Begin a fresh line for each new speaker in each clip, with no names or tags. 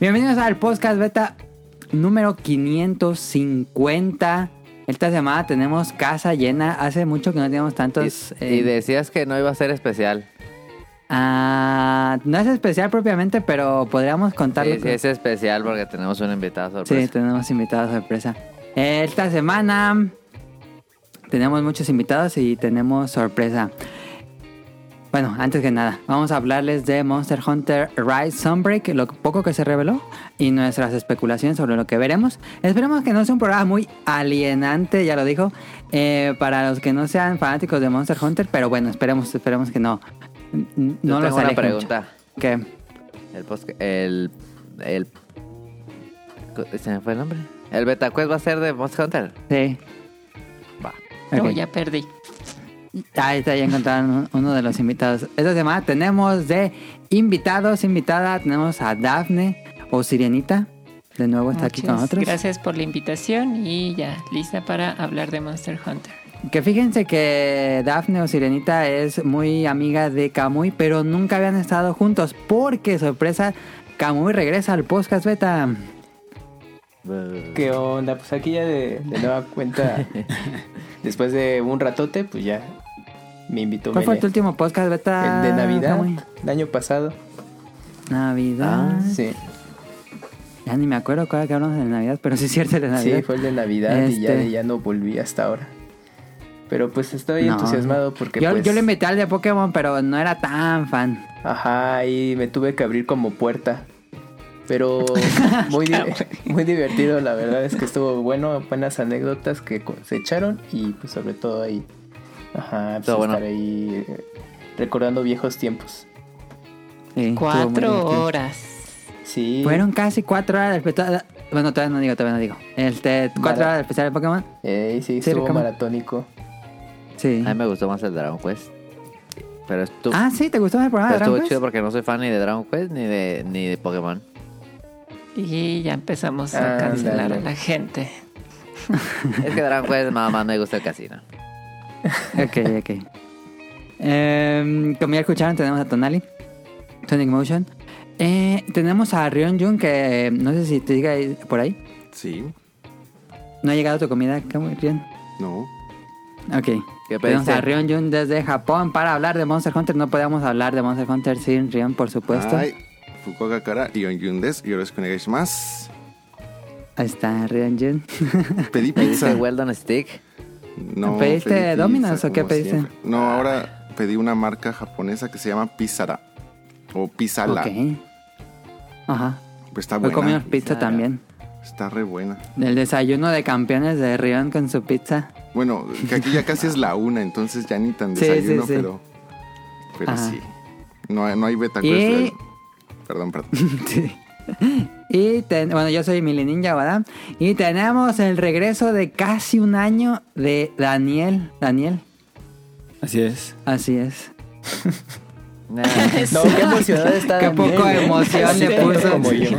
Bienvenidos al podcast beta número 550. Esta semana tenemos casa llena. Hace mucho que no teníamos tantos.
Y,
eh,
y decías que no iba a ser especial.
ah, no es especial propiamente, pero podríamos contarlo.
Sí, sí, es especial porque tenemos un invitado sorpresa.
Sí, tenemos invitados sorpresa. Esta semana tenemos muchos invitados y tenemos sorpresa. Bueno, antes que nada, vamos a hablarles de Monster Hunter Rise Sunbreak, lo poco que se reveló y nuestras especulaciones sobre lo que veremos. Esperemos que no sea un programa muy alienante, ya lo dijo, eh, para los que no sean fanáticos de Monster Hunter, pero bueno, esperemos, esperemos que no. n- n- No
Yo tengo
los
una
aleje mucho.
pregunta.
¿Qué?
El, posca- el, el. ¿Se me fue el nombre? El Betacuest va a ser de Monster Hunter.
Sí.
Va.
No,
ok.
ya perdí.
Ahí está, ya encontraron un- uno de los invitados. Esta semana tenemos de invitados, invitada, tenemos a Dafne o Sirenita. De nuevo Pues está aquí con
Muchas
nosotros.
Gracias por la invitación y ya, lista para hablar de Monster Hunter.
Que fíjense que Dafne o Sirenita es muy amiga de Kamui, pero nunca habían estado juntos. Porque, sorpresa, Kamui regresa al podcast beta.
¿Qué onda? Pues aquí ya de, de nueva cuenta, después de un ratote, pues ya me invitó
¿Cuál fue
Mele.
tu último podcast beta?
El de Navidad,
Kamui?
el año pasado.
Navidad.
Ah, sí.
Ya ni me acuerdo cuál que hablamos de Navidad, pero sí es cierto el de Navidad.
Sí, fue el de Navidad y ya,
Este.
de- ya no volví hasta ahora. Pero pues estoy
No.
entusiasmado porque
yo,
pues...
yo le invité al de Pokémon, pero no era tan fan.
Ajá, y me tuve que abrir como puerta. Pero muy, di- muy divertido, la verdad es que estuvo bueno, buenas anécdotas que co- se echaron y pues sobre todo ahí, ajá, pues,
Todo bueno.
estar ahí eh, recordando viejos tiempos.
Sí, estuvo muy
Cuatro
divertido.
horas.
Sí,
Fueron casi cuatro horas del especial. Bueno, todavía no digo, todavía no digo. Este, cuatro
Mara-
horas del especial de Pokémon.
eh, sí,
Sí,
estuvo
recama-
maratónico.
Sí.
A mí me gustó más el Dragon Quest. Pero estuvo,
Ah, sí, ¿te gustó más el
pero
programa de
estuvo
Dragon
chido
Quest?
porque no soy fan ni de Dragon Quest ni de, ni de Pokémon.
Y ya empezamos a
Ah,
cancelar
ándale.
a la gente.
es que Dragon Quest nada más me gusta el casino.
Ok, ok. Em, como ya escucharon, tenemos a Tonali, Sonic Motion. Eh, tenemos a Rion Jun, que eh, no sé si te diga ahí- por ahí.
Sí,
No ha llegado tu comida, ¿cómo, Rion?
no.
Ok.
¿Qué
Tenemos a
pediste?
Rion Jun desde Japón para hablar de Monster Hunter. No podíamos hablar de Monster Hunter sin Rion, por supuesto.
Ay, Fukuoka cara, Ion Yun des, más.
Ahí está, Rion Jun.
Pedí
¿Pediste
pizza.
Weldon Stick?
No,
¿Pediste
pedí pizza,
Domino's o qué
como
pediste?
siempre. No, ahora pedí una marca japonesa que se llama Pizara. O Pizala.
Ok. Ajá.
Pues está
Hoy comimos
buena.
pizza
Pizza.
también.
Está re buena.
El desayuno de campeones de Rion con su pizza.
Bueno, que aquí ya casi es la una, entonces ya ni tan
Sí, sí,
desayuno,
sí.
pero. Pero
Ajá.
sí. No, hay- no hay beta
Y-
quest, eh, Perdón, perdón.
Sí. Y ten- bueno, yo soy Mili Ninja, ¿verdad? Y tenemos el regreso de casi un año de Daniel. Daniel,
Así es.
así es.
Nah.
No, qué emocionado está
Qué
Daniel,
poco
¿eh?
emoción
Así
le
tanto
puso.
Como yo.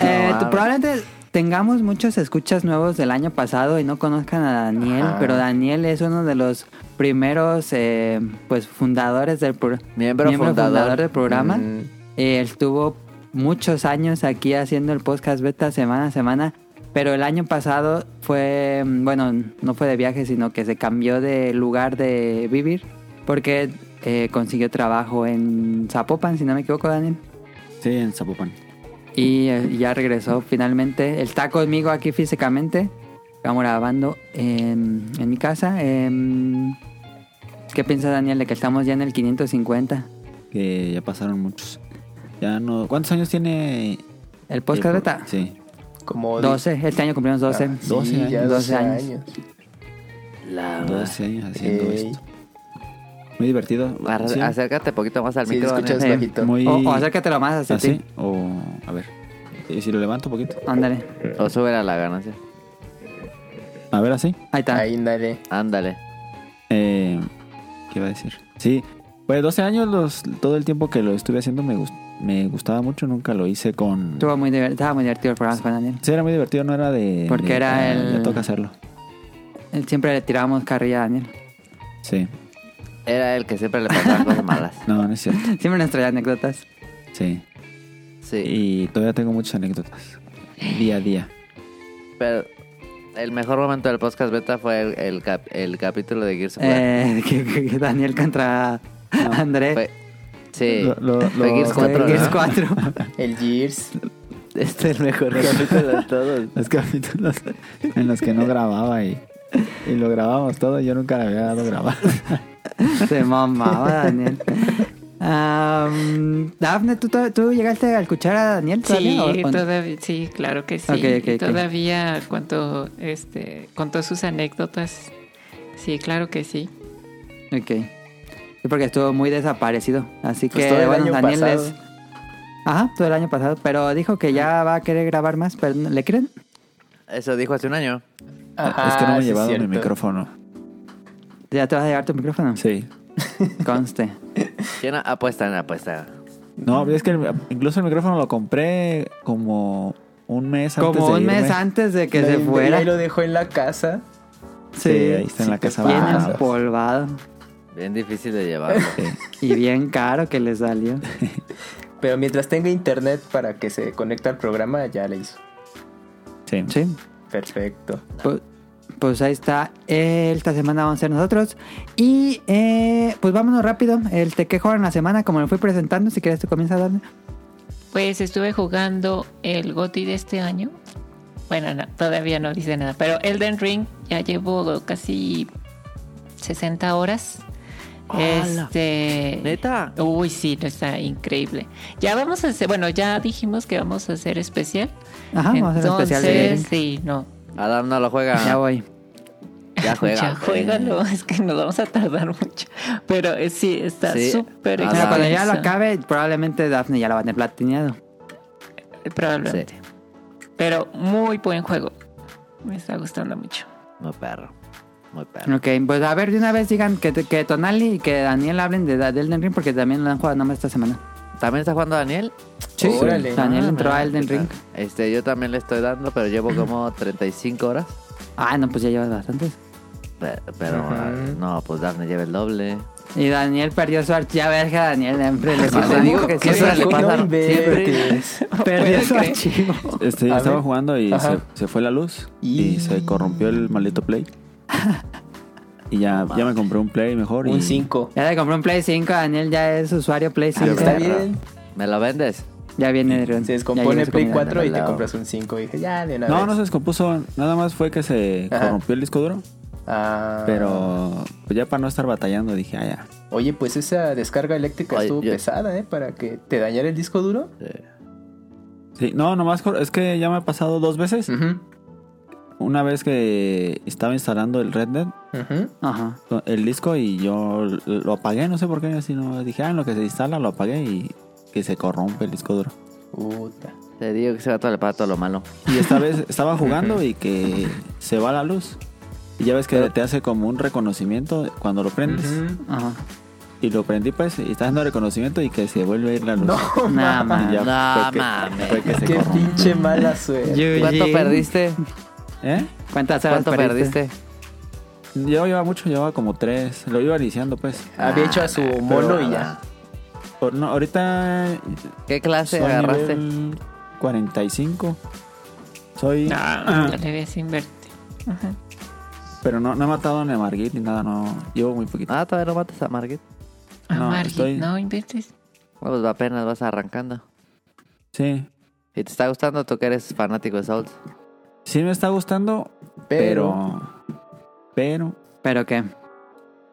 Eh,
mames.
probablemente tengamos muchos escuchas nuevos del año pasado y no conozcan a Daniel,
Ajá.
pero Daniel es uno de los primeros eh, pues fundadores del pro-
Miembro fundador.
del programa.
Mm.
Eh, él estuvo muchos años aquí haciendo el podcast beta semana a semana, pero el año pasado fue, mm, bueno, no fue de viaje, sino que se cambió de lugar de vivir porque eh, consiguió trabajo en Zapopan, si no me equivoco, Daniel.
Sí, en Zapopan.
Y eh, ya regresó finalmente. Él está conmigo aquí físicamente. Estamos grabando en, en mi casa. Em, ¿Qué piensa Daniel de que estamos ya en el 550?
Que ya pasaron muchos. Ya no. ¿Cuántos años tiene?
¿El podcast
el-
beta?
Sí.
Como
12. Este año cumplimos 12.
Ah, sí,
12
ya
años.
12
años.
años.
La
12 años haciendo
Ey.
esto. Muy divertido.
Ar-
Sí.
Acércate poquito más al
Sí,
micro.
escuchas
Daniel.
Eh,
bajito.
Muy.
O, o acércatelo más hacia
¿Así?
ti.
O. A ver. ¿Y si lo levanto un poquito?
Ándale.
O sube a la ganancia.
A ver, así.
Ahí está.
Ahí, dale.
Ándale.
Eh, ¿Qué iba a decir? Sí. Pues 12 años, los, todo el tiempo que lo estuve haciendo me, gust- me gustaba mucho. Nunca lo hice con.
Estuvo muy diver- Estaba muy divertido el programa con Daniel.
Sí, era muy divertido, no era de.
Porque
de,
era
"Ah,
el-
Ya toca hacerlo.
Él Eh, siempre le tirábamos carrilla a Daniel.
Sí.
Era el que siempre le pasaban cosas malas.
No, no es cierto.
Siempre nos traía anécdotas.
Sí.
Sí.
Y todavía tengo muchas anécdotas. Día a día.
Pero el mejor momento del podcast beta fue el, el cap- el capítulo de Gears of War.
Eh, que, que- que Daniel contra Andrés.
Fue- sí.
Lo- lo-
Fue
lo-
Gears
fue
Fue
4.
Gears
¿no?
4.
El Gears.
Este es el mejor capítulo de todos.
Los capítulos en los que no grababa y, y lo grabábamos todo. Yo nunca le había dado grabar.
Se mamaba Daniel. Am, Dafne, ¿tú, to- tú llegaste a escuchar a Daniel
Sí,
todavía? o- o no?
todavía, sí, claro que sí.
Ok, ok, ok.
todavía contó, este, contó sus anécdotas. Sí, claro que sí.
Ok. Sí, porque estuvo muy desaparecido. Así
Pues
que,
todo el
bueno,
año
Daniel
pasado.
es... Ajá, todo el año pasado. Pero dijo que ya va a querer grabar más, pero ¿no- ¿le creen?
Eso dijo hace un año.
Ajá,
Ah, es que no me he
Ah, sí,
llevado mi
cierto.
micrófono.
¿Ya te vas a llevar tu micrófono?
Sí.
Conste.
¿Quién apuesta? Apuesta.
No, es que el- incluso el micrófono lo compré como un mes antes.
Como
de
un mes
irme.
antes de que
Lo
se
inve-
fuera.
y lo dejó en la casa.
Sí, ahí está en la
sí,
casa.
Bien
Ah,
bajada.
empolvado.
Bien difícil de llevar.
Y bien caro que le salió.
Pero mientras tenga internet para que se conecte al programa, ya le hizo.
Sí.
Sí.
Perfecto.
Pues, pues ahí está. Eh, Esta semana vamos a ser nosotros. Y eh, pues vámonos rápido. El te quejo en la semana, como lo fui presentando. Si quieres, tú comienza a darme.
Pues estuve jugando el GOTI de este año. Bueno, no, todavía no dice nada, pero Elden Ring ya llevo casi 60 horas.
¡Hala!
Este,
¿Neta?
Uy, sí, no, está increíble. Ya vamos a hacer, bueno, ya dijimos que vamos a hacer especial.
Ajá, vamos a hacer un
Entonces,
especial de Elden Ring.
sí, no.
Adam no lo juega.
Ya voy.
Ya juega.
Ya juégalo, es que nos vamos a tardar mucho. Pero eh, sí, está
Sí.
súper
Ah,
Pero
Adam.
cuando ya lo
extenso,
acabe, probablemente Daphne ya lo va a tener platineado.
Sí.
Probablemente. Pero muy buen juego. Me está gustando mucho.
Muy perro. Muy perro.
Ok, pues a ver, de una vez digan que, que Tonali y que Daniel hablen de, de Elden Ring porque también lo han jugado nomás esta semana.
¿También está jugando Daniel?
Sí,
Órale.
Daniel
Ah,
entró
mira,
a Elden
¿qué tal?
Ring.
Este, yo también le estoy dando, pero llevo como 35 horas.
Ah, no, pues ya llevas bastantes.
Pe- Pero,
Ajá.
ah, no, pues Dafne lleva el doble.
Y Daniel perdió su archivo. Ya ves que a Daniel siempre le
Te
pasa.
digo que
¿Qué
siempre le
sacó?
pasa.
No inventes.
Perdió su
creer.
archivo.
Este,
A
estaba
ver.
jugando y
Ajá.
se, se fue la luz
Y-
y se corrompió el maldito play. Y ya, ya me compré un play mejor. y
Un 5.
Ya le compró un Play 5, Daniel ya es usuario Play 5.
Ah, Está bien.
¿Me lo vendes?
Ya viene de
Se descompone Play 4 y te
Hello.
compras un 5. Y dije, ya, de una
No,
vez.
no se descompuso. Nada más fue que se
Ajá.
corrompió el disco duro.
Ah.
Pero pues ya para no estar batallando dije, ah, ya.
Oye, pues esa descarga eléctrica
Ay,
estuvo
yo-
pesada, ¿eh? Para que te dañara el disco duro.
Sí, no, nomás cor- es que ya me ha pasado dos veces.
Ujú,
Una vez que estaba instalando el Red Dead,
ujú.
Ajá.
el disco, y yo lo apagué, no sé por qué, así no dije, ah, en lo que se instala lo apagué y que se corrompe el disco duro.
Puta.
Te digo que se va a para todo lo malo.
Y esta vez estaba jugando y que se va la luz. Y ya ves que te hace como un reconocimiento cuando lo prendes.
Ujú.
Ajá.
Y lo prendí pues y está dando reconocimiento y que se vuelve a ir la luz.
No,
Nada
Y
más.
ya
No,
fue que-
mames.
fue Ah, que se
qué
corrompió.
pinche mala suerte.
¿Cuánto
Eugene,
perdiste?
¿Eh?
¿Cuántas horas
¿Cuánto perdiste?
Yo llevaba mucho, llevaba como tres. Lo iba iniciando pues.
Había hecho a su mono
pero
y ya.
nada.
O- No, ahorita
¿Qué clase
soy
agarraste?
nivel 45. Soy...
Ah, ya le habías invertido. Ajá.
Pero no, no he matado ni a Margit ni nada, no. Llevo muy poquito.
Ah, todavía no matas a Margit.
A
No,
Margit,
estoy-
no inventes.
No, pues apenas vas arrancando.
Ah. Sí.
¿Y te está gustando tú que eres fanático de Souls?
Sí me está gustando,
Pero.
Pero... pero
¿Pero qué?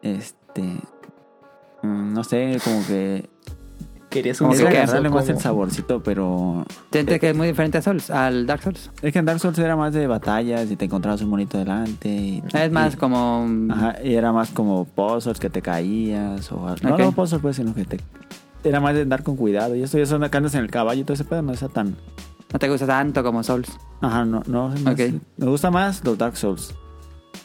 este mm, no sé como que
Querías un
como que
que
hay que
descanso,
darle más
¿cómo?
el saborcito pero
Siente que es muy diferente a Souls, al Dark Souls.
es que en Dark Souls era más de batallas y te encontrabas un monito delante y,
Es más
y-
como... un-
ajá, y era más como puzzles que te caías o no
Ok.
no puzzles pues sino que te era más de andar con cuidado y esto ya son que andas en el caballo y todo ese pedo no está tan
No te gusta tanto como Souls.
ajá no no se me hace-
Ok.
me gusta más los Dark Souls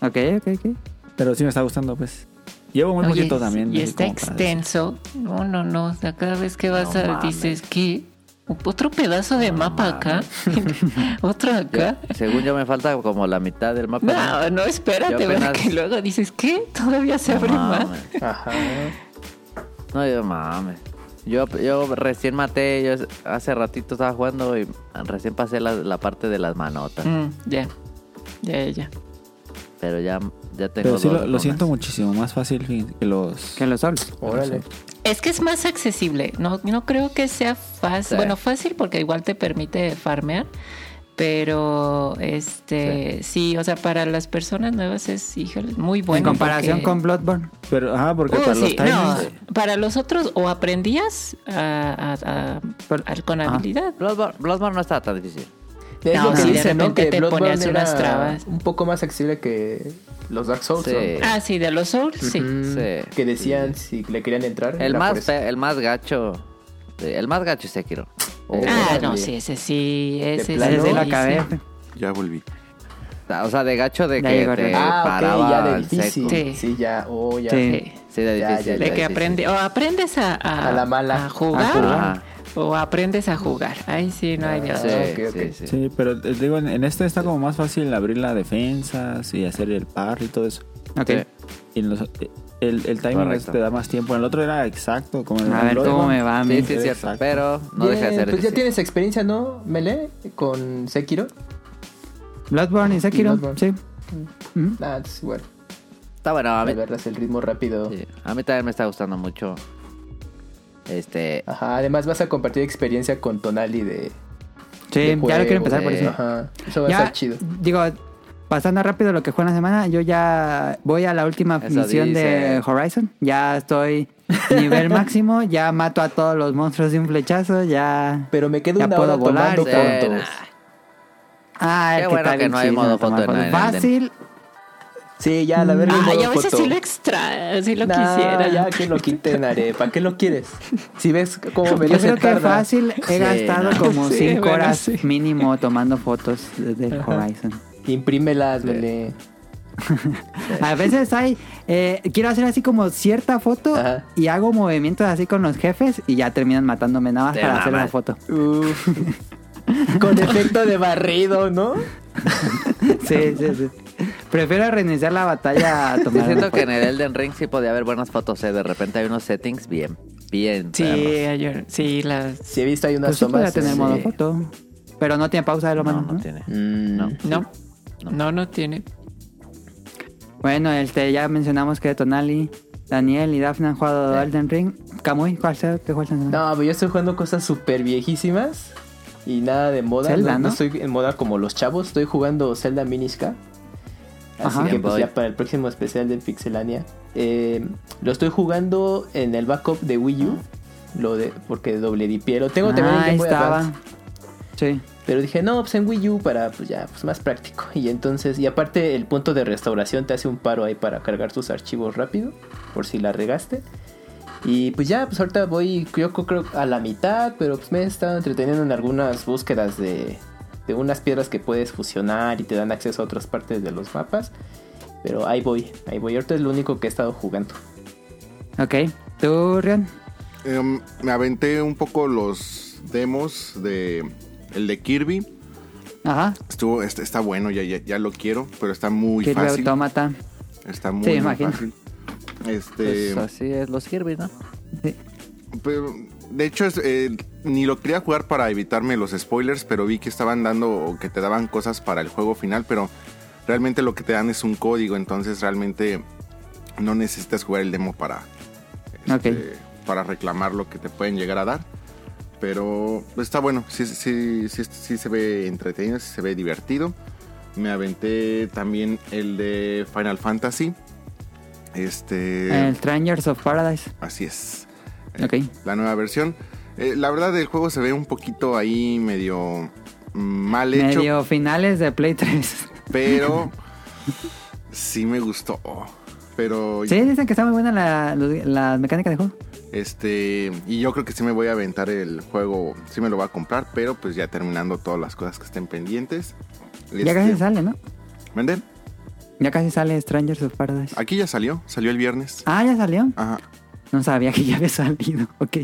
Ok, ok, ok.
pero sí me está gustando pues llevo muy
Oye,
poquito también
Y
así
está
como para decir.
extenso. No, no, no. O sea, cada vez que vas
No
a.
mames.
Dices que. Otro pedazo de mapa acá. Otro acá.
Según yo me falta como la mitad del mapa.
No, no, espérate,
Yo apenas-
porque luego dices, ¿qué? Todavía se
No
abre más.
mames.
Ajá.
No, yo mames. Yo, yo recién maté, yo hace ratito estaba jugando y recién pasé la, la parte de las manotas.
Mm, ya. Ya, ya, ya.
Pero ya, ya tengo
Pero sí,
dos
lo, lo
donas.
siento muchísimo más fácil fíjense, que los...
Que los solos.
Órale.
Es que es más accesible. No, no creo que sea fácil.
Sí.
Bueno, fácil porque igual te permite farmear. Pero este sí. o sea, para las personas nuevas es híjole, muy bueno.
en comparación
porque-
con Bloodborne.
Pero, ajá, porque
Uh,
para los
sí, no,
timings...
para los otros o aprendías a- a- a- al- con
Ah.
habilidad.
Bloodborne, Bloodborne no está tan difícil.
Es
No,
lo que
sí, de
dicen, ¿no?
repente
Que
te
Bloodborne
ponías unas
era
trabas.
un poco más accesible que los Dark Souls,
Sí.
Ah, sí, de los Souls, sí.
¿no? Mm,
Sí.
Que decían si le querían entrar.
El
era
más,
por eso.
fe- el más gacho. sí, El más gacho es Sekiro.
Ah,
Órale.
no, sí, ese sí, ese
De
sí.
plano.
Desde la
sí.
cabeza.
Ya volví.
O sea, de gacho de
Ya
que
llegó,
te
ya.
Ah, ok,
paraba
ya de
en seco.
difícil.
Sí.
Sí. ya, oh, ya.
Sí.
Sí.
Sí, de
Ya,
difícil.
ya,
de
De que
difícil.
aprende, o aprendes a, a-
A la mala.
a jugar,
A jugar.
Ajá.
o aprendes a jugar. Ahí sí, no hay de
Sí,
otra.
Ah, ok, ok.
sí, sí.
Sí, pero eh, digo, en, en este está como más fácil abrir la defensa y hacer el par y todo eso.
Ok.
Sí.
Y en los- eh, el, el timing
Correcto.
te da más tiempo. En el otro era exacto. Como en
A
el
ver cómo
Bloodborne.
me va a
Sí,
mí.
sí, es cierto.
Exacto.
Pero no
Bien,
deja de ser
Pues ya
difícil.
tienes experiencia, ¿no, Mele? Con Sekiro.
Bloodborne y Sekiro.
Y Bloodborne.
Sí. Ujú.
Ah, es igual.
Está bueno. A
La
mí,
verdad es el ritmo rápido.
sí, a mí también me está gustando mucho. Este.
Ajá, además vas a compartir experiencia con Tonali de. de
Sí, ya lo
juego,
quiero empezar por
de-
eso.
Ajá, eso va a
Ya,
estar chido.
digo, pasando rápido lo que juego en la semana, yo ya voy a la última
Eso
misión de
dice.
Horizon. Ya estoy nivel máximo, ya mato a todos los monstruos de un flechazo, ya...
Pero me queda
Ya
una
puedo
hora
volar,
tomando
sí.
eh,
fotos.
Ah,
Qué
es
bueno
está
que
bien
no hay
chido
modo
tomar
foto en
fotos.
el Elden.
Fácil,
Sí, ya, la verdad.
Ay, a veces sí lo extra, sí lo
Nah,
quisiera.
Ya que lo quiten, Are. ¿Para qué lo quieres? Si ves cómo me
yo
lo
creo que fácil he
Sí,
gastado
no.
como
Sí,
5
bueno,
horas
sí.
mínimo tomando fotos del Horizon.
Imprímelas, Mele.
A veces hay, eh, quiero hacer así como cierta foto
Ajá.
y hago movimientos así con los jefes y ya terminan matándome nada más
Te
para hacer la
mamas.
foto.
Uf. Con efecto de barrido, ¿no?
Sí, sí, sí. Prefiero reiniciar la batalla a
Yo
tomar.
siento
una
que en el Elden Ring sí podía haber buenas fotos. ¿eh? De repente hay unos settings bien. Bien.
Sí,
perros.
ayer- sí, las...
Si he visto ahí unas
Pues sí podría
tomas.
tener
sí.
modo foto. Pero no tiene pausa de lo
No,
menos,
no
¿no?
tiene.
Mm,
No.
No, no, no tiene.
Bueno, este, ya mencionamos que Tonali, Daniel y Dafne han jugado
Sí.
Elden Ring. Camuy, ¿cuál sea? ¿Qué juegas?
No, pero yo estoy jugando cosas súper viejísimas y nada de moda.
Zelda,
no, no
¿no?
estoy en moda como los chavos. Estoy jugando Zelda Minisca. Así
Ajá.
que
Game
pues
Boy.
ya para el próximo especial de Pixelania. eh, lo estoy jugando en el backup de Wii U. Lo de, porque doble dipié. Lo tengo también en
Ah, ahí
Game Boy
estaba.
Advance.
Sí.
Pero dije, no, pues en Wii U para, pues ya, pues más práctico. Y entonces, y aparte el punto de restauración te hace un paro ahí para cargar tus archivos rápido, por si la regaste. Y pues ya, pues ahorita voy, yo creo, creo a la mitad, pero pues me he estado entreteniendo en algunas búsquedas de, de unas piedras que puedes fusionar y te dan acceso a otras partes de los mapas. Pero ahí voy, ahí voy. Ahorita es lo único que he estado jugando.
Ok. ¿Tú, Rion?
Em, me aventé un poco los demos de el de Kirby.
Ajá.
Estuvo, est- está, bueno, ya, ya, ya lo quiero, pero está muy
Kirby
fácil.
Automata.
Está muy,
Sí,
muy
imagino.
fácil. Este,
Pues así es los Kirby, ¿no?
pero, de hecho, es, eh, ni lo quería jugar para evitarme los spoilers, pero vi que estaban dando o que te daban cosas para el juego final, pero realmente lo que te dan es un código, entonces realmente no necesitas jugar el demo para, este,
Ok.
para reclamar lo que te pueden llegar a dar. Pero está bueno, sí, sí, sí, sí se ve entretenido, sí se ve divertido. Me aventé también el de Final Fantasy. Este.
El Strangers of Paradise.
Así es. eh,
Ok.
La nueva versión. Eh, la verdad, el juego se ve un poquito ahí medio mm, mal hecho,
Medio finales de Play 3.
pero sí me gustó. Pero
Sí, dicen que está muy buena la, los- la mecánica de juego.
Este, y yo creo que sí me voy a aventar el juego, sí me lo voy a comprar, pero pues ya terminando todas las cosas que estén pendientes.
Ya ¿ah? casi
Este,
sale, ¿no?
¿Venden?
Ya casi sale Strangers of Paradise.
Aquí ya salió, salió el viernes.
Ah, ya salió.
Ajá.
No sabía que ya había salido. Ok.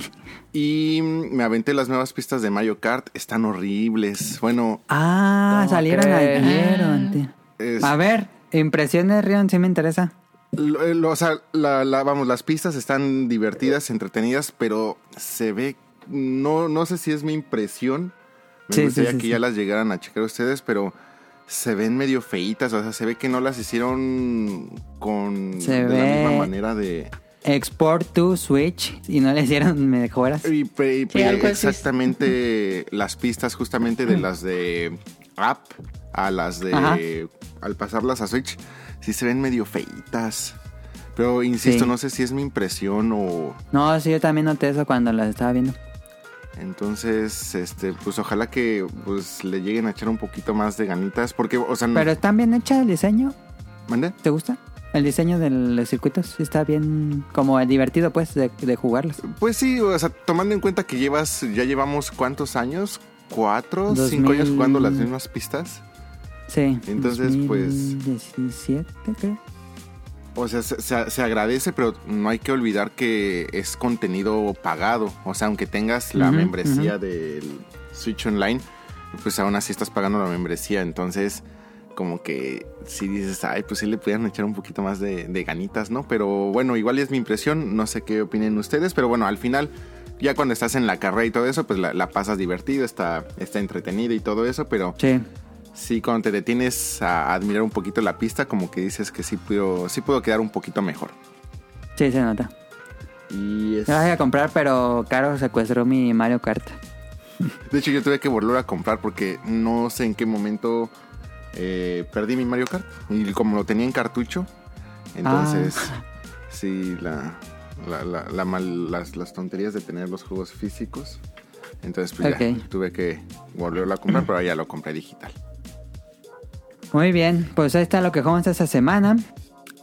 Y mm, me aventé las nuevas pistas de Mario Kart, están horribles. Bueno,
Ah,
¿Cómo
salieron
crees?
ayer.
Ah.
o antier.
es-
A ver, impresiones, Rion, sí me interesa.
Lo- eh, lo- o sea, la- la- vamos, las pistas están divertidas, entretenidas, pero se ve. No, no sé si es mi impresión. Me
Sí, sí,
gustaría
sí,
que
sí.
ya las llegaran a checar ustedes, pero se ven medio feitas. O sea, se ve que no las hicieron con
Se
de la misma
ve-
manera de.
Export to Switch y no le hicieron mejoras.
Y, pe- y
Sí,
pe-
algo así.
exactamente las pistas justamente de las de app a las de
Ajá.
al pasarlas a Switch sí se ven medio feitas. Pero insisto,
Sí.
no sé si es mi impresión o
No, sí, yo también noté eso cuando las estaba viendo.
entonces este pues ojalá que pues le lleguen a echar un poquito más de ganitas porque o sea,
Pero están bien hecha el diseño.
¿mande?
¿Te gusta? El diseño de los circuitos sí está bien, como divertido pues de, de jugarlos.
Pues sí, o sea, tomando en cuenta que llevas ya llevamos cuántos años? ¿Cuatro? ¿Cinco
2000.
años jugando las mismas pistas?
Sí.
Entonces, pues-
2017, creo.
O sea, se, se- se agradece, pero no hay que olvidar que es contenido pagado. O sea, aunque tengas la
Ujú,
membresía del Switch Online, pues aún así estás pagando la membresía. Entonces, como que si dices, ay, pues sí le pudieran echar un poquito más de, de ganitas, ¿no? Pero bueno, igual es mi impresión. No sé qué opinen ustedes, pero bueno, al final, ya cuando estás en la carrera y todo eso, pues la, la pasas divertido, está, está entretenido y todo eso, pero
Sí.
Sí, cuando te detienes a admirar un poquito la pista, como que dices que sí pudo, sí pudo quedar un poquito mejor.
Sí, se nota.
Y es-
Yo las voy a comprar, pero Caro secuestró mi Mario Kart.
De hecho, yo tuve que volver a comprar porque no sé en qué momento eh, perdí mi Mario Kart. Y como lo tenía en cartucho, entonces
Ah.
sí, la, la- la- la mal- las, las tonterías de tener los juegos físicos. Entonces, pues ya
Ok.
tuve que volverlo a comprar, pero ahora ya lo compré digital.
Muy bien, pues ahí está lo que jugamos esta semana.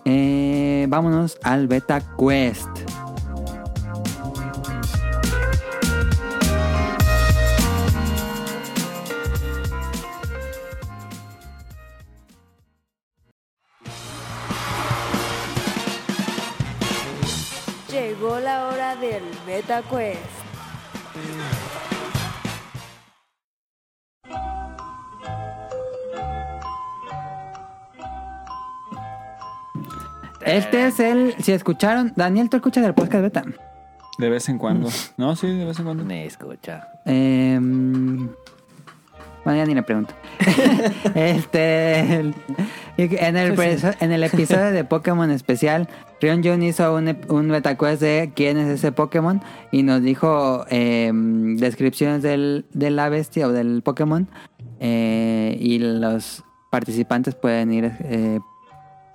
Eh, vámonos al Beta Quest.
Llegó la hora del Beta Quest.
Este es el, si escucharon, Daniel, ¿tú escuchas el podcast Beta?
De vez en cuando. No, sí, de vez en cuando.
Me escucha.
Eh, mm, bueno, ya ni le pregunto. este. el- en, el, preso- en el episodio de Pokémon especial, Rion Jun hizo un, ep- un betacuest de quién es ese Pokémon y nos dijo eh, descripciones del, de la bestia o del Pokémon. eh, y los participantes pueden ir, eh,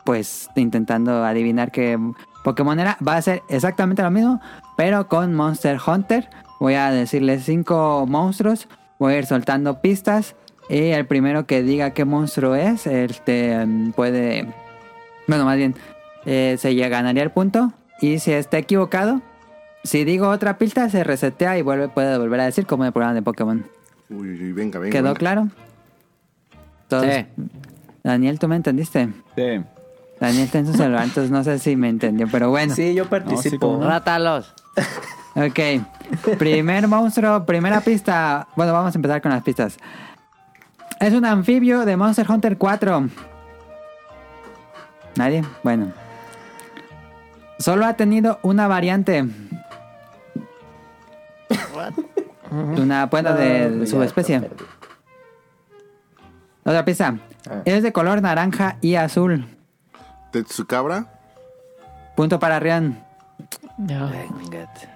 pues, intentando adivinar qué Pokémon era. Va a ser exactamente lo mismo, pero con Monster Hunter. Voy a decirles cinco monstruos. Voy a ir soltando pistas. Y el primero que diga qué monstruo es, este mm, puede. Bueno, más bien, eh, se ya ganaría el punto. Y si está equivocado, si digo otra pista, se resetea y vuelve, puede volver a decir como en el programa de Pokémon.
Uy, uy, uy, venga, venga.
¿Quedó
venga.
claro? Entonces, Daniel, ¿tú me entendiste?
Sí.
Daniel está en su celular, entonces no sé si me entendió, pero bueno.
Sí, yo
cómo
participo.
no.
Rátalos.
Ok. Primer monstruo, primera pista. Bueno, vamos a empezar con las pistas. Es un anfibio de Monster Hunter 4. ¿Nadie? Bueno. Solo ha tenido una variante. Una puerta de, de
No, ya,
subespecie.
ya perdí.
Otra pista.
Ah.
Es de color naranja y azul.
Tetsukabra,
Punto para Rian.
No.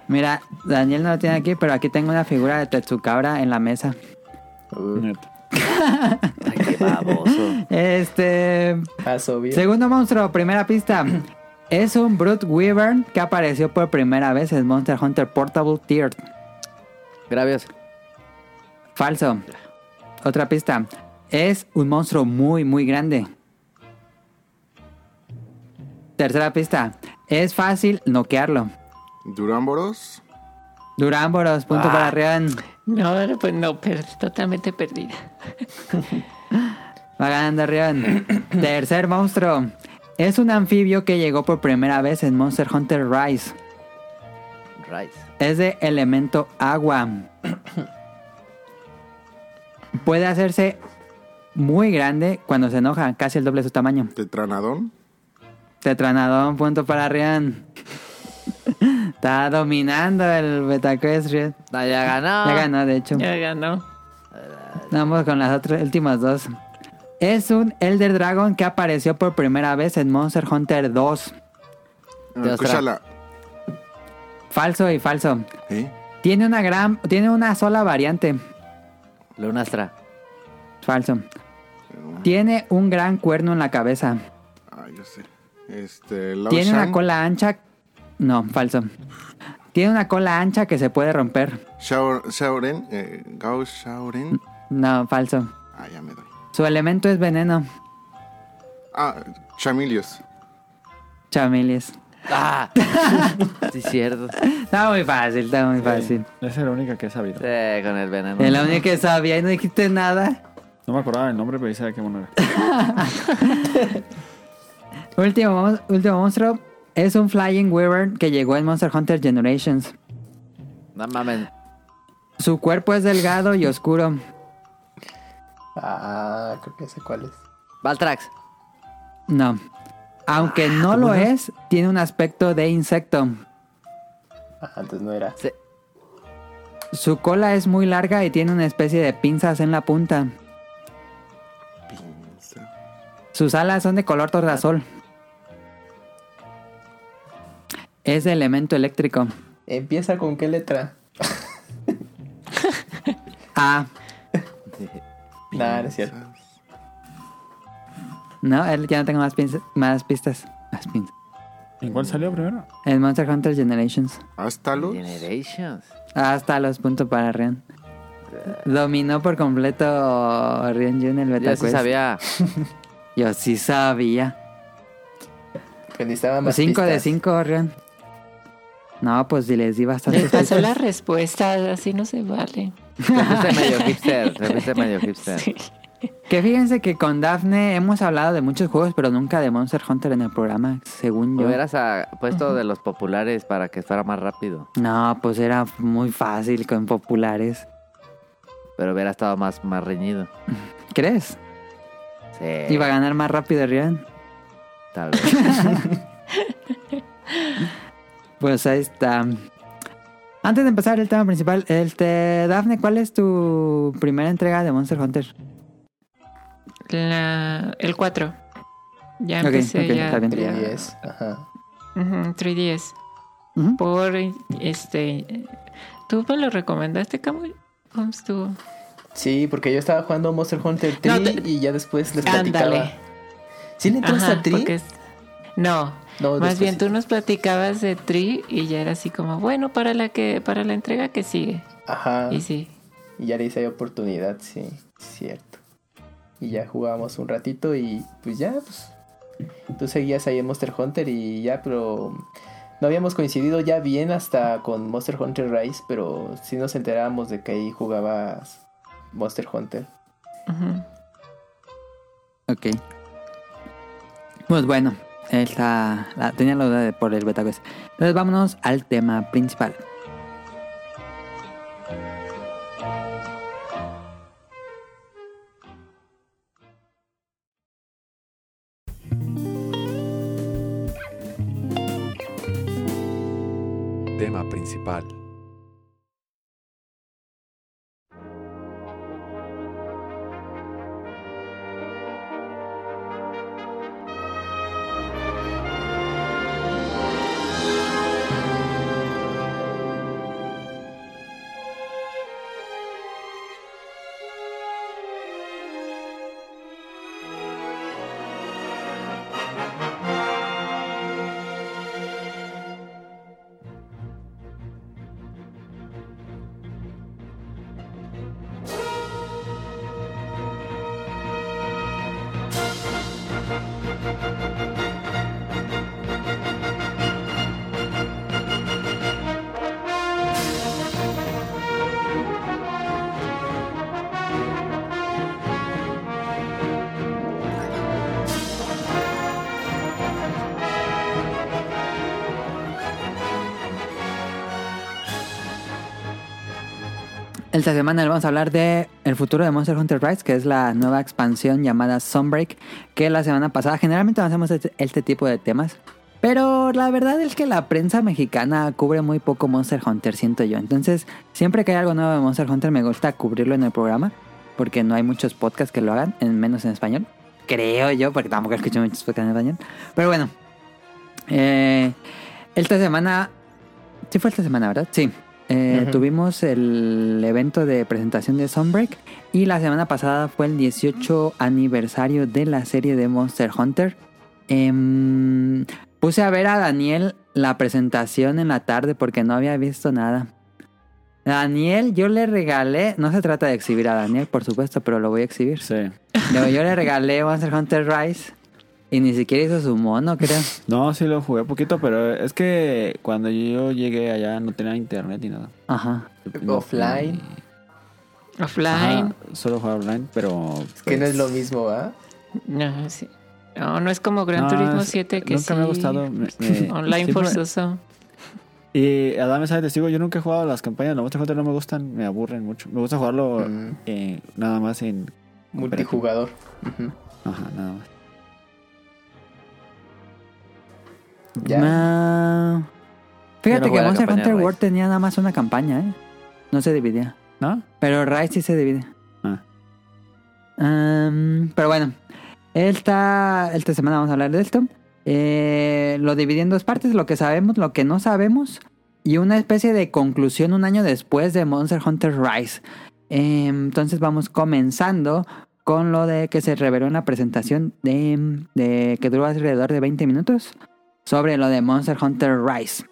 Mira, Daniel no lo tiene aquí, pero aquí tengo una figura de Tetsukabra en la mesa.
Mm.
Ay, qué baboso.
Este.
Paso bien.
Segundo monstruo, primera pista. Es un Brute Wyvern que apareció por primera vez en Monster Hunter Portable Tier.
Gravios.
Falso. Otra pista. Es un monstruo muy, muy grande. Tercera pista. Es fácil noquearlo.
Durámboros.
Durámboros, punto para Rian.
No, pues no, per- totalmente perdida.
Va ganando Rion. Tercer monstruo. Es un anfibio que llegó por primera vez en Monster Hunter Rise.
Rice.
Es de elemento agua. Puede hacerse muy grande cuando se enoja, casi el doble de su tamaño.
Tetranadón.
Tetranadón, punto para Rian. Está dominando el Betaquest, Rian.
No, Ah, ya ganó.
Ya ganó, de hecho.
Ya ganó.
Vamos con las otras últimas dos. Es un Elder Dragon que apareció por primera vez en Monster Hunter 2.
Dios,
Escúchala.
Falso y falso.
¿Eh?
Tiene una gran, tiene una sola variante.
Lunastra.
Falso. Tiene un gran cuerno en la cabeza.
Ah, yo sé. Este, Lao
Tiene una
Shan.
cola ancha. No, falso. Tiene una cola ancha que se puede romper.
Shao- Shaoren. eh, Gao
Mm.
Shaoren.
No, falso.
Ah, ya me doy.
Su elemento es veneno.
Ah, Chamilios.
Chamiles.
Ah, sí, cierto.
Está muy fácil, está muy
Ah,
fácil.
Esa es la única que he sabido.
Sí, Eh, con el veneno.
Es la única que sabía y no dijiste nada.
No me acordaba el nombre, pero sabía qué mono era.
Último, mon- último monstruo. Es un Flying Wyvern que llegó en Monster Hunter Generations.
No mames.
Su cuerpo es delgado y oscuro.
Ah, creo que sé cuál es.
Valtrax.
No. Aunque no lo es, tiene un aspecto de insecto.
Ah, antes no era.
Sí.
Su cola es muy larga y tiene una especie de pinzas en la punta. Sus alas son de color tornasol. Es de elemento eléctrico.
¿Empieza con qué letra?
Ah,
Nah, Ah, no es cierto.
no, él- ya no tengo más, pinza- más pistas. Más pinzas.
¿En cuál salió primero?
En Monster Hunter Generations.
Hasta los.
Generations.
Hasta los puntos para Rion. Dominó por completo Rion Jun el
Yo
Beta
sí
Quest.
sabía.
Yo sí sabía.
Que necesitaba más
5 pues, de
pistas.
5, Rion. No, pues si les di bastante.
Les pasó la respuesta, así no se vale.
Te fuiste medio hipster. Te fuiste medio hipster.
Sí.
Que fíjense que con Dafne hemos hablado de muchos juegos, pero nunca de Monster Hunter en el programa, según yo.
Hubieras ah, puesto de los populares para que fuera más rápido.
No, pues era muy fácil con populares.
Pero hubiera estado más, más reñido.
¿Crees?
Sí.
Iba a ganar más rápido Rion.
Tal vez.
Pues ahí está. Antes de empezar el tema principal, este, Dafne, ¿cuál es tu primera entrega de Monster Hunter?
La- el 4. Ya
Ok,
empecé
ok,
ya.
está bien.
3DS, ajá.
Ujú, 3DS.
Ujú.
Por este. ¿Tú me lo recomendaste, Camus? Comes tú.
Sí, porque yo estaba jugando Monster Hunter 3
No, te-
y ya después les platicaba.
Ándale.
¿Sí le entraste
Ajá,
a Tri?
porque es- No.
No,
Más
después
bien
sí.
tú nos platicabas de Tri y ya era así como, bueno, para la que, para la entrega que sigue.
Ajá.
Y sí.
Y ya le hice oportunidad, sí, cierto. Y ya jugábamos un ratito y pues ya, pues. Tú seguías ahí en Monster Hunter y ya, pero. No habíamos coincidido ya bien hasta con Monster Hunter Rise, pero sí nos enterábamos de que ahí jugabas Monster Hunter.
Ujú.
Ok. Pues bueno, esta, la- tenía la duda de- por el beta quest. Entonces vámonos al tema principal.
Tema principal.
Esta semana le vamos a hablar de el futuro de Monster Hunter Rise, que es la nueva expansión llamada Sunbreak, que la semana pasada generalmente no hacemos este, este tipo de temas, pero la verdad es que la prensa mexicana cubre muy poco Monster Hunter, siento yo. Entonces, siempre que hay algo nuevo de Monster Hunter me gusta cubrirlo en el programa, porque no hay muchos podcasts que lo hagan, en, menos en español. Creo yo, porque tampoco escucho muchos podcasts en español. Pero bueno, eh, esta semana... Sí fue esta semana, ¿verdad? Sí. Eh, Tuvimos el evento de presentación de Sunbreak y la semana pasada fue el 18 aniversario de la serie de Monster Hunter. Em, puse a ver a Daniel la presentación en la tarde porque no había visto nada. Daniel, yo le regalé, no se trata de exhibir a Daniel, por supuesto, pero lo voy a exhibir.
Sí.
Yo, yo le regalé Monster Hunter Rise y ni siquiera hizo su mono, creo.
No, sí lo jugué poquito, pero es que cuando yo llegué allá no tenía internet ni nada.
Ajá.
No,
Offline.
Offline.
Ajá, solo jugaba online, pero...
Es que no
Pues
es lo mismo, ¿ah?
No, sí. No, no es como Gran
No,
Turismo
es-
7 que
nunca me ha
sí.
gustado, Eh, me- me-
Online
siempre-
forzoso.
Y Adam sabe testigo, yo nunca he jugado las campañas, los Monster Hunter no me gustan, me aburren mucho. Me gusta jugarlo
Mm.
eh, nada más en...
Multijugador. Ujú.
Ajá, nada más.
Ya.
No. Fíjate
Yo no jugué
que
la
Monster
campaña de
Hunter
Rise.
World tenía nada más una campaña, ¿eh? No se dividía.
¿No?
Pero Rise sí se divide.
Ah.
Am, pero bueno, esta, esta semana vamos a hablar de esto. Eh, lo dividí en dos partes, lo que sabemos, lo que no sabemos. Y una especie de conclusión un año después de Monster Hunter Rise. Em, entonces vamos comenzando con lo de que se reveló en la presentación de, de- que duró alrededor de 20 minutos sobre lo de Monster Hunter Rise.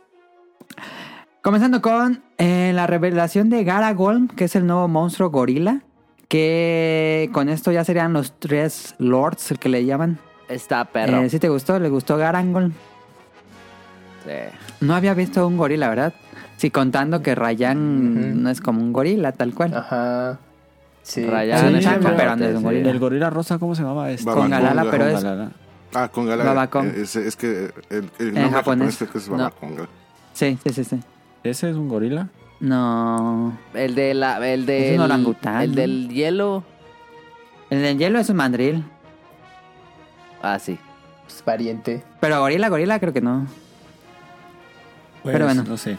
Comenzando con eh, la revelación de Garagolm, que es el nuevo monstruo gorila. Que con esto ya serían los tres lords, el que le llaman. Eh,
Está perro.
si te gustó, le gustó Garangolm.
Sí.
No había visto un gorila, ¿verdad? Sí, contando que Rayan
Ujú. Ah.
no es como un gorila, tal cual.
Ajá. Sí.
Rayado
Sí,
en el
chango,
chacote,
pero no es un
sí.
gorila.
El gorila rosa, ¿cómo se llamaba este?
Con
Babaconga.
Galala, pero es
Galala.
Ah, con Galala.
Babacón.
Eh, Es, es que el, el
En
nombre
japonés.
japonés creo que es
No.
Babaconga.
Sí, sí, sí, sí.
¿Ese es un gorila?
No.
El de la, el del,
Es un orangután,
el
¿no?
del hielo.
El del hielo es un mandril.
Ah, sí.
Pues, pariente.
Pero gorila, gorila, creo que no. Pero
Pues,
bueno.
No sé.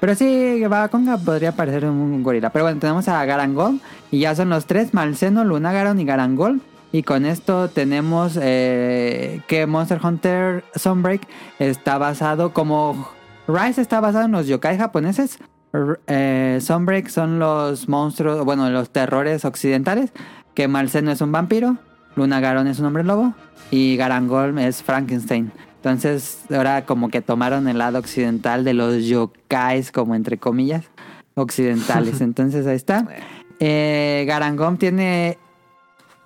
Pero sí, Babaconga podría parecer un gorila. Pero bueno, tenemos a Garangol. Y ya son los tres: Malceno, Lunagaron y Garangol. Y con esto tenemos eh, que Monster Hunter Sunbreak está basado como. Rise está basado en los yokai japoneses. R- eh, Sunbreak son los monstruos, bueno, los terrores occidentales. Que Malceno es un vampiro, Lunagaron es un hombre lobo y Garangol es Frankenstein. Entonces, ahora como que tomaron el lado occidental de los yokais, como entre comillas, occidentales. Entonces, ahí está. Eh, Garangol tiene,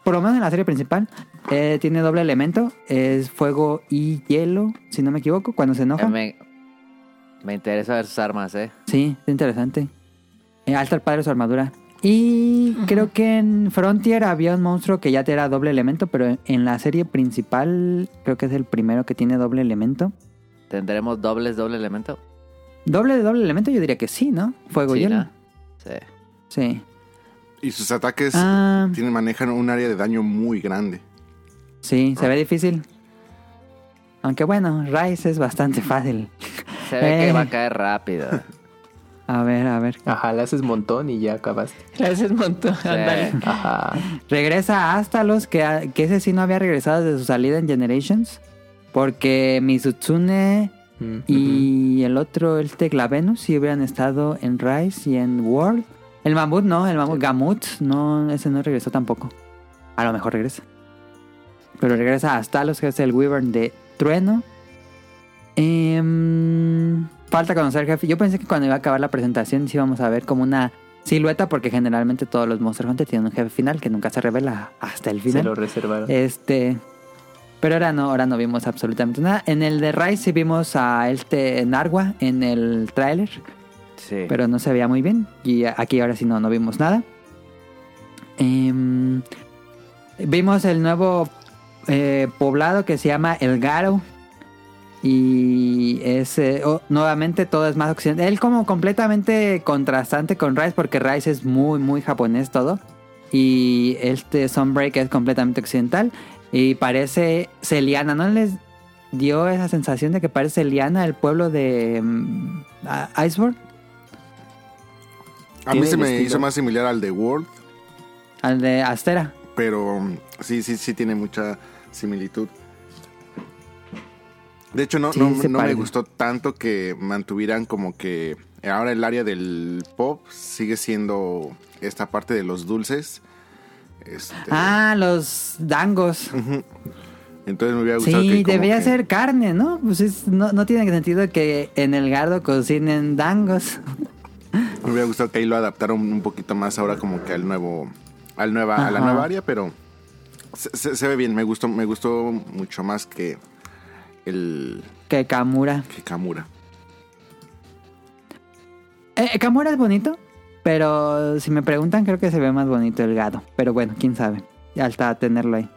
por lo menos en la serie principal, eh, tiene doble elemento. Es fuego y hielo, si no me equivoco, cuando se enoja.
Eh, Me, me interesa ver sus armas, eh.
Sí, es interesante. Eh, Altar Padre su armadura. Y creo que en Frontier había un monstruo que ya te era doble elemento, pero en la serie principal creo que es el primero que tiene doble elemento.
¿Tendremos dobles, doble elemento?
Doble de doble elemento yo diría que sí, ¿no? Fuego
Sí,
y hielo.
¿no? Sí.
Sí.
Y sus ataques
Ah,
tienen, manejan un área de daño muy grande.
sí, se ve difícil. Aunque bueno, Rice es bastante fácil.
Se ve
Eh.
que va a caer rápido.
A ver, a ver.
Ajá, le haces montón y ya acabaste.
Le haces montón. ándale.
Sí.
Ajá.
Regresa a Astalos, que, que ese sí no había regresado desde su salida en Generations. Porque Mizutsune
Mm.
Y el otro, el Tecla Venus, si hubieran estado en Rise y en World. El Mamut no, el Mamut Gamut, no, ese no regresó tampoco. A lo mejor regresa. Pero regresa hasta los que es el Wyvern de Trueno. Em, falta conocer al jefe. Yo pensé que cuando iba a acabar la presentación sí íbamos a ver como una silueta, porque generalmente todos los Monster Hunter tienen un jefe final que nunca se revela hasta el
Se
final.
lo reservaron.
Este. Pero ahora no, ahora no vimos absolutamente nada. En el de Rise sí vimos a este Narwa en el tráiler,
Sí.
pero no se veía muy bien. Y aquí ahora sí no, no vimos nada. Em, vimos el nuevo eh, poblado que se llama El Garo. Y es eh, oh, nuevamente todo es más occidental. Él como completamente contrastante con Rice porque Rice es muy muy japonés todo. Y este Sunbreak es completamente occidental. Y parece Celiana. ¿No les dio esa sensación de que parece Celiana el pueblo de mm, a- Iceborne?
A mí
Tiene
se
el
me
estilo.
hizo más similar al de World,
Al de Astera.
pero mm, sí, sí, sí tiene mucha similitud. De hecho, no,
Sí,
no,
se
no me
parece.
gustó tanto que mantuvieran como que ahora el área del pop sigue siendo esta parte de los dulces. Este,
Ah, los dangos.
Entonces me hubiera gustado que
Sí,
como
debería
que-
ser carne, ¿no? Pues es- no, no tiene sentido que en el gardo cocinen dangos.
Me hubiera gustado que ahí lo adaptaron un poquito más ahora como que al nuevo, al nueva, a la
Ajá.
nueva área, pero se, se- se ve bien, me gustó, me gustó mucho más que el
Que Kamura.
que Kamura.
Eh, Kamura es bonito, pero si me preguntan creo que se ve más bonito el gado. Pero bueno, quién sabe. Hasta tenerlo ahí.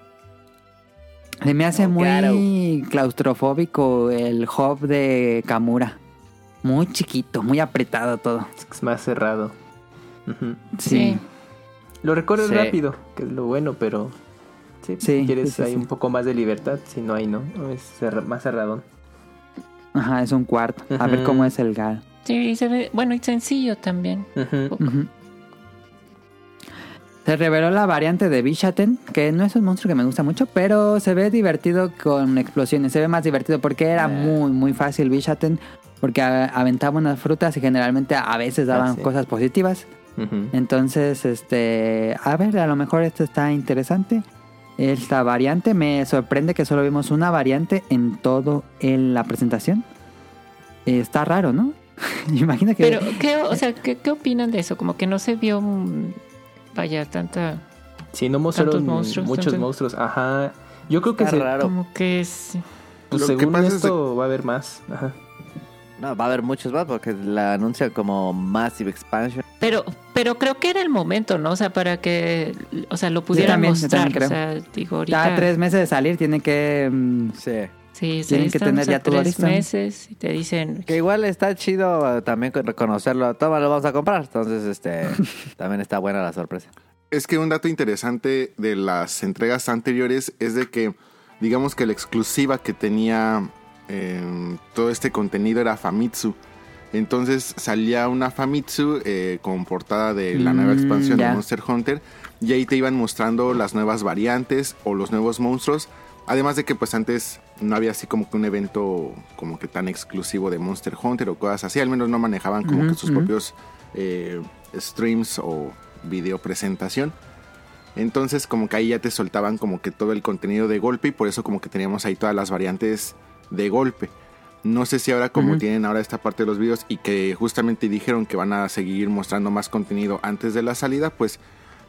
Se me hace
Oh,
muy
claro.
claustrofóbico el hub de Kamura. Muy chiquito, muy apretado todo.
Es más cerrado. Ujú.
Sí.
Sí.
Lo recorres
Sí.
rápido, que es lo bueno, pero sí,
Sí,
si quieres
sí, sí,
hay
sí.
un poco más de libertad, si no hay, ¿no? Es cerra- más cerradón.
Ajá, es un cuarto. A ver
Ujú.
cómo es el gado.
Sí, se ve, bueno, y sencillo también.
Ujú.
Ujú. Se reveló la variante de Bishaten, que no es un monstruo que me gusta mucho, pero se ve divertido con explosiones. Se ve más divertido porque era muy, muy fácil Bishaten, porque a- aventaba unas frutas y generalmente a veces daban
sí.
cosas positivas.
Ujú.
Eh. Entonces, este, a ver, a lo mejor esto está interesante. Esta variante me sorprende que solo vimos una variante en todo en la presentación. Eh, Está raro, ¿no? Imagino que
Pero, ¿qué, o sea, ¿qué, qué opinan de eso? Como que no se vio, mm, vaya, tanta...
Sí, no mostraron
Tantos monstruos,
muchos
tantos-
monstruos. Ajá. Yo creo que
Está
se,
raro.
Como que es...
pues,
Lo que
según
pasa es
esto va a haber más. Ajá.
No, va a haber muchos más porque la anuncia como Massive Expansion.
Pero, pero creo que era el momento, ¿no? O sea, para que, o sea, lo pudieran
también, yo
mostrar.
también
O sea, digo, ahorita...
Cada tres meses de salir tiene que... mm,
Sí.
Sí, o sea,
tienen que
estamos
tener ya
a
todo
tres
listo.
meses y te dicen...
Que igual está chido eh, también con- reconocerlo. Toma, lo vamos a comprar. Entonces, este, también está buena la sorpresa.
Es que un dato interesante de las entregas anteriores es de que, digamos que la exclusiva que tenía eh, todo este contenido era Famitsu. Entonces salía una Famitsu eh, con portada de la nueva
Mm,
expansión
ya.
de Monster Hunter y ahí te iban mostrando las nuevas variantes o los nuevos monstruos. Además de que pues antes no había así como que un evento como que tan exclusivo de Monster Hunter o cosas así, al menos no manejaban como
Ujú,
que sus
ujú.
propios eh, streams o video presentación. Entonces como que ahí ya te soltaban como que todo el contenido de golpe y por eso como que teníamos ahí todas las variantes de golpe. No sé si ahora como
Ujú.
tienen ahora esta parte de los videos y que justamente dijeron que van a seguir mostrando más contenido antes de la salida, pues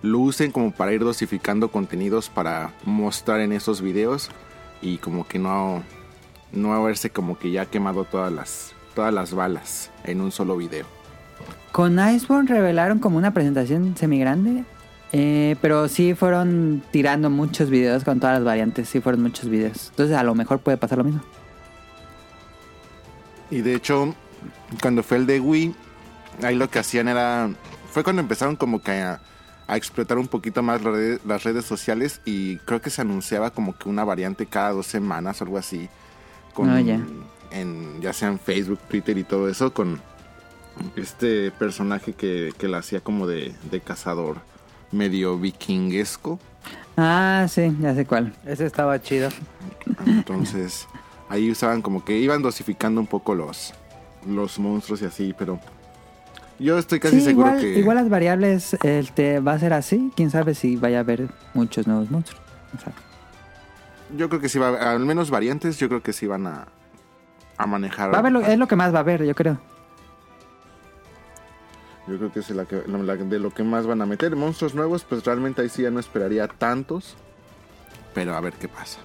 lo usen como para ir dosificando contenidos para mostrar en esos videos y como que no, no haberse como que ya quemado todas las, todas las balas en un solo video.
Con Iceborne revelaron como una presentación semigrande, eh, pero sí fueron tirando muchos videos con todas las variantes, sí fueron muchos videos. Entonces a lo mejor puede pasar lo mismo.
Y de hecho, cuando fue el de Wii, ahí lo que hacían era. Fue cuando empezaron como que a, a explotar un poquito más las redes, las redes sociales y creo que se anunciaba como que una variante cada dos semanas o algo así. Con,
Ah, ya.
En, ya sea en Facebook, Twitter y todo eso, con este personaje que, que la hacía como de, de cazador medio vikinguesco.
Ah, sí, ya sé cuál.
Ese estaba chido.
Entonces, ahí usaban como que iban dosificando un poco los, los monstruos y así, pero yo estoy casi
sí,
seguro
igual,
que.
igual las variables este, va a ser así, quién sabe si vaya a haber muchos nuevos monstruos. Quién sabe.
Yo creo que sí va a haber- al menos variantes, yo creo que sí van a, a manejar.
Va a haber lo- es lo que más va a haber, yo creo.
Yo creo que es la que, la- la- de lo que más van a meter. Monstruos nuevos, pues realmente ahí sí ya no esperaría tantos, pero a ver qué pasa.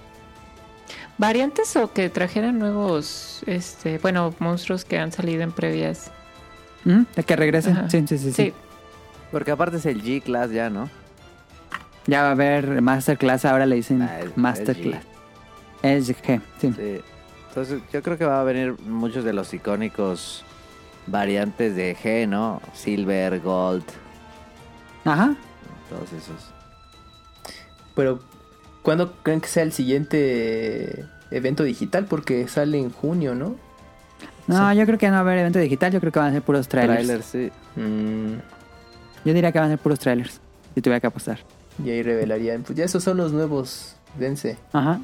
¿Variantes o que trajeran nuevos, este, bueno, monstruos que han salido en previas?
¿Mm? ¿De que regrese?
Ajá.
Sí, sí, sí, sí.
Sí,
Porque aparte es el G-Class ya, ¿no?
Ya va a haber Masterclass, ahora le dicen
Ah, es- es
Masterclass. Es G, sí.
Sí. Entonces, yo creo que va a venir muchos de los icónicos variantes de G, ¿no? Silver, Gold,
Ajá.
todos esos.
Pero, ¿cuándo creen que sea el siguiente evento digital? Porque sale en junio, ¿no?
No, yo creo que no va a haber evento digital, yo creo que van a ser puros trailers.
Trailers, sí.
Mm,
Yo diría que van a ser puros trailers, si tuviera que apostar.
y ahí revelarían. Pues ya esos son los nuevos. Dense.
Ajá.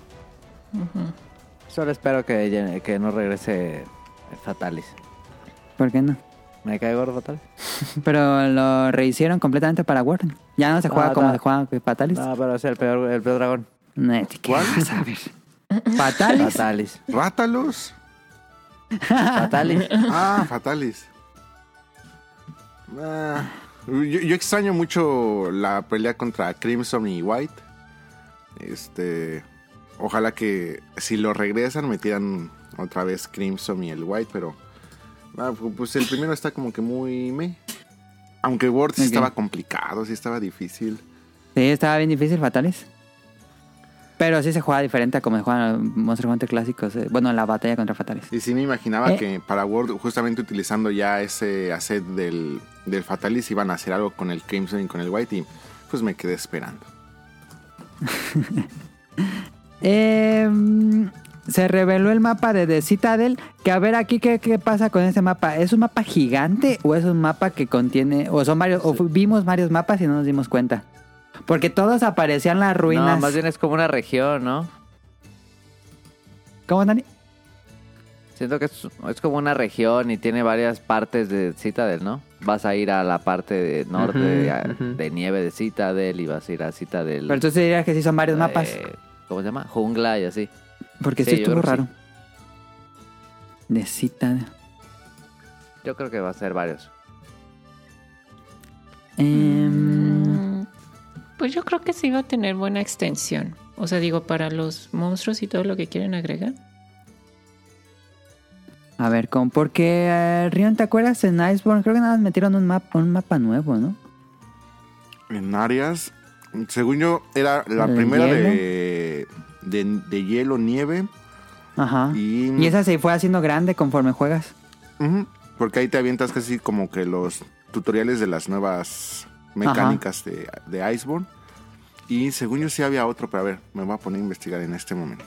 Ujú.
Solo espero que, ya- que no regrese Fatalis.
¿Por qué no?
¿Me cae gordo Fatalis?
Pero lo rehicieron completamente para Warren. Ya no se juega
Ah,
como
da. Ah.
se juega con Patalis.
No, pero es el peor, el peor dragón.
No, ¿qué vas a ver? ¿Patalis?
Fatalis.
¿Rátalos?
Fatalis.
Ah, fatales. Ah, yo, yo extraño mucho la pelea contra Crimson y White. Este. Ojalá que si lo regresan metieran otra vez Crimson y el White, pero. ah, pu- pues el primero está como que muy me. Aunque Ward sí
Ok.
estaba complicado, sí estaba difícil.
Sí, estaba bien difícil, Fatalis. Pero sí se juega diferente a como se juegan Monster Hunter clásicos. eh, Bueno, la batalla contra Fatalis.
Y sí me imaginaba
Eh.
que para Word, justamente utilizando ya ese asset del, del Fatalis, iban a hacer algo con el Crimson y con el White y pues me quedé esperando.
Eh, mm, se reveló el mapa de The Citadel. Que a ver aquí qué, qué pasa con ese mapa. ¿Es un mapa gigante o es un mapa que contiene... O son varios... O fu- vimos varios mapas y no nos dimos cuenta. Porque todos aparecían las ruinas.
No, más bien es como una región, ¿no?
¿Cómo, Dani?
Siento que es, es como una región y tiene varias partes de Citadel, ¿no? Vas a ir a la parte de norte
Ujú,
de, a-
ujú.
de nieve de Citadel y vas a ir a Citadel.
Pero entonces diría que sí son varios
eh,
mapas.
¿Cómo se llama? Jungla y así.
Porque
sí,
esto
yo
estuvo
creo que
raro. De Citadel.
Yo creo que va a ser varios.
Em,
Mm, Pues yo creo que sí va a tener buena extensión. O sea, digo, para los monstruos y todo lo que quieren agregar.
a ver, con porque eh, Rion, ¿te acuerdas en Iceborne? Creo que nada más metieron un mapa, un mapa nuevo, ¿no?
En áreas, según yo, era la
¿El
primera de, de, de hielo, nieve
Ajá. Ah. Y,
y...
esa se fue haciendo grande conforme juegas.
Ujú, porque ahí te avientas casi como que los tutoriales de las nuevas mecánicas de, de Iceborne. Y según yo sí había otro, pero a ver, me voy a poner a investigar en este momento.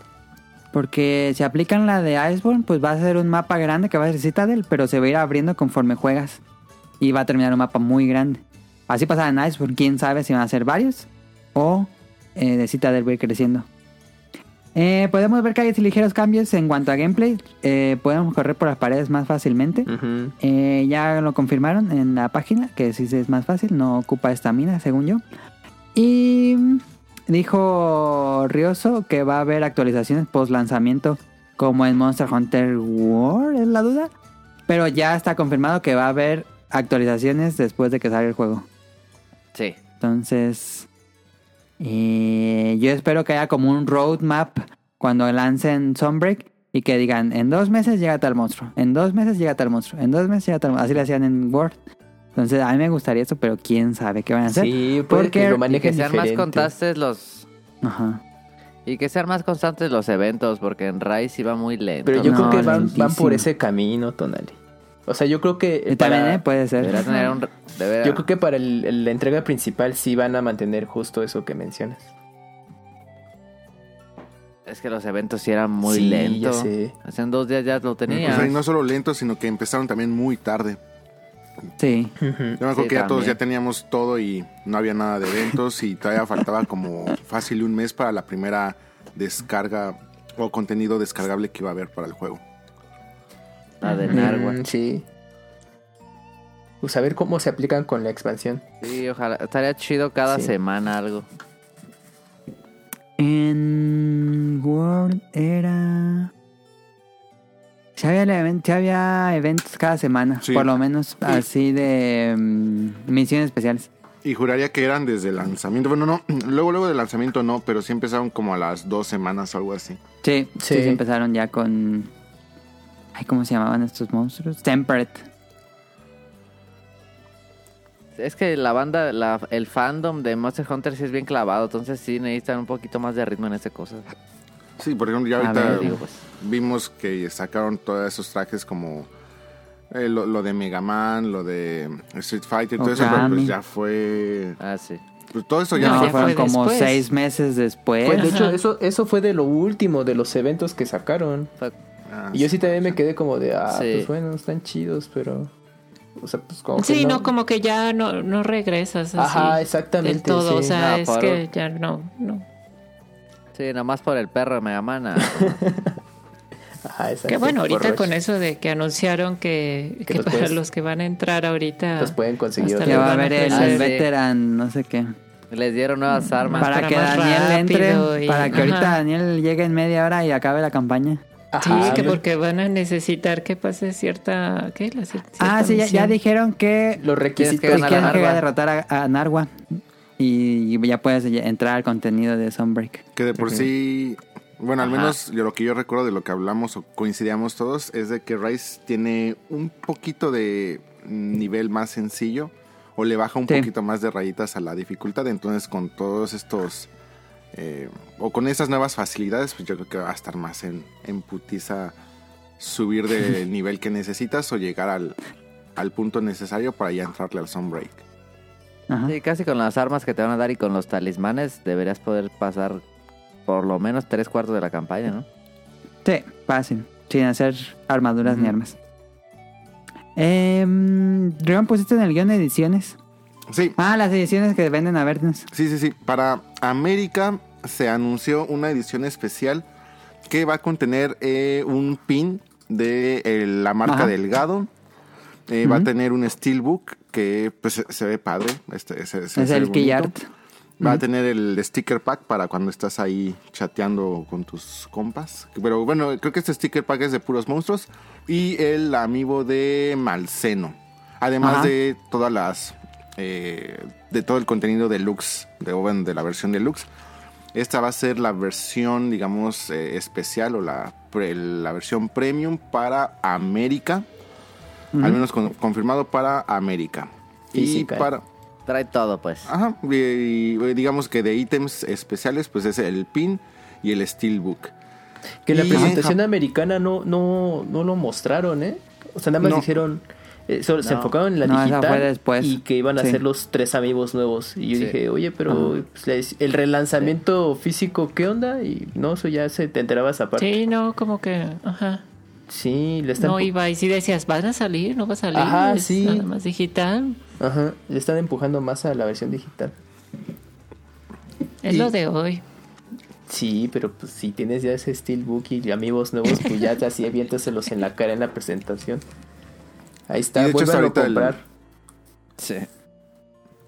Porque si aplican la de Iceborne, pues va a ser un mapa grande que va a ser Citadel, pero se va a ir abriendo conforme juegas. Y va a terminar un mapa muy grande. Así pasaba en Iceborne, quién sabe si van a ser varios o eh, de Citadel va a ir creciendo. Eh, podemos ver que hay ligeros cambios en cuanto a gameplay. Eh, podemos correr por las paredes más fácilmente.
Ujú.
Eh, ya lo confirmaron en la página, que sí es más fácil, no ocupa estamina, según yo. Y dijo Rioso que va a haber actualizaciones post lanzamiento, como en Monster Hunter World, es la duda. Pero ya está confirmado que va a haber actualizaciones después de que salga el juego.
Sí.
Entonces, eh, yo espero que haya como un roadmap cuando lancen Sunbreak y que digan, en dos meses llega tal monstruo, en dos meses llega tal monstruo, en dos meses llega tal monstruo. Así le hacían en Word. Entonces, a mí me gustaría eso, pero quién sabe qué van a hacer.
Sí, puede
Porque-
que lo
Y que
manejen
sean
diferente.
más constantes los...
Ajá.
Y que sean más constantes los eventos, porque en Rise iba muy lento.
Pero yo
No,
creo que van, van
lentísimo.
por ese camino, Tonali. O sea, yo creo que...
Y
para-
también eh, pues, puede
Debería
ser.
tener un... debería-
Yo creo que para el- el- la entrega principal sí van a mantener justo eso que mencionas.
Es que los eventos sí eran muy
Sí, ya
lentos.
sé. Pues
Hace dos días ya lo
O
tenía.
sea, y Pues no solo lento, sino que empezaron también muy tarde.
Sí.
Yo me acuerdo
Sí,
que ya todos
también.
ya teníamos todo y no había nada de eventos y todavía faltaba como fácil un mes para la primera descarga o contenido descargable que iba a haber para el juego.
La de
Mm,
Narwa.
sí. Pues a ver cómo se aplican con la expansión.
Sí, ojalá. Estaría chido cada
Sí.
semana algo.
En Word era... Si había, el even- sí había eventos cada semana,
Sí.
por lo menos así de mm, misiones especiales.
Y juraría que eran desde el lanzamiento. Bueno, no, luego, luego del lanzamiento no, pero sí empezaron como a las dos semanas o algo así.
Sí, sí,
Sí.
sí, empezaron ya con. Ay, ¿cómo se llamaban estos monstruos? Temperate.
Es que la banda, la- el fandom de Monster Hunter sí es bien clavado, entonces sí necesitan un poquito más de ritmo en esta cosa.
Sí, por ejemplo, ya
A
ahorita
ver,
digo, pues.
vimos que sacaron todos esos trajes como eh, lo, lo de Mega Man, lo de Street Fighter, todo eso, pero pues
Okami.
ya fue...
Ah, sí.
pues todo eso ya
No,
fue...
ya fue
fueron como
después.
seis meses después.
Fue- de hecho, eso, eso fue de lo último de los eventos que sacaron.
Fue-
ah,
Y yo sí también me quedé como de, ah,
Sí.
pues bueno, están chidos, pero. O sea, pues como.
Sí,
que
no, como que ya no, no regresas así.
Ajá, exactamente,
Del todo,
sí.
o sea,
Ah,
es
por-
que ya no, no.
Sí, nomás por el perro de Mega Man. ah.
Ajá, exacto,
Que bueno,
por
ahorita
Rush.
con eso de que anunciaron que, que
los
para
puedes-
los que van a entrar ahorita...
Los pues, pueden conseguir
hasta
otra
que
los
va a
van
haber el,
Ah,
ofrecer.
sí.
veteran, no sé qué.
Les dieron nuevas armas.
Para,
para
que
más
Daniel
rápido
entre,
y-
para que ahorita
Ajá.
Daniel llegue en media hora y acabe la campaña.
eh, Sí,
Ajá,
que
yo-
porque van a necesitar que pase cierta... ¿Qué? La cier- cierta
Ah, sí, ya, ya
misión.
dijeron que
Los requisitos.
que
Tienes
quieren
ganar
que
la
llegue a
Narwa.
derrotar a, a Narwa y ya puedes ya- entrar al contenido de Sunbreak.
Que de por sí, bueno, al
Ajá.
menos yo- lo que yo recuerdo de lo que hablamos o coincidíamos todos es de que Rice tiene un poquito de nivel más sencillo o le baja un
Sí.
poquito más de rayitas a la dificultad. Entonces, con todos estos eh, o con esas nuevas facilidades, pues yo creo que va a estar más en, en putiza subir del nivel que necesitas o llegar al, al punto necesario para ya entrarle al Sunbreak.
Ajá.
Sí, casi con las armas que te van a dar y con los talismanes deberías poder pasar por lo menos tres cuartos de la campaña, ¿no?
Sí, fácil. Sin hacer armaduras ni
Ujú.
armas. Eh, Rion, pusiste en el guión ediciones.
Sí,
Ah, las ediciones que venden a vernos.
Sí, sí, sí. Para América se anunció una edición especial que va a contener eh, un pin de eh, la marca
Ajá.
Delgado. Eh, Va a
Ujú.
tener un steelbook que pues, se- se ve padre. Este, se- se-
es
se ve
el
bonito.
key art.
Va a
Ujú.
tener el sticker pack para cuando estás ahí chateando con tus compas. Pero bueno, creo que este sticker pack es de puros monstruos. Y el amiibo de Malseno. Además
Ajá.
de todas las. eh, de todo el contenido deluxe. De Oven, de la versión deluxe. Esta va a ser la versión, digamos, eh, especial o la, pre- la versión premium para América. Al menos con- confirmado para América.
Física.
Y para.
Trae todo, pues.
Ah,
Ajá, y- y digamos que de ítems especiales, pues es el pin y el steelbook.
Que la
Y-
presentación
Ajá.
americana no, no, no lo mostraron, ¿eh? O sea, nada más
No.
dijeron. eh, solo se
No.
enfocaron en la
No, esa
digital
fue después.
y que iban a
Sí.
hacer los tres amigos nuevos. Y yo
Sí.
dije, oye, pero pues, les- el relanzamiento físico, ¿qué onda? Y no, eso ya se te enterabas aparte.
Sí, no, como que... Ajá.
Sí, le están.
No iba y si decías, ¿van a salir? ¿No va a salir?
Ajá,
Es
sí.
Nada más digital.
Ajá, le están empujando más a la versión digital.
Es lo de hoy.
Sí, pero pues si tienes ya ese Steelbook y amigos nuevos, pues ya así aviéntaselos en la cara en la presentación. Ahí
Y
está,
de hecho,
vuélvalo
hasta
a
ahorita el-
comprar.
Sí.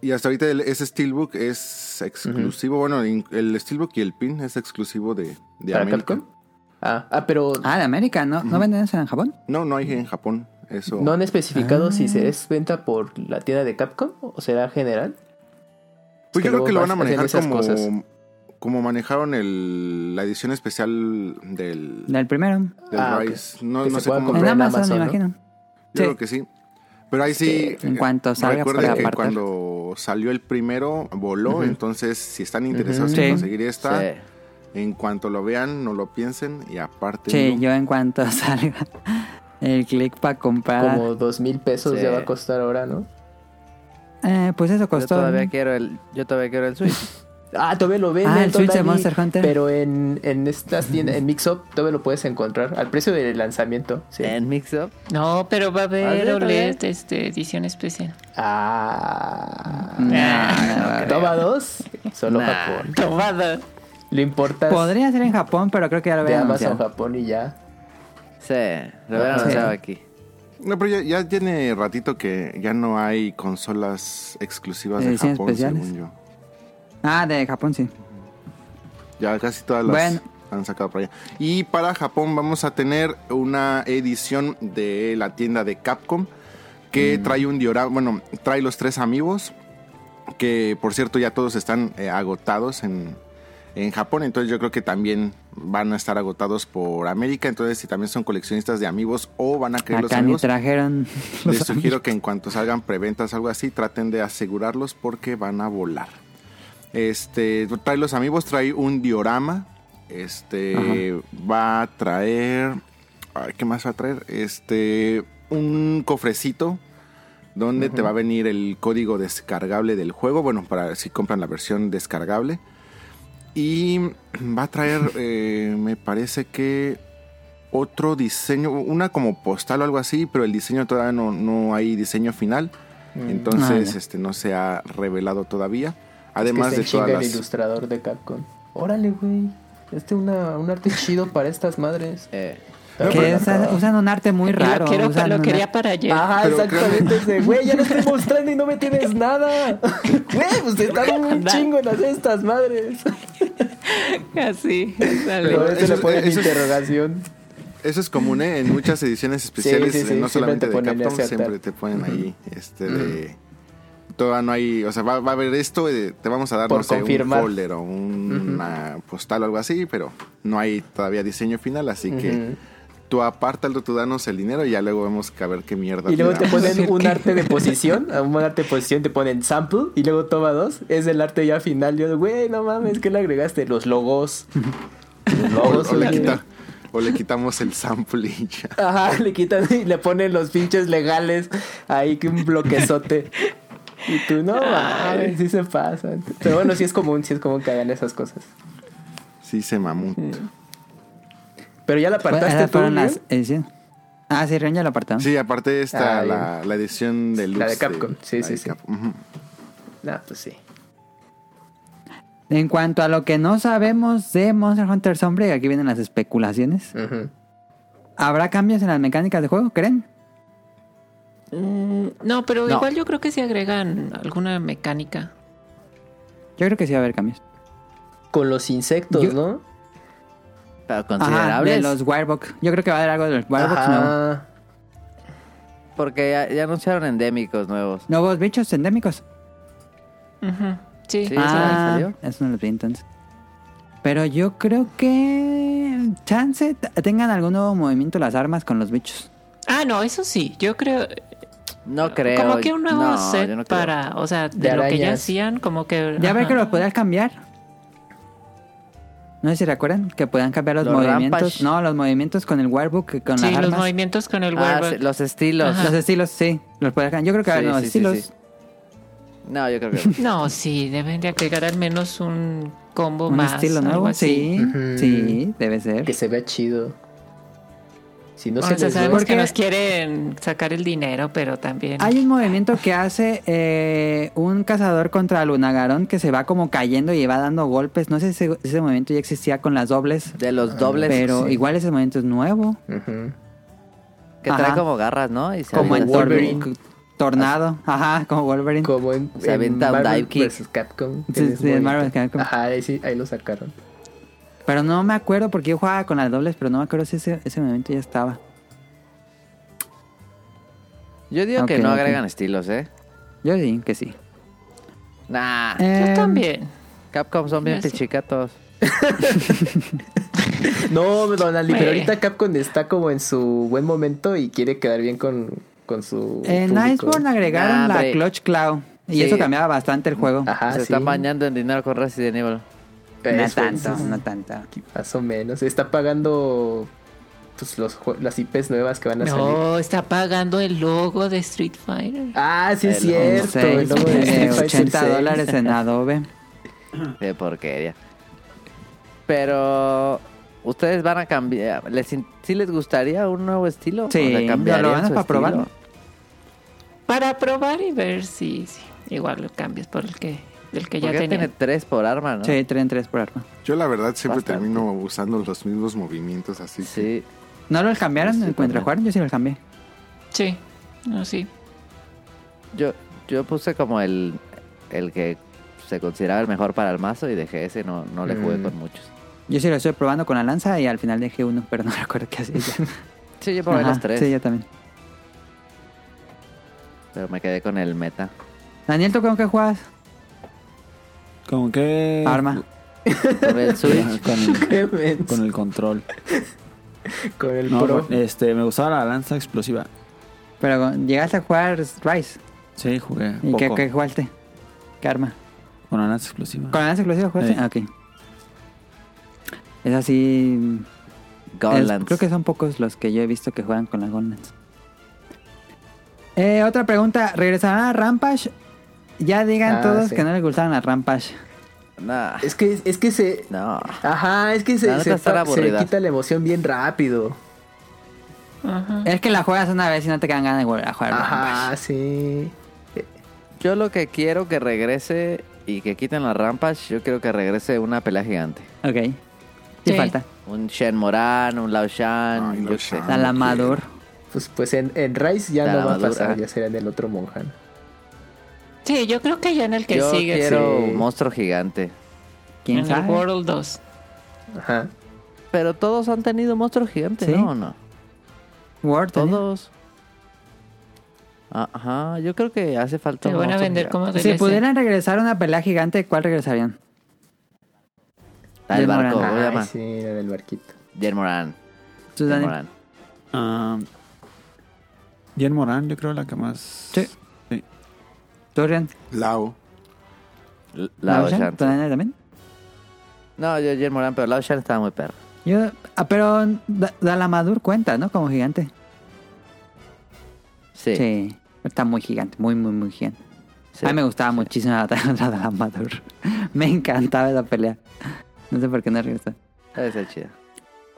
Y hasta ahorita el- ese steelbook es exclusivo. Bueno, in- el steelbook y el pin es exclusivo de, de
¿Para
América.
Capcom? Ah, ah, pero
Ah, de América, ¿no? ¿No venden eso en Japón?
No, no hay en Japón. Eso.
Mm. no han especificado si
ah.
se es venta por la tienda de Capcom o será general.
pues yo
pero
creo que lo van a
vas- hacen
manejar
esas
como,
cosas.
como manejaron el- la edición especial del,
Del primero.
del
Ah, ok.
Rise. No,
Que
no
se
sé
pueda
cómo.
comprar.
En
en
Amazon, me
Amazon, ¿no?
imagino.
Yo
Sí.
creo que sí. Pero ahí sí. eh,
En cuanto salga
Recuerden
para
que
apartar.
cuando salió el primero voló. Entonces, si están interesados
Ujú.
en
Sí.
conseguir esta,
Sí.
en cuanto lo vean, no lo piensen y aparte.
Sí, yo en cuanto salga el click para comprar.
Como dos mil pesos
Sí.
ya va a costar ahora, ¿no?
Eh, pues eso
Yo
costó.
todavía quiero el, yo todavía quiero el Switch.
Ah, todavía lo venden.
Ah, el Switch de
todavía,
Monster Hunter.
Pero en, en estas tiendas, en Mixup, todavía lo puedes encontrar al precio del lanzamiento. Sí.
Eh.
En Mix Up.
No, pero va a haber
Vale,
OLED este, edición especial.
Ah.
Eh,
Ah,
Toma dos, solo
Nah.
Japón.
Tomada.
Lo importas
Podría ser en Japón, pero creo que ya lo
de
habían
Amazon
anunciado.
Japón y ya.
Sí, lo hubieran
Sí.
anunciado aquí.
No, pero ya, ya tiene ratito que ya no hay consolas exclusivas de
Ediciones
Japón,
especiales.
según yo.
Ah, de Japón, sí.
Ya casi todas las
Bueno.
han sacado para allá. Y para Japón vamos a tener una edición de la tienda de Capcom
Mm.
que trae un diorama, bueno, trae los tres amigos, que por cierto ya todos están eh, agotados en, en Japón, entonces yo creo que también van a estar agotados por América, entonces si también son coleccionistas de amigos o van a querer los
Acá ni
amigos,
trajeron.
les sugiero que en cuanto salgan preventas algo así, traten de asegurarlos porque van a volar. Este trae los amigos, trae un diorama Este va a traer. ay, ¿Qué más va a traer? Este. Un cofrecito donde te va a venir el código descargable del juego. Bueno, para si compran la versión descargable. Y va a traer, eh, me parece que otro diseño, una como postal o algo así, pero el diseño todavía no, no hay diseño final. Entonces,
Ah, ya.
este no se ha revelado todavía. Además
es que se
de todas
chinga
las.
el ilustrador de Capcom. Órale, güey. Este una, un arte chido para estas madres.
Eh,
Pero
Que
bueno,
es- usan un arte muy raro.
lo, quiero,
usan
lo
una-
quería para ayer.
Ajá,
Pero
exactamente ese, güey, ya lo estoy mostrando y no me tienes nada. Güey, pues están un chingo en las estas madres.
Así, sale.
Pero
Pero eso
eso
le
es-
pones
eso es-
interrogación.
Eso es común, ¿eh? En muchas ediciones especiales,
Sí, sí, sí,
eh,
siempre
no solamente
te
de
ponen
Capcom,
ese altar.
siempre te ponen ahí. Este de. Todavía no hay. O sea, va, va a haber esto, eh, te vamos a dar,
Por
no sé,
confirmar.
un folder o un- una postal o algo así, pero no hay todavía diseño final, así que.
Ujú.
Tú apártalo, tú danos el dinero y ya luego vemos que a ver qué mierda.
Y luego te
damos.
ponen un arte de posición, a un arte de posición te ponen sample y luego toma dos, es el arte ya final. Yo, güey, no mames, ¿qué le agregaste? Los logos. Los
O,
logos.
o le
güey.
quita- o le quitamos el sample y ya.
Ajá, le quitan y le ponen los pinches legales ahí que un bloquezote. Y tú, no mames, sí se pasan. Pero bueno, sí es común, sí es común que hagan esas cosas.
Sí, se mamó.
Pero ya la
Fue-
apartaste
esas
tú,
fueron
Leon?
las ediciones. Ah, sí, Rion ya lo apartaron.
Sí, aparte está
Ah, bien.
la, la edición de
La de Capcom, sí, sí, sí. Nah, pues sí.
En cuanto a lo que no sabemos de Monster Hunter Sombra, y aquí vienen las especulaciones.
Ujú.
¿Habrá cambios en las mecánicas de juego, creen?
Mm, No, pero
No.
igual yo creo que si agregan alguna mecánica.
Yo creo que sí va a haber cambios.
Con los insectos,
Yo-
¿no?
pero
Ajá, de
considerables.
los Wirebox. Yo creo que va a haber algo de los Wirebox nuevos.
Ajá.
Porque ya, ya anunciaron endémicos nuevos.
Nuevos bichos endémicos.
Ujú. Sí,
Sí,
o sea,
ah,
salió.
eso no lo vi entonces. Pero yo creo que. Chance t- tengan algún nuevo movimiento las armas con los bichos.
Ah, no, eso sí. Yo creo.
No creo.
como que un nuevo
no,
set
yo no creo. Ah,
para. O sea, de,
De
lo que ya
arañas.
hacían, como que.
Ya ver
ajá.
que los podías cambiar. No sé si recuerdan que podían cambiar los,
Los
movimientos.
Rampage.
No, los movimientos con el Wirebook, con
Sí,
las
los
armas.
movimientos con el
Ah,
Warburg.
sí, los estilos.
Los estilos, sí. Los podías cambiar. Yo creo que va a haber
Sí,
nuevos
sí,
estilos.
sí, sí. No, yo creo que no.
No, sí, deben de agregar al menos un combo
Un
más.
estilo
algo
nuevo.
así.
Sí,
Ujú.
sí, debe ser.
Que se vea chido. Si no
o sea,
se les ve-
sabemos que
Porque-
nos quieren sacar el dinero, pero también.
Hay un movimiento que hace eh, un cazador contra Lunagarón que se va como cayendo y va dando golpes. No sé si ese, ese movimiento ya existía con las dobles,
De los dobles
pero
sí,
igual ese movimiento es nuevo.
Ujú.
que trae
ajá.
como garras, ¿no? Y se
Como en
avienta.
tor-
Wolverine.
Tornado, ajá, como Wolverine.
Como en,
Se avienta
en
un
Marvel
dive kick.
vs. Capcom.
Sí,
tienes
sí, en
bonito.
Marvel Capcom.
Ajá, ahí, sí, ahí lo sacaron.
Pero no me acuerdo porque yo jugaba con las dobles, pero no me acuerdo si ese, ese movimiento ya estaba.
Yo digo
Ok,
que no
ok.
agregan estilos, ¿eh?
Yo digo que sí.
Nah.
Em,
Yo también.
Capcom son bien
Eso.
pichicatos.
No, don Ali, pero
Güey.
ahorita Capcom está como en su buen momento y quiere quedar bien con, con su.
En
público.
Iceborne agregaron
Nah,
la
hombre.
Clutch Claw y
Sí. Ah,
eso cambiaba bastante el juego.
Ajá,
se
sí.
están bañando en dinero con Resident Evil.
no
Eso,
tanto,
eso,
no tanto.
Más o menos. Está pagando pues, los, jue- las IPs nuevas que van a salir.
No, está pagando el logo de Street Fighter.
Ah, sí, es
El
cierto. el
Seis,
logo de
eh,
Street Fighter
80
seis.
dólares en Adobe.
De porquería. Pero. ¿Ustedes van a cambiar? ¿Les, in- ¿Sí les gustaría un nuevo estilo?
Sí,
¿O sea, cambiarían
lo van a
su
para probar.
estilo?
Para probar y ver si, si igual lo cambias por el que, del que ya
Porque ya tiene
tenía.
tres por arma, ¿no?
Sí, 3 en 3 por arma.
Yo la verdad siempre
Bastante.
termino usando los mismos movimientos, así que
Sí.
¿No los cambiaron
Sí,
en cuanto
también.
jugaron? Yo sí los cambié.
Sí, no, sí.
Yo, yo puse como el, el que se consideraba el mejor para el mazo y dejé ese, no, no le jugué
Mm.
con muchos.
Yo sí lo estoy probando con la lanza y al final dejé uno, pero no recuerdo qué hacía ya.
Sí, yo probé
Ajá,
los tres,
Sí, yo también.
pero me quedé con el meta.
Daniel, ¿tú con qué juegas?
¿Con
Eh,
qué?
Arma.
Con el
Con
Switch.
el,
Qué menso.
con el control.
Con el
No,
pro.
este, me gustaba la lanza explosiva.
Pero con- llegaste a jugar Rise.
Sí, jugué.
¿Y
poco
qué, qué jugaste? ¿Qué arma?
Con la lanza explosiva.
Eh,
¿Con la lanza explosiva jugaste?
Sí.
Ah, Ok. Es así. es-
Gunlands.
creo que son pocos los que yo he visto que juegan con las Gunlands. Eh, otra pregunta. ¿Regresarán a Rampage? Ya digan
Ah,
todos
sí.
que no les gustaban las Rampage.
Nah,
Es que, es que se.
no.
Ajá, es que se,
La neta
se,
están
se
aburridas.
quita la emoción bien rápido.
Ajá.
Es que la juegas una vez y Ah, no te quedan ganas de volver a jugar Rampage.
Ajá, sí.
Yo lo que quiero que regrese y que quiten las rampas, yo quiero que regrese una pelea gigante.
Ok. Sí,
Sí.
falta.
Un Shen Moran, un Lao Shan,
Ay,
yo
Lao
qué sé.
Ah,
Shan.
La
no
Lamador.
Pues, pues en, en Rice ya
Ya
no
la
va a
madura.
pasar, ya será en el otro Monjan.
Sí, yo creo que ya en el que
Yo
sigue.
quiero
sí.
un monstruo gigante.
¿Quién
en el
sabe?
World 2.
Ajá.
Pero todos han tenido monstruos gigantes,
¿Sí?
¿no? ¿O no?
World, ¿eh?
Todos. Ajá, yo creo que hace falta
Te van a
monstruo
vender
gigante.
como
Si
DLC.
pudieran regresar a una pelea gigante, ¿cuál regresarían?
Está Ah, el
Jen
barco,
Moran.
voy a
Ay,
llamar.
sí, la del barquito.
Jen Moran.
¿Tú,
Jen
Dani?
Moran.
Ah, Jen Morán, yo creo la que más.
Sí. ¿Tú, Rian?
Lao.
L- Lao
¿Lao
Shan.
Shan? ¿Tú, Daniel, también?
No, yo Jen Moran, pero Lao Shan estaba muy perro.
Yo, ah, pero Da- Dalamadur cuenta, ¿no? Como gigante.
Sí.
Sí. Está muy gigante, muy, muy, muy gigante.
sí.
A mí me gustaba muchísimo la batalla contra Dalamadur. Me encantaba esa pelea. No sé por qué no regresó.
Debe ser chido.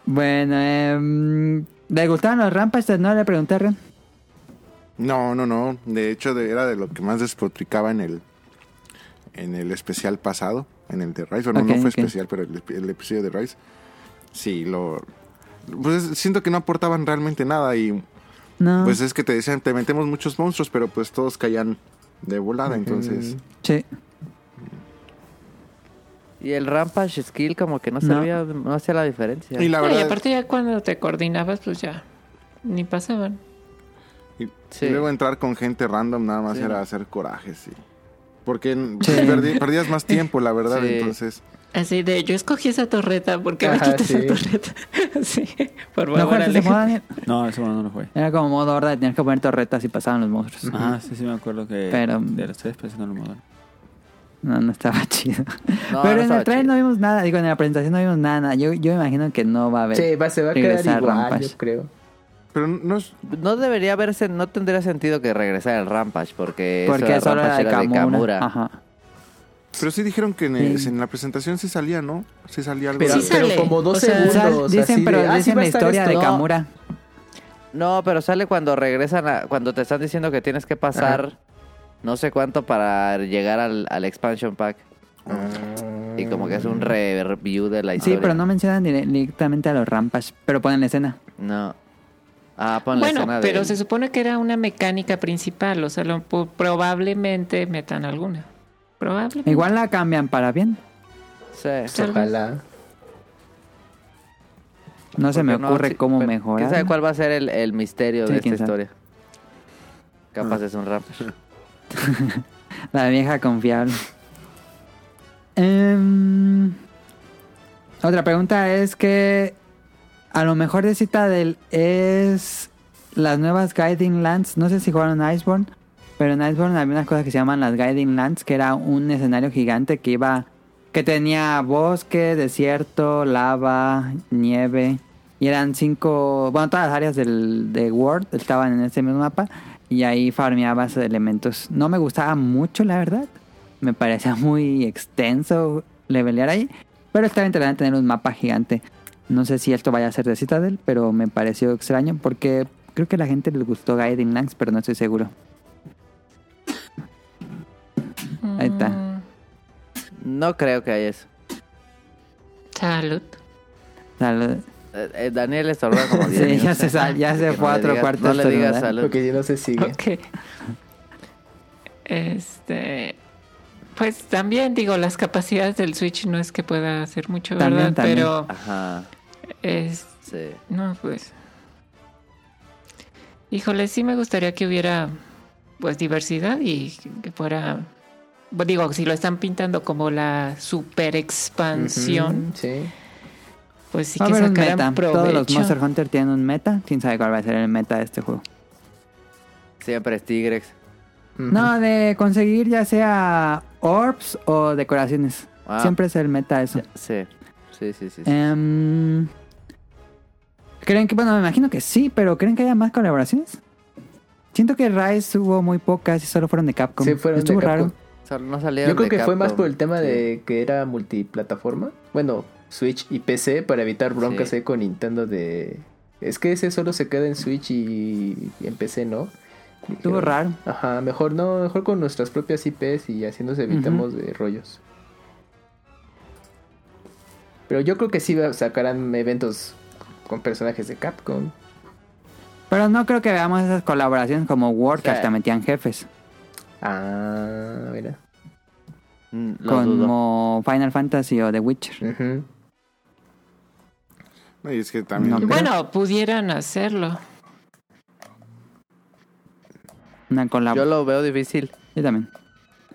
Bueno, eh, ¿le gustaban los Rampages? No le pregunté a Rian.
No, no, no. De hecho, de- era de lo que más despotricaba en el, en el especial pasado, en el de Rice. Bueno,
Ok,
no fue
ok.
especial, pero el, esp- el episodio de Rice. Sí, lo. Pues siento que no aportaban realmente nada y
No.
pues es que te decían, te metemos muchos monstruos, pero pues todos caían de volada, entonces.
sí.
Y el Rampage Skill como que no
No.
servía, no, hacía la diferencia.
Y la
No, y
verdad.
aparte ya cuando te coordinabas, pues ya. Ni pasaban.
Y
Sí.
luego entrar con gente random nada más
Sí.
era hacer corajes, sí. Porque perdi- perdías más tiempo, la verdad,
Sí.
entonces.
Así de, yo escogí esa torreta, ¿por qué me
Ajá,
quitas
sí.
esa torreta? sí, por
¿No
favor,
jugaste ese modo,
aleja.
Daniel?
No, ese modo no lo jugué.
Era como modo horda de tener que poner torretas y pasaban los monstruos.
Ajá, Ah, sí, sí, me acuerdo que.
Pero-
De los tres, pero mm, ese no lo modo.
No, no estaba chido. Pero
No, no
en
estaba
el trailer
chido.
no vimos nada. Digo, en la presentación no vimos nada. nada. Yo, yo me imagino que no va a haber.
Sí, va, se va a quedar
regresar
igual,
Rampage.
yo creo.
Pero no es.
No debería verse, no tendría sentido que regresara el Rampage porque, eso
Porque
del
solo era
Rampage
de Kamura. Ajá.
Pero sí dijeron que en, el-
Sí.
en la presentación sí salía, ¿no? Sí salía algo.
Pero,
de-
Sí sale.
pero como dos
O sea,
O sea,
segundos.
dicen,
así
pero
de, ah, sí
dicen
va a
la
estar
historia
esto.
de
No.
Kamura.
No, pero sale cuando regresan a, cuando te están diciendo que tienes que pasar no sé cuánto para llegar al, al expansion pack. Y como que es un re- review de la
Ah. Sí,
historia.
pero no mencionan dire- directamente a los Rampage, pero ponen la escena.
No. Ah, pon la
Bueno,
escena
pero
del-
se supone que era una mecánica principal, o sea, lo- po- probablemente metan alguna. Probablemente.
Igual la cambian para bien.
Sí.
Tal vez.
Ojalá.
No se me
Porque no,
ocurre
sí,
cómo
pero
mejorar.
¿Quién sabe cuál va a ser el, el misterio
Sí,
de esta
quién sabe. Ah.
historia? Capaz es un Rampage.
La vieja confiable. Em, otra pregunta es que a lo mejor de Citadel es las nuevas Guiding Lands. No sé si jugaron Iceborne, pero en Iceborne había unas cosas que se llaman las Guiding Lands, que era un escenario gigante que iba que tenía bosque, desierto, lava, nieve. Y eran cinco, bueno, todas las áreas del, de World estaban en ese mismo mapa. Y ahí farmeabas elementos. No me gustaba mucho, la verdad. Me parecía muy extenso levelear ahí. Pero estaba interesante tener un mapa gigante. No sé si esto vaya a ser de Citadel, pero me pareció extraño porque creo que a la gente les gustó Guiding Lands, pero no estoy seguro. Ahí está.
Mm,
No creo que haya eso.
Salud.
O sea, lo-
Eh, eh, Daniel estorba como 10
Sí, ya
minutos.
se, sal- ya se
Que
fue
no
a
le
otro
digas-
cuarto.
No le
este
digas
lugar.
salud.
Porque si no se sigue.
Ok. Este. Pues también, digo, las capacidades del Switch no es que pueda hacer mucho,
También,
¿verdad?
también.
Pero.
Ajá,
Es,
sí.
no, pues. Híjole, sí me gustaría que hubiera. Pues diversidad y que fuera. pues, Digo, si lo están pintando como la super expansión,
Ujú, Sí.
pues sí
Va a
que
haber un
sacaran
meta.
provecho.
Todos los Monster Hunter tienen un meta. ¿Quién sabe cuál va a ser el meta de este juego?
Siempre es Tigrex.
Ujú.
No, de conseguir ya sea orbs o decoraciones.
Ah.
Siempre es el meta eso.
Sí. Sí, sí, sí. sí.
Em, ¿Creen que, bueno, me imagino que sí, pero ¿creen que haya más colaboraciones? Siento que Rise hubo muy pocas y solo fueron de Capcom.
Sí, fueron de
Estuvo
Capcom.
raro.
Solo no salieron
Yo creo
de
que fue
Capcom.
más por el tema
Sí.
de que era multiplataforma. Bueno, Switch y PC para evitar broncas
Sí.
ahí con Nintendo de... Es que ese solo se queda en Switch y, y en PC, ¿no? eh,
Estuvo
Dijeron,
raro.
Ajá, mejor no, mejor con nuestras propias IPs y así nos evitamos de rollos. Pero yo creo que sí sacarán eventos con personajes de Capcom.
Pero no creo que veamos esas colaboraciones como Word, que
Sí.
hasta metían jefes.
Ah, mira.
Mm, Lo dudo.
como Final Fantasy o The Witcher.
Ujú.
No, y es que también.
No.
Bueno, pudieran hacerlo.
Una
Yo eh,
colaboración.
lo veo difícil.
Yo, también.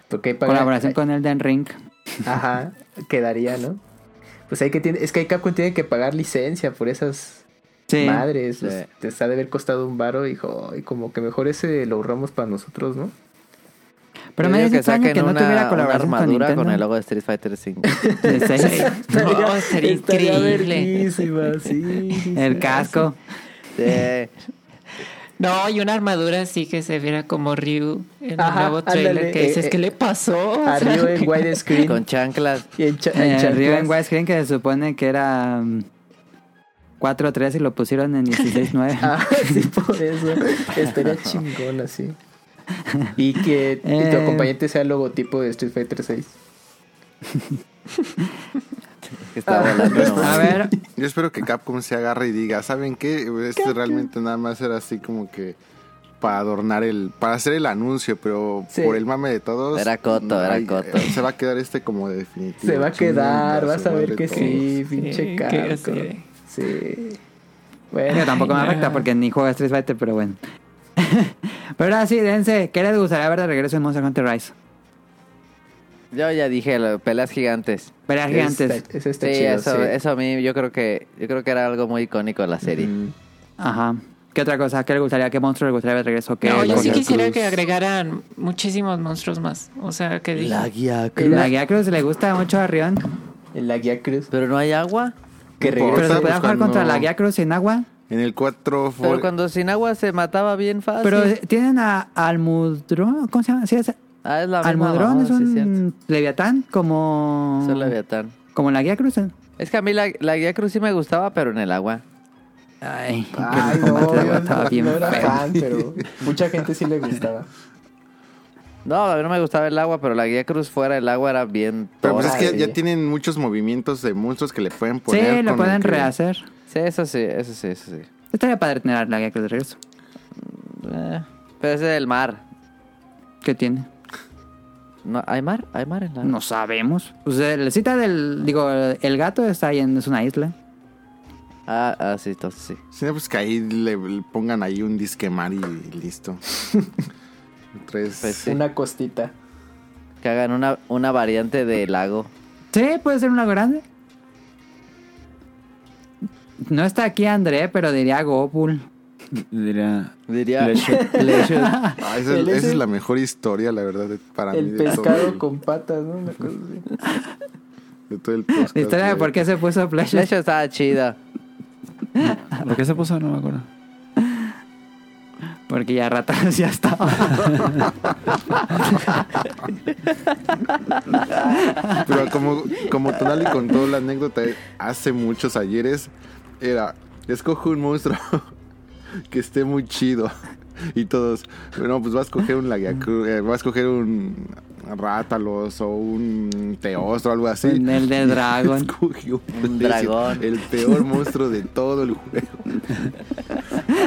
Porque hay pagar-
Colaboración con Elden Ring.
Ajá, quedaría, ¿no? Pues hay que tiene, es que hay Capcom tiene que pagar licencia por esas
Sí.
madres.
Sí.
pues, te está de haber costado un varo, hijo. Y como que mejor ese lo ahorramos para nosotros, ¿no?
Pero
Yo
me
digo
dice extraño que no
una-
tuviera
una
colaboración con
armadura
Nintendo.
con, el logo de Street Fighter 5.
De seis.
No, sería
Estaría
increíble.
verguísima, sí, sí, sí.
El casco.
sí.
No, y una armadura así que se viera como Ryu en
Ajá,
el nuevo trailer
ándale,
que dices,
eh,
¿qué
eh,
le pasó? O sea,
Arriba en widescreen.
Con chanclas.
Y en cha- en
Eh,
chanclas.
Riven Widescreen que se supone que era mm, 4-3 y lo pusieron en 16-9.
Ah, sí, por eso. Estaría chingón así. Y que y tu
Eh.
acompañante sea el logotipo de Street Fighter 6.
Que está
Ah.
volando. nomás.
A ver,
Yo espero que Capcom se agarre y diga, ¿saben qué? Este realmente nada más era así como que para adornar el, para hacer el anuncio, pero
Sí.
por el mame de todos.
Era coto, era coto.
Se va a quedar este como de definitivo.
Se va a quedar,
Chinga
vas
su
a ver
madre
que
todos.
sí,
que
pinche Capcom.
sí.
Sí. Bueno,
yo tampoco me afecta porque ni juega Street Fighter, pero bueno. pero ahora sí, dense. ¿Qué les gustaría ver de regreso en Monster Hunter Rise?
Yo ya dije, lo- peleas gigantes.
Peleas gigantes.
Está, eso está
sí,
chido,
eso,
sí.
eso a mí yo creo que yo creo que era algo muy icónico de la serie.
Mm.
Ajá. ¿Qué otra cosa? ¿Qué les gustaría? ¿Qué monstruo les gustaría ver de regreso? ¿Qué
no, yo sí
cosa?
quisiera
Cruz.
que agregaran muchísimos monstruos más. O sea, que dije,
guía
La guía Cruz le gusta mucho a Rion.
En la guía Cruz.
Pero no hay agua.
Que
No
regrese.
Pero se
pues,
podía jugar
cuando-
contra la guía Cruz sin agua.
En el 4 fue.
Pero cuando sin agua se mataba bien fácil.
Pero eh, tienen a Almudrón. ¿Cómo se llama? Sí, es-
ah, es la misma
Almudrón
mamada,
es
sí, cierto.
un leviatán como.
Es un leviatán.
Como la guía Cruz. ¿eh?
Es que a mí la, la guía cruz sí me gustaba, pero en el agua.
Ay, pero
Ay,
el
no,
combate de agua
yo
estaba
no,
bien
no era
feo.
fan, pero mucha gente sí le gustaba.
No, a mí no me gustaba el agua, pero la guía cruz fuera del agua era bien.
Pero pues es
tora.
que ya
Ay.
tienen muchos movimientos de monstruos que le pueden poner.
Sí, lo
con
pueden
que-
rehacer.
Sí, eso sí, eso sí, eso sí.
Estaría padre tener a la guía Cruz de regreso.
Eh, pero ese del mar.
¿Qué tiene?
No, ¿Hay mar? ¿Hay mar en la
No sabemos. Pues la cita del. Digo, el gato está ahí en. Es una isla.
Ah, ah, sí, entonces sí.
Sí, pues que ahí le, le pongan ahí un disque mar y, y listo. Tres.
Pues sí.
Una costita.
Que hagan una, una variante de lago.
Sí, puede ser una grande. No está aquí André, pero diría Gopul.
Diría.
Diría.
Le should-
Ah, esa, es-
El
esa
ese-
es la mejor historia, la verdad, de- para mí.
El
de todo
pescado
el-
con patas, ¿no? Una cosa así.
de todo el podcast,
La historia de
güey.
por qué se puso Flash.
De hecho estaba chida.
¿Por qué se puso? No me acuerdo.
Porque ya ratas ya estaba.
Pero como, como Tonali contó la anécdota hace muchos ayeres, era, escojo un monstruo que esté muy chido. Y todos, bueno, pues vas a escoger un lagiacru, eh, vas a escoger un rátalos o un teostro o algo así.
En el de dragón.
Escogió
Un
de ese,
dragón.
El peor monstruo de todo el juego.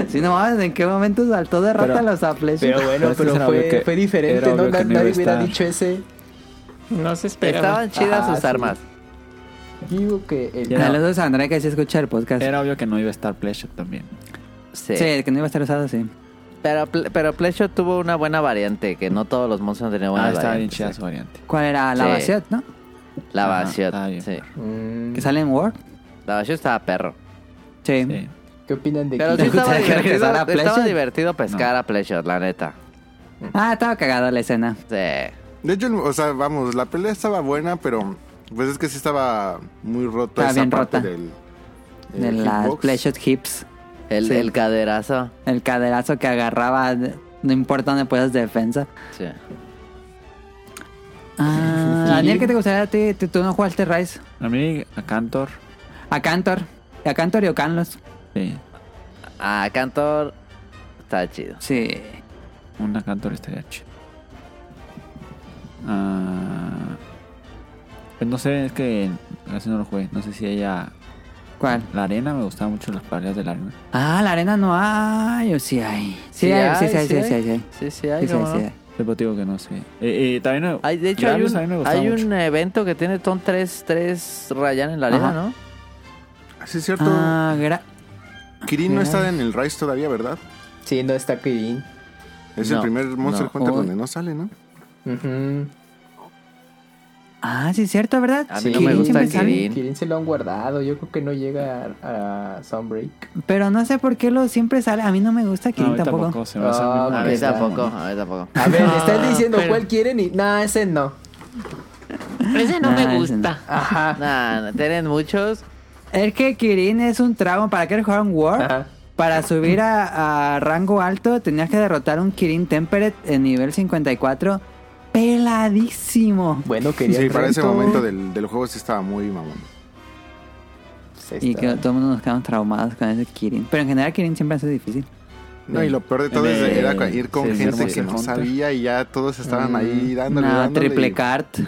Si no mames, ¿en qué momento saltó de
Pero-
ratas a Flash?
Pero bueno,
Pero es que
pero
era
fue,
obvio que-
fue
era
diferente, ¿no?
obvio que no iba a
Nadie hubiera
estar.
dicho ese.
no se esperaba.
Estaban chidas
Ah,
sus
sí.
armas.
Digo que el-
Ya.
Saludos a André que sí escucha el podcast.
Era obvio que no iba a estar Pleasure también.
Sí.
Sí, que no iba a estar usado, sí.
Pero, Ple- pero Pleasure tuvo una buena variante, que no todos los monstruos tenían buena
ah, estaba bien
variante.
chida su variante.
¿Cuál era? La
Sí.
Baciot, ¿no?
La
Ajá,
Basiot,
estaba bien.
sí.
Mm,
Que sale en Word.
La Basiot estaba perro.
Sí.
Sí.
¿Qué opinan de
Pero
Kiko?
sí estaba
gustaría que
divertido,
regresara a
estaba
Pleasure?
divertido pescar a Pleasure, la neta.
Ah, estaba cagada la escena.
Sí.
De hecho, o sea, vamos, la pelea estaba buena, pero Pues es que sí estaba muy roto
Estaba
esa
bien
parte
rota.
del.
De
del
las
hitbox.
Pleasure Hips.
El,
Sí.
el caderazo.
El caderazo que agarraba, no importa dónde puedas defensa.
Sí.
Ah, Daniel, ¿qué te gustaría a ti? ¿Tú, tú no jugaste Rise?
A mí, a Cantor.
A Cantor. A Cantor y a Canlos.
Sí,
Ah, Cantor. Está chido.
Sí.
una Cantor estaría chido. Ah, pues no sé, es que casi no lo jugué. No sé si ella.
¿Cuál?
La arena, me gustaban mucho las peleas de la arena.
Ah, la arena no hay. O sí hay. Sí, hay, sí, sí, hay, sí, sí, hay, sí, hay.
Sí, sí hay,
Sí, sí,
¿cómo
hay,
no?
sí, hay.
Pero digo que no sé. Eh, eh, también me-
Hay- de hecho, hay
Grandos
un,
también me gustaba
hay
mucho.
un evento que tiene ton tres, tres Rayan en la arena,
Ajá.
¿no?
Sí, es cierto.
Ah, gra-
Kirin no está en el Rise todavía, ¿verdad?
Sí, no está Kirin.
Es
No,
el primer Monster
no.
Hunter
Uy.
donde no sale, ¿no?
Ujú.
ah, sí, es cierto, ¿verdad?
A mí
Sí.
no me
Kirin
gusta
siempre sale.
Kirin.
Kirin se lo han guardado. Yo creo que no llega a, a Sunbreak.
Pero no sé por qué lo siempre sale. A mí no me gusta
No, a
Kirin
mí
tampoco.
Se me hace
Ah,
muy
ok.
A
mal.
mí
Ahí está.
tampoco, a mí tampoco.
A ver, están
Ah,
diciendo
pero-
cuál quieren y. Nah, ese no.
Pero ese no
Ah,
me
ese
gusta.
Ajá.
Nah, nah, tienen muchos.
Es que Kirin es un trago. ¿Para qué jugar un War?
Ajá.
Para subir a, a rango alto tenías que derrotar un Kirin Temperate en nivel 54. Peladísimo.
Pues,
Bueno, quería.
Sí, para ese
reto.
momento del, del juego sí estaba muy mamón.
Pues ahí
Y
está.
que todo el mundo nos quedamos traumados con ese Kirin. Pero en general Kirin siempre hace difícil.
No, y lo peor de todo
Eh,
es de- era cua- ir con
sí, sí,
gente
sí,
que no
Hunter.
sabía y ya todos estaban ahí dándole,
Una
dándole.
Mm. triple cart.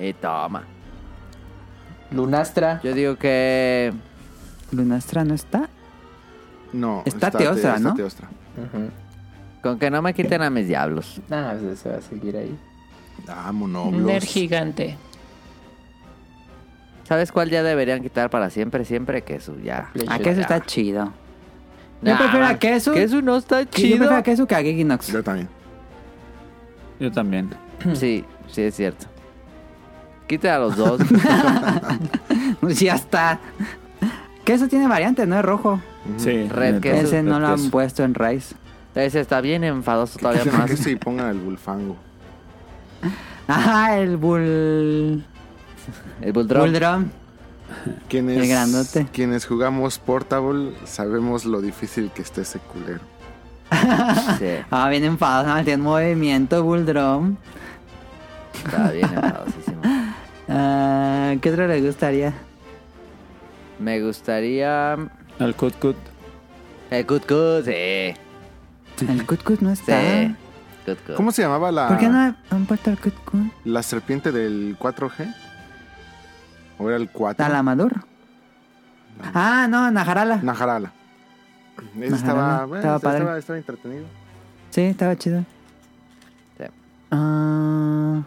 Y toma.
Lunastra.
Yo digo que.
Lunastra no está.
No,
Está Teostra,
está
¿no?
Teostra.
Ujú.
Con que no me quiten a mis diablos.
Nah, pues se va a seguir ahí.
Ah, monoblos.
Ner gigante.
¿Sabes cuál ya deberían quitar para siempre? Siempre queso, ya.
A Ah, queso está chido. Yo
Nah,
prefiero a
man.
queso.
Queso no está
Yo
chido.
prefiero a queso que a Giginox.
Yo también.
Yo también.
Sí, sí, es cierto. Quita a los dos.
Pues ya está. Queso tiene variante, no es rojo.
Sí.
Red
neta.
queso.
Ese no lo han
queso.
puesto en Rice.
Ese está bien enfadoso todavía
Dicen
más.
que sí pongan el bulfango.
Ajá, el bull.
El bulldrop.
Bulldrum.
Quienes,
El grandote.
Quienes jugamos Portable sabemos lo difícil que está ese culero.
Sí,
Ah, bien enfadado, nada más tiene un movimiento Bulldrum.
está bien enfadosísimo.
Ah, ¿Qué otro le gustaría?
Me gustaría.
El cut cut.
El Cut Cut, sí.
El Kutkus no
Sí.
está.
Cut Cut.
¿Cómo se llamaba la,
¿Por qué no han puesto el Kutkus?
la serpiente del 4G? ¿O era el 4?
Talamador. Ah, no, Najarala.
Najarala. Ese
Najarala,
estaba, bueno,
estaba
ese
padre.
estaba, estaba entretenido.
Sí, estaba chido.
Sí.
Ah,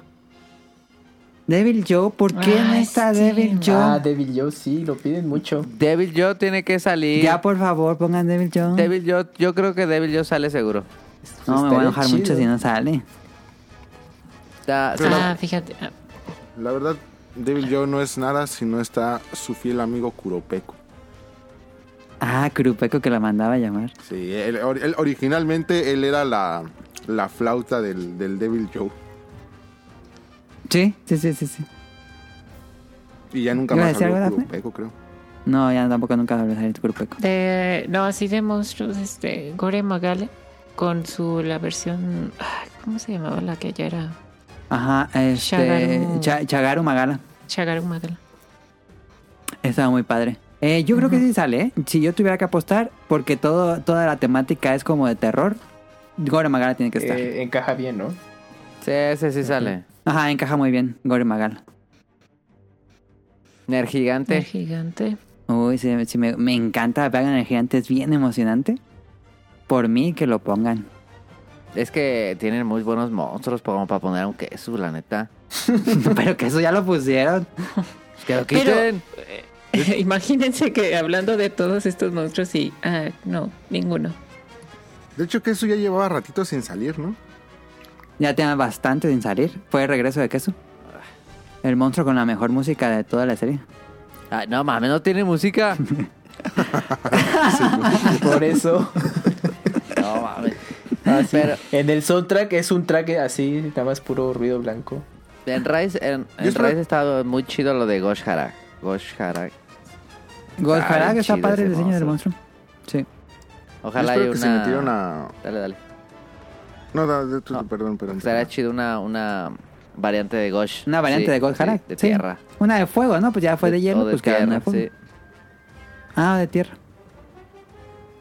Devil Joe, ¿por qué no
Ay,
está
sí.
Devil Joe?
Ah, Devil Joe, sí, lo piden mucho.
Devil Joe tiene que salir.
Ya, por favor, pongan Devil Joe.
Devil Joe, yo creo que Devil Joe sale seguro.
No, me voy a
Estaría
enojar
chido.
mucho si no sale.
Está-
Pero-
sale-
Ah, fíjate. ah,
La verdad, Devil Joe no es nada si no está su fiel amigo Kuropeko.
Ah, Curupeco que la mandaba a llamar.
Sí, él- or- él- originalmente él era la, la flauta del, del Devil Joe.
Sí, sí, sí, sí. sí.
Y ya nunca
¿Iba a
más
decir
salió
algo, Dafne?
Kuropeko, creo.
No, ya tampoco nunca va a salir Curupeco.
De, no, así de monstruos, este, Gore Magale, con su, la versión, ay, ¿cómo se llamaba la que ya era?
Ajá, este.
Shagaru.
Cha- Chagaru Magala.
Shagaru Magala.
Estaba muy padre. Eh, yo creo que sí sale, ¿eh? Si yo tuviera que apostar, porque todo, toda la temática es como de terror, Gore Magala tiene que estar.
Eh, encaja bien, ¿no?
Sí, ese sí sale.
Ajá, encaja muy bien, Gore Magala.
Ner
El
gigante.
gigante.
Uy, sí, sí, me, me encanta. Pagan el gigante, es bien emocionante. Por mí que lo pongan.
Es que tienen muy buenos monstruos como para poner un queso, la neta.
Pero que eso ya lo pusieron.
Que lo
Pero- eh,
quiten.
Imagínense que hablando de todos estos monstruos y, ah, no, ninguno.
De hecho, que eso ya llevaba ratito sin salir, ¿no?
Ya tenía bastante sin salir. Fue el regreso de Queso. El monstruo con la mejor música de toda la serie.
Ay, Ah, no mames, no tiene música.
Por eso,
No mames. Pero,
en el soundtrack es un track así, nada más puro ruido blanco.
En Rise, en, en
Yo espero-
Rise estaba muy chido lo de Gosh Harak. Gosh Harak.
Gold
Está
Harag está
chido
padre el
ese
diseño del
monstruo.
monstruo. Sí.
Ojalá
Yo
haya
espero
una...
que se metieron a...
Dale, dale.
No, da- de- tú-
No. pues,
perdón, perdón.
Estaría
perdón.
chido una, una variante de Gosh.
Una variante
Sí,
de Gold
sí,
Harak.
De
sí.
tierra.
Una de fuego, ¿no? Pues ya fue de,
o
hielo,
de
pues quedaron
tierra,
de fuego.
sí.
Ah, de tierra.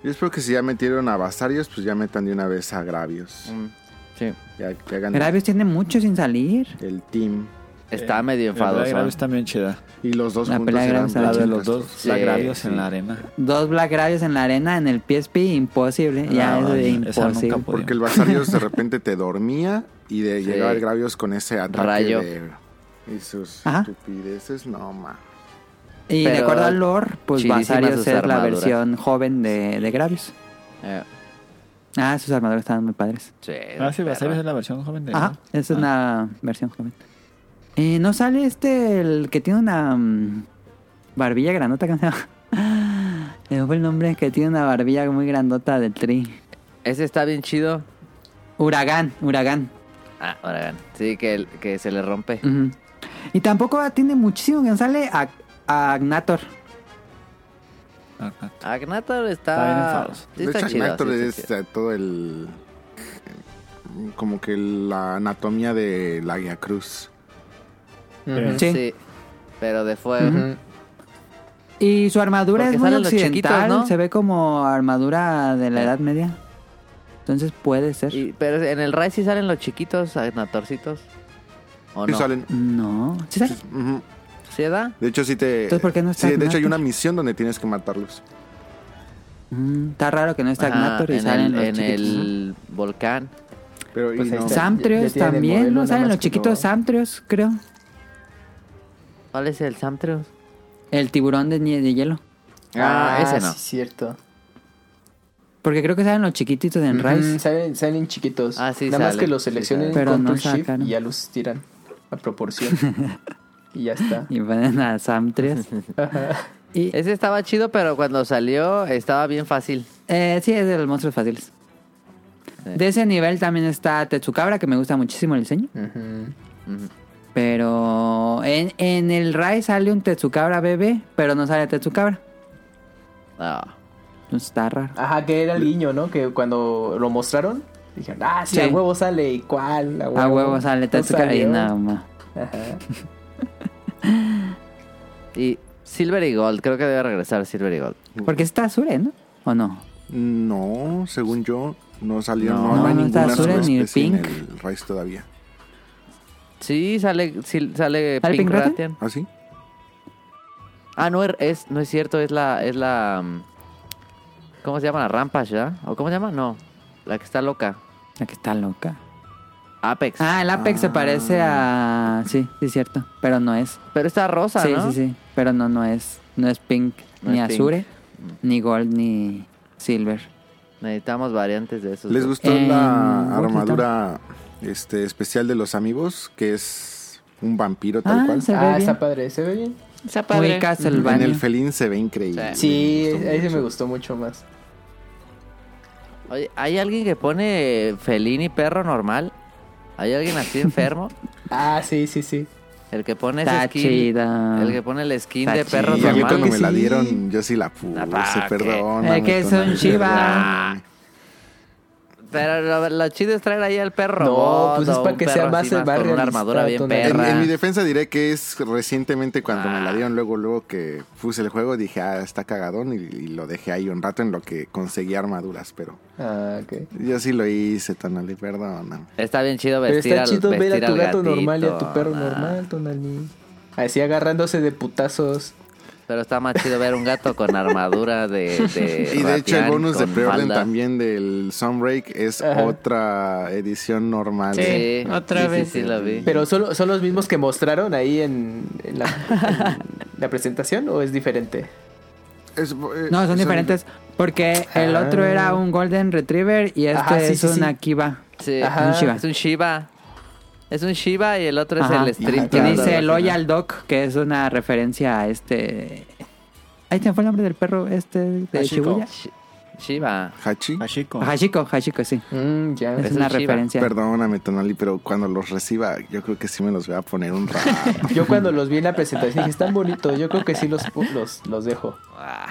Yo espero que si ya metieron a Basarios, pues ya metan de una vez a Gravios.
Mm,
Eh,
sí.
Ya que hagan
Gravios tiene mucho sin salir.
el team.
Está medio
La de
enfadoso.
Gravios también chida.
Y los dos
La
juntos
pelea de
eran
Gravios a
La de
pinches
los dos,
castrosos.
Sí,
la Gravios
sí.
en la arena.
Dos Black Gravios en la arena, en el PSP, imposible. ya,
Ah,
eso de
vaya, esa nunca
imposible.
pude.
Porque el Basarios de repente te dormía y de
Sí.
llegaba el Gravios con ese ataque
Rayo.
de... Y sus
Ajá.
estupideces, no, ma.
Y
Pero
de acuerdo al lore, pues
chidísimas
Basarios
sus
es la
armaduras.
versión joven de, de Gravios.
Eh,
Ah, sus armaduras estaban muy padres.
sí,
Ah, sí, Basarios
perro.
es la versión joven de.
Ajá, es
Ah.
una versión joven. Eh, ¿No sale este, el que tiene una mm, barbilla grandota? ¿Cómo se llama? Eh, fue el nombre que tiene una barbilla muy grandota del tri.
Ese está bien chido.
Huracán, huracán.
Ah, Oregon. Sí, que, el- que se le rompe.
Ujú. Y tampoco tiene muchísimo que no sale a, a Agnator.
Ajá.
Agnator
Está bien
está...
enfadoso.
sí
de
está
hecho,
chido,
Agnator
sí está
es
chido.
eh, todo el... Como que la anatomía de la Guía Cruz.
Ujú.
Sí.
Sí, pero de fuego.
Ujú.
Y su armadura
Porque
es muy
salen los
occidental,
chiquitos, ¿no?
se ve como armadura de la Edad Media. Entonces puede ser.
Y- pero en el Rise sí salen los chiquitos Agnatorcitos. ¿O
Sí
no?
salen-
No. ¿Sí sale?
Ujú.
¿Sí da?
De hecho, sí te...
Entonces, ¿por qué no está
sí, de hecho, hay
Agnator?
una misión donde tienes que matarlos.
Mm, está raro que no esté
Ajá,
Agnator y
en
salen
el,
los
en
chiquitos.
el volcán.
Pero, y
Pues ahí
no.
¿no?
está.
Samtrios
Ya- ya tiene
también,
modelo,
¿no?
nada
Salen
más
los
que
chiquitos
no-
Samtrios, creo.
¿Cuál es el Samtreus?
El tiburón de, nie- de hielo.
Ah, ese no.
sí, cierto.
Porque creo que salen los chiquititos en
Ujú,
Rise.
salen, salen chiquitos.
Ah, sí,
Nada más
salen,
que los
sí,
seleccionen
salen. Pero
con
no
tu shift
sacan.
y ya los tiran a proporción. y ya está.
Y ponen a Samtrios. y,
Ese estaba chido, pero cuando salió estaba bien fácil.
eh, sí, es de los monstruos fáciles.
Sí.
De ese nivel también está Tetsukabra, que me gusta muchísimo el diseño.
Ujú.
Ujú.
Pero en, en el Rai sale un Tetsukabra bebé, pero no sale Tetsukabra.
Ah.
Entonces está raro.
Ajá, que era el guiño, ¿no? Que cuando lo mostraron, dijeron, ah, sí,
Sí.
a huevo sale. ¿Y cuál?
A huevo sale
Ah, No
Tetsukabra y
salió.
nada más.
Ajá.
Y Silver y Gold, creo que debe regresar Silver y Gold.
Porque está Azure, ¿no? ¿O no?
No, según yo, no salió. No,
No,
no hay
no está
ninguna
azul ni el
subespecie en
pink.
el Rice todavía.
Sí, sale, sí, sale
¿Sale
Pink
Pink Rathian?
Rathian.
¿Ah, sí?
Ah, no er- es, no es cierto, es la, es la mm, ¿cómo se llama? La Rampage, ¿verdad? ¿O cómo se llama? No. La que está loca.
La que está loca.
Apex.
Ah, el Apex se
Ah.
parece a. Sí, sí, es cierto. Pero no es.
Pero está rosa,
sí,
¿no?
sí, sí. Pero no, no es. No es Pink,
No
ni
es Pink. Mm.
Azure, ni Gold, ni Silver.
Necesitamos variantes de esos.
¿Les
dos.
gustó
Eh,
la
Walkie
armadura este, especial de los amigos? Que es un vampiro tal
Ah,
cual.
se ve
Ah,
bien.
está padre. ¿Se ve bien?
Está
Muy
padre. Mm.
En
Castlevania.
el felín se ve increíble.
Sí,
Me gustó
ese
mucho.
me gustó mucho más.
Oye, ¿hay alguien que pone felín y perro normal? ¿Hay alguien así enfermo?
Ah, sí, sí, sí.
El que pone ese
Está
skin.
chida.
El que pone el skin
Está
de perro
Sí,
chido.
a mí
normal.
cuando
que
me la
sí.
dieron, yo sí la puse,
Ah, ¿qué?
perdón.
Eh, que es un Shiva.
Pero lo, lo chido es traer ahí al perro.
No,
robot
pues es
o
para
un
que sea
perro
más-
así
más
Con una
realista,
armadura bien
Tonali.
En,
perra.
en mi defensa diré que es recientemente cuando me la
Ah.
dieron, luego luego que puse el juego, dije, ah, está cagadón y, y lo dejé ahí un rato en lo que conseguí armaduras, pero
Ah, ok.
yo sí lo hice, Tonali, perdóname.
Está bien chido
Pero
vestir
está
al
chido ver
vestir
a tu
al
gato
gatito,
normal y a tu perro
ah.
normal, Tonali. Así agarrándose de putazos.
Pero está más chido ver un gato con armadura de. de
Y de hecho el
Rathian
bonus de
Eh, con
preorden
falda.
también del Sunbreak es
Ajá.
otra edición normal.
Sí,
Sí,
otra
sí,
vez.
Sí, sí, lo vi.
Pero solo, son los mismos que mostraron ahí en, en la, en la presentación o es diferente?
Es- eh,
No, son
es-
diferentes. Porque el
Ah.
otro era un Golden Retriever y este
Ajá, sí,
es
sí,
un
sí.
Akiba.
Sí,
Ajá.
Un Shiva.
es un Shiva. Es un Shiva y el otro
Ajá.
es el Stream
Que
Ajá.
dice
Loyal
Loyal Dog, que es una referencia a este. Ahí se me fue el nombre del perro este de
A Chico.
Shibuya.
Shiva.
Hachi.
Hachiko.
Hashiko, Hashiko, sí.
Mm, ya.
Es una
Shiva.
referencia.
Perdóname, Tonali, pero cuando los reciba, yo creo que sí me los voy a poner un rato.
Yo cuando los vi en la presentación dije, están bonitos, yo creo que sí los, los, los dejo.
Hay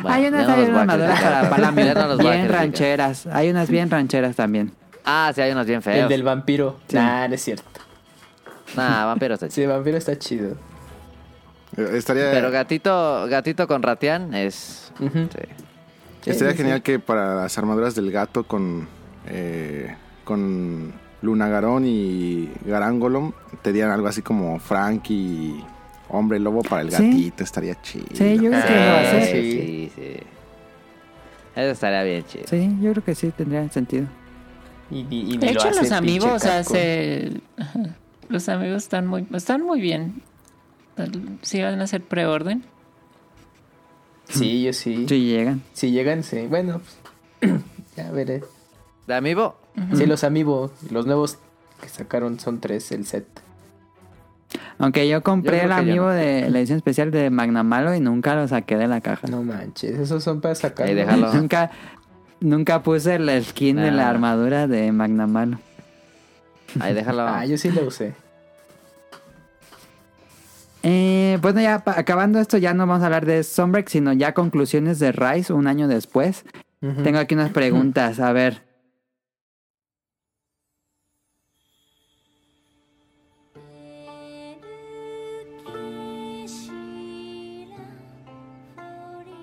Bueno,
unas,
ya no
hay
los voy a
unas maderas
criticar,
para
pero-
palambre,
ya no los voy a
bien
criticar.
rancheras. Hay unas bien rancheras también.
Ah, sí, hay unos bien feos.
El del vampiro. Nah, no es cierto.
Nah, vampiros.
Sí, el vampiro está chido.
Eh, Estaría,
Pero gatito, gatito con ratián es.
Ujú.
sí.
estaría
Sí, sí,
genial que para las armaduras del gato con, eh, con Lunagarón y Garangolom te dieran algo así como Frank y Hombre Lobo para el
Sí.
gatito. Estaría chido.
Ah, Sí, yo creo que lo va a
Ah, Sí,
hacer.
sí.
Eh, sí, sí. Eso estaría bien chido.
Sí, yo creo que sí tendría sentido.
Y, ni- y ni
De
lo
hecho, los
hace, pinche
amigos o sea,
Capcom.
se- ajá, Los amigos están muy, están muy bien. Si van a hacer preorden.
Sí, yo sí.
Sí, llegan.
Si llegan, sí. Bueno, pues, ya veré.
¿De amiibo?
Sí, los amigos, los nuevos que sacaron son tres el set.
Aunque yo compré
Yo
el
creo que ya
amigo
no.
de la edición especial de Magnamalo y nunca lo saqué de la caja.
Ah, No manches, esos son para sacar.
Ahí déjalo.
Nunca, nunca puse el skin de la
Nah.
armadura de Magnamalo.
Ahí déjalo.
Ah, yo sí lo usé.
Eh, bueno, ya pa- acabando esto, ya no vamos a hablar de Sunbreak, sino ya conclusiones de Rise un año después.
Ujú.
Tengo aquí unas preguntas, a ver.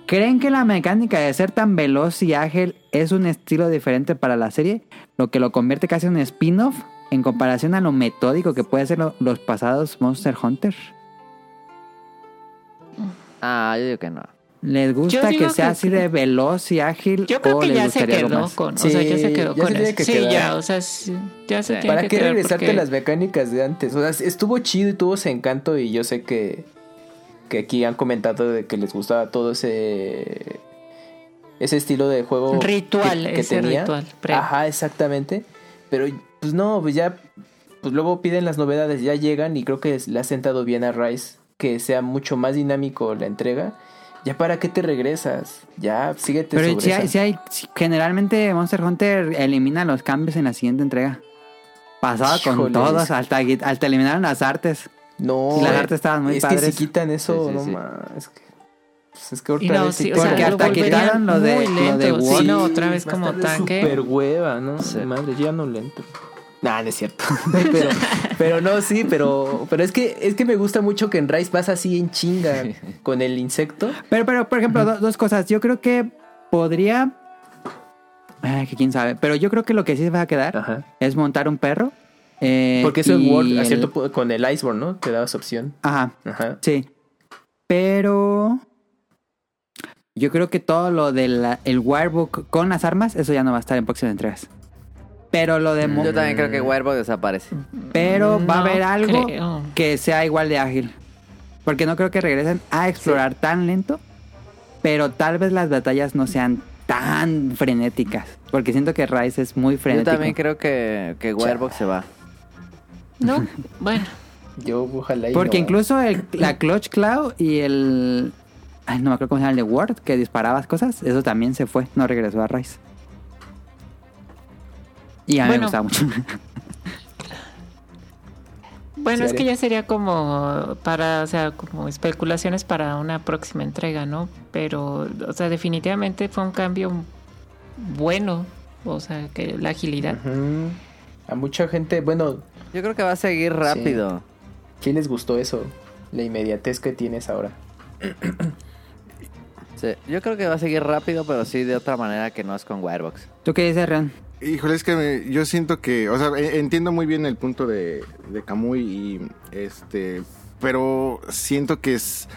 ¿Creen que la mecánica de ser tan veloz y ágil es un estilo diferente para la serie? Lo que lo convierte casi en un spin-off en comparación a lo metódico que puede ser lo- los pasados Monster Hunter.
Ah, yo digo que no.
¿Les gusta que
digo
sea
que-
así de veloz y ágil?
Yo creo
o
que
Oh, les
ya se
gustaría algo
quedó
más?
con.
Sí,
o sea, ya se quedó
ya
con
se tiene
eso.
que
Sí,
quedar.
ya, o sea, sí, ya se
Sí.
tiene
¿Para
que
qué
quedar
regresarte
porque-
las mecánicas de antes? O sea, estuvo chido y tuvo ese encanto y yo sé que, que aquí han comentado de que les gustaba todo ese ese estilo de juego
Ritual,
que, que
ese
tenía.
ritual previo.
Ajá, exactamente. Pero pues no, pues ya pues luego piden las novedades, ya llegan y creo que le ha sentado bien a Rice que sea mucho más dinámico la entrega. Ya para qué te regresas? Ya síguete
Pero
Este sobre
si
esa.
hay, si hay- si- generalmente Monster Hunter elimina los cambios en la siguiente entrega. Pasado con
Híjoles.
todos, hasta, gui- hasta eliminaron las artes.
No.
Y las
eh,
artes estaban muy
es que
padres.
si quitan eso,
Sí, sí,
no
sí.
más. Es que, pues, es que
Y
otra
no,
vez
sí, o
quitan-
sea,
Porque
lo
hasta
volverían
quitaron lo de-
muy
lo de
lento,
Word.
sí, no, otra
Sí,
vez
va a
como
estar de
tanque.
Super hueva, ¿no?
Sí.
Madre, yo ya no le entro. Nah, no es cierto. pero, pero no, sí, pero, pero es que es que me gusta mucho que en Rice vas así en chinga con el insecto.
Pero, pero por ejemplo, do- dos cosas. Yo creo que podría... Ay, que quién sabe. Pero yo creo que lo que sí se va a quedar
Ajá.
es montar un perro. eh,
Ah. Porque eso
y
en Word, a
el-
cierto pu- con el Iceborne, ¿no? Te dabas opción.
Ajá,
Ajá.
sí. Pero... Yo creo que todo lo del el Wirebook con las armas, eso ya no va a estar en próximas entregas. Pero lo
Mm.
de... mo-
Yo también creo que Werewolf desaparece.
Pero va a
No
haber algo
creo.
que sea igual de ágil. Porque no creo que regresen a explorar tan lento. Pero tal vez las batallas no sean tan frenéticas. Porque siento que Rice es muy
Yo
frenético.
también creo que, que Werewolf se va.
No, bueno.
Yo ojalá y
Porque
no.
incluso el- la Clutch Cloud y el... Ay, no me acuerdo cómo se llama el de Word, que disparabas cosas. Eso también se fue. No regresó a Rice. Y a mí me
Bueno.
gustaba mucho.
Bueno,
Sí,
es que
haría.
ya sería como para, o sea, como especulaciones para una próxima entrega, ¿no? Pero, o sea, definitivamente fue un cambio bueno, o sea, que la agilidad.
Ujú. A mucha gente, bueno,
Yo creo que va a seguir rápido.
¿quién les gustó eso? La inmediatez que tienes ahora.
Sí, Yo creo que va a seguir rápido, pero sí de otra manera que no es con Wirebox.
¿Tú qué dices, Ren?
Híjole, es que me- yo siento que, o sea, e- entiendo muy bien el punto de, de Camuy y este, pero siento que es-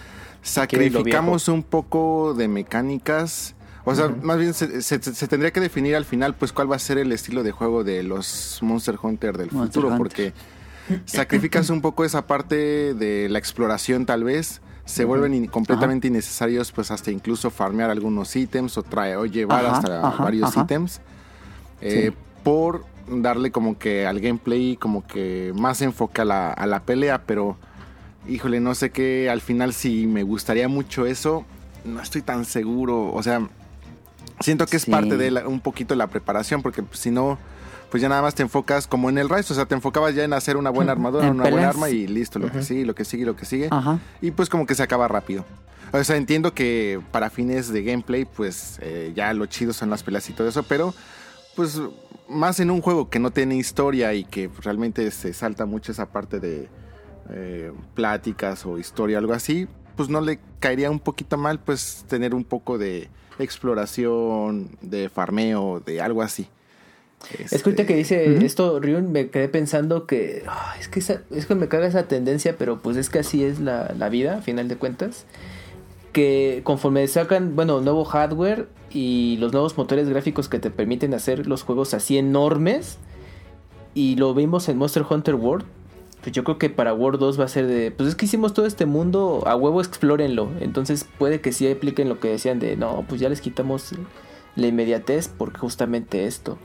quieren lo
sacrificamos un poco de mecánicas. O sea, más bien se, se- se tendría que definir al final, pues, cuál va a ser el estilo de juego de los Monster Hunter del
Monster
futuro,
Hunter.
porque sacrificas un poco esa parte de la exploración, tal vez. Se vuelven in- completamente innecesarios, pues, hasta incluso farmear algunos ítems o, trae, o llevar
Ajá,
hasta
ajá,
varios
ajá.
ítems. Eh, por darle como que al gameplay como que más enfoque a la, a la pelea, pero híjole, no sé qué, al final si me gustaría mucho eso, no estoy tan seguro, o sea, Siento que es
Sí.
parte de la- un poquito la preparación, porque pues, si no, pues ya nada más te enfocas como en el Rise, o sea, te enfocabas ya en hacer una buena armadura,
En
una buena
peleas.
arma y listo, lo que sigue, lo que sigue, lo que sigue.
Ah.
Ajá.
Y pues como que se acaba rápido. O sea, entiendo que para fines de gameplay, pues eh, ya lo chido son las peleas y todo eso, pero pues más en un juego que no tiene historia y que realmente se salta mucho esa parte de eh, pláticas o historia, algo así, pues no le caería un poquito mal, pues tener un poco de exploración, de farmeo, de algo así.
Es que ahorita
Este,
que dice esto, Ryun, me quedé pensando que ah, es que esa- es que me caga esa tendencia, pero pues es que así es la, la vida, a final de cuentas. Que conforme sacan, bueno, nuevo hardware y los nuevos motores gráficos que te permiten hacer los juegos así enormes, y lo vimos en Monster Hunter World, pues yo creo que para World 2 va a ser de, pues es que hicimos todo este mundo, a huevo explórenlo. Entonces puede que sí apliquen lo que decían de, no, pues ya les quitamos la inmediatez porque justamente esto.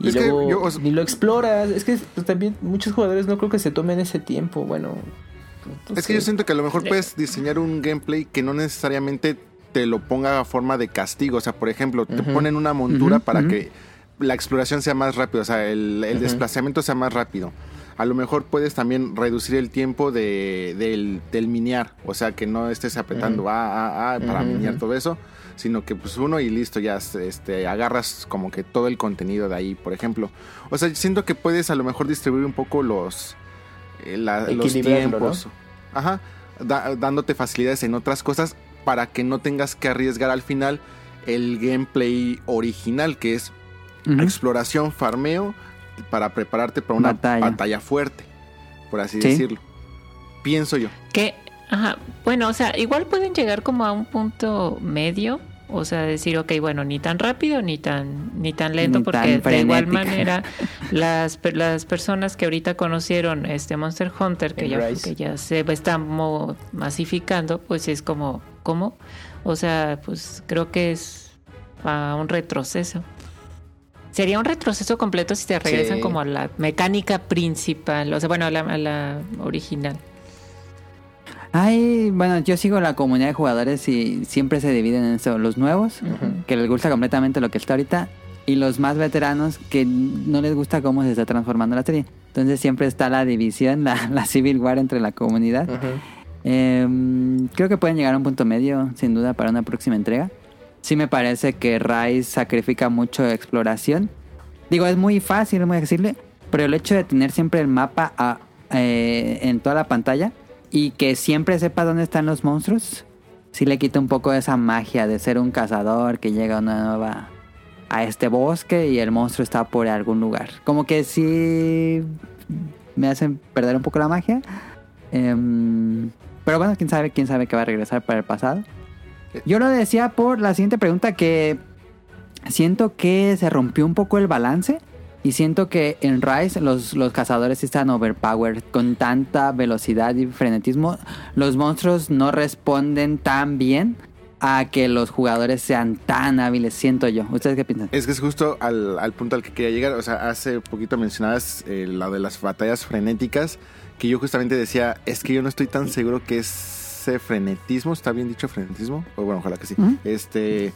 Y
Es que
luego
yo, o sea-
ni lo exploras. Es que pues, también muchos jugadores no creo que se tomen ese tiempo. Bueno, no
Es que yo
sé.
siento que a lo mejor puedes diseñar un gameplay que no necesariamente te lo ponga a forma de castigo. O sea, por ejemplo, te ponen una montura para que la exploración sea más rápida, o sea, el, el desplazamiento sea más rápido. A lo mejor puedes también reducir el tiempo de, del, del miniar, o sea, que no estés apretando ah, ah, ah, para
Ujú,
miniar
ujú.
todo eso, sino que pues uno y listo, ya este, agarras como que todo el contenido de ahí, por ejemplo. O sea, siento que puedes a lo mejor distribuir un poco los, eh, la- los
Equilibrarlo,
tiempos. Ajá. da- dándote facilidades en otras cosas para que no tengas que arriesgar al final el gameplay original, que es
Ujú.
exploración, farmeo, para prepararte para una batalla,
Batalla.
fuerte, por así
Sí.
decirlo. Pienso yo.
Que, ajá, bueno, o sea, igual pueden llegar como a un punto medio. O sea, decir, ok, bueno, ni tan rápido ni tan, ni tan lento,
Ni
porque
tan
de igual
frenética.
manera las, per- las personas que ahorita conocieron este Monster Hunter, que
El
ya,
Rise.
que ya se están mo- masificando, pues es como, ¿cómo? O sea, pues creo que es ah, un retroceso. Sería un retroceso completo si te regresan
Sí.
como a la mecánica principal, o sea, bueno, a la- a la original.
Ay, bueno, yo sigo la comunidad de jugadores y siempre se dividen en eso. Los nuevos, que les gusta completamente lo que está ahorita, y los más veteranos, que no les gusta cómo se está transformando la serie. Entonces siempre está la división, la, la civil war entre la comunidad.
Ujú.
Eh, creo que pueden llegar a un punto medio, sin duda, para una próxima entrega. Sí me parece que Rise sacrifica mucho exploración. Digo, es muy fácil, es muy accesible, pero el hecho de tener siempre el mapa a- eh, en toda la pantalla y que siempre sepa dónde están los monstruos, sí le quita un poco esa magia de ser un cazador que llega a una nueva... a este bosque y el monstruo está por algún lugar. Como que sí me hacen perder un poco la magia. Em, pero bueno, quién sabe, quién sabe que va a regresar para el pasado. Yo lo decía por la siguiente pregunta que siento que se rompió un poco el balance y siento que en Rise los, los cazadores sí están overpowered con tanta velocidad y frenetismo. Los monstruos no responden tan bien a que los jugadores sean tan hábiles, siento yo. ¿Ustedes qué piensan?
Es que es justo al, al punto al que quería llegar. O sea, hace poquito mencionabas eh, la de las batallas frenéticas, que yo justamente decía, es que yo no estoy tan seguro que ese frenetismo, ¿está bien dicho frenetismo? O bueno, ojalá que sí.
Ujú.
Este,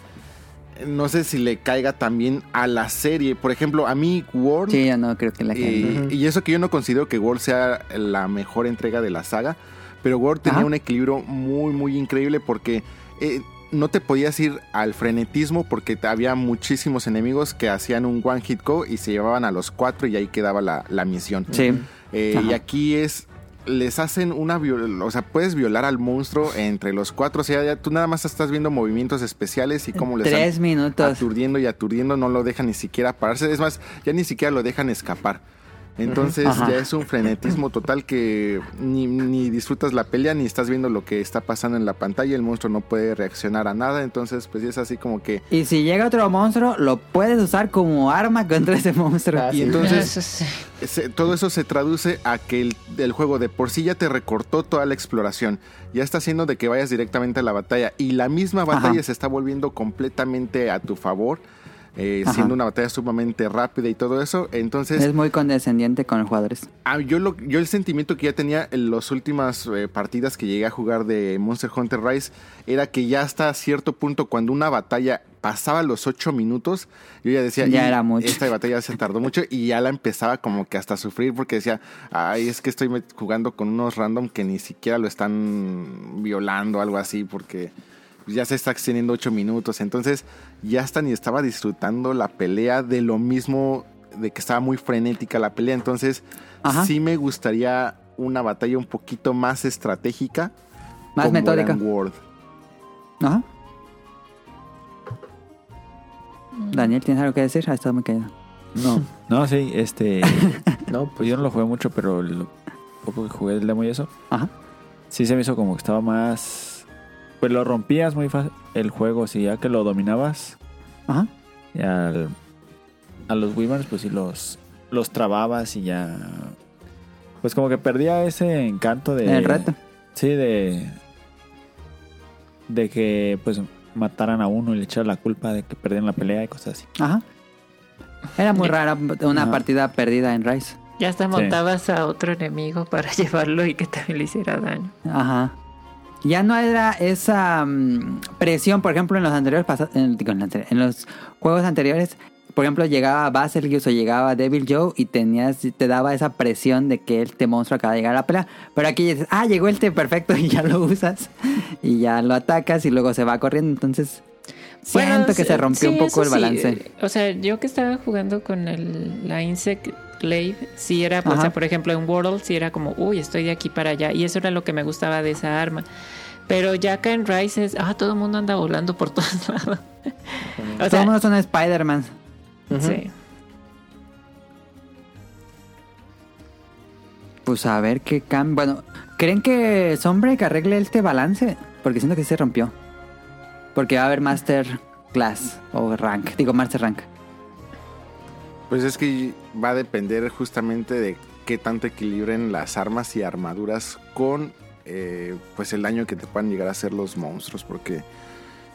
no sé si le caiga también a la serie. Por ejemplo, a mí World...
Sí, yo no creo que la gente...
Y,
Ujú.
y eso que yo no considero que World sea la mejor entrega de la saga, pero World tenía
Ajá.
un equilibrio muy, muy increíble porque eh, no te podías ir al frenetismo porque te- había muchísimos enemigos que hacían un one hit go y se llevaban a los cuatro y ahí quedaba la, la misión.
Sí.
Eh, y
Ajá.
aquí es. Les hacen una viol- o sea, puedes violar al monstruo entre los cuatro. O sea, ya tú nada más estás viendo movimientos especiales y cómo les han-
Tres minutos.
aturdiendo y aturdiendo, no lo deja ni siquiera pararse. Es más, ya ni siquiera lo dejan escapar. Entonces
Ujú. Ajá.
ya es un frenetismo total que ni, ni disfrutas la pelea, ni estás viendo lo que está pasando en la pantalla. El monstruo no puede reaccionar a nada. Entonces, pues sí es así como que.
Y si llega otro monstruo, lo puedes usar como arma contra ese monstruo.
Ah,
Y
sí.
entonces
Eso sí.
se- todo eso se traduce a que el, el juego de por sí ya te recortó toda la exploración. Ya está haciendo de que vayas directamente a la batalla. Y la misma batalla
Ajá.
se está volviendo completamente a tu favor. eh,
Ajá.
siendo una batalla sumamente rápida y todo eso. Entonces,
Es muy condescendiente con los jugadores.
Ah, yo, lo- yo el sentimiento que ya tenía en las últimas eh, partidas que llegué a jugar de Monster Hunter Rise era que ya hasta cierto punto, cuando una batalla pasaba los ocho minutos, yo ya decía,
Ya
"Y
era mucho".
Esta batalla se tardó mucho y ya la empezaba como que hasta a sufrir porque decía, ay, es que estoy met- jugando con unos random que ni siquiera lo están violando o algo así porque ya se está extendiendo ocho minutos. Entonces ya hasta ni estaba disfrutando la pelea de lo mismo de que estaba muy frenética la pelea. Entonces
Ajá.
sí me gustaría una batalla un poquito más estratégica.
Más
como
metódica.
Grand World.
Ajá. Daniel, ¿tienes algo que decir? Ha estado muy callado.
No, no, sí, este.
No,
pues yo no lo jugué mucho, pero lo poco que jugué el demo y eso,
Ajá.
sí se me hizo como que estaba más. Pues lo rompías muy fácil el juego, sí, ya que lo dominabas,
Ajá.
y al- a los Weavers, pues sí los, los trababas y ya. Pues como que perdía ese encanto de.
El reto.
Sí, de. De que pues mataran a uno y le echaran la culpa de que perdían la pelea y cosas así.
Ajá. Era muy
Ya.
rara una
Ajá.
partida perdida en Rise.
Ya hasta montabas a otro enemigo para llevarlo y que también le hiciera daño.
Ajá. Ya no era esa mm, presión, por ejemplo, en los anteriores pasa- en, digo, en los anteri- en los juegos anteriores, por ejemplo, llegaba Basilius o llegaba Devil Joe y tenías te daba esa presión de que este monstruo acaba de llegar a la pelea, pero aquí dices, "Ah, llegó este perfecto" y ya lo usas y ya lo atacas y luego se va corriendo, entonces siento
Bueno,
que
sí,
se rompió
sí,
un poco
eso
el
sí. eh,
balance.
O sea, yo que estaba jugando con el, la Insect Glaive, sí era, o
Ajá.
sea, por ejemplo, en World, sí era como, uy, estoy de aquí para allá. Y eso era lo que me gustaba de esa arma. Pero ya acá en Rise es, ah, todo el mundo anda volando por todos lados. o
Todo el
sea,
mundo son Spider-Man.
sí.
Pues a ver qué cambia. Bueno, ¿creen que Sombra arregle este balance? Porque siento que se rompió. Porque va a haber Master Class o Rank. Digo, Master Rank.
Pues es que va a depender justamente de qué tanto equilibren las armas y armaduras con eh, pues el daño que te puedan llegar a hacer los monstruos. Porque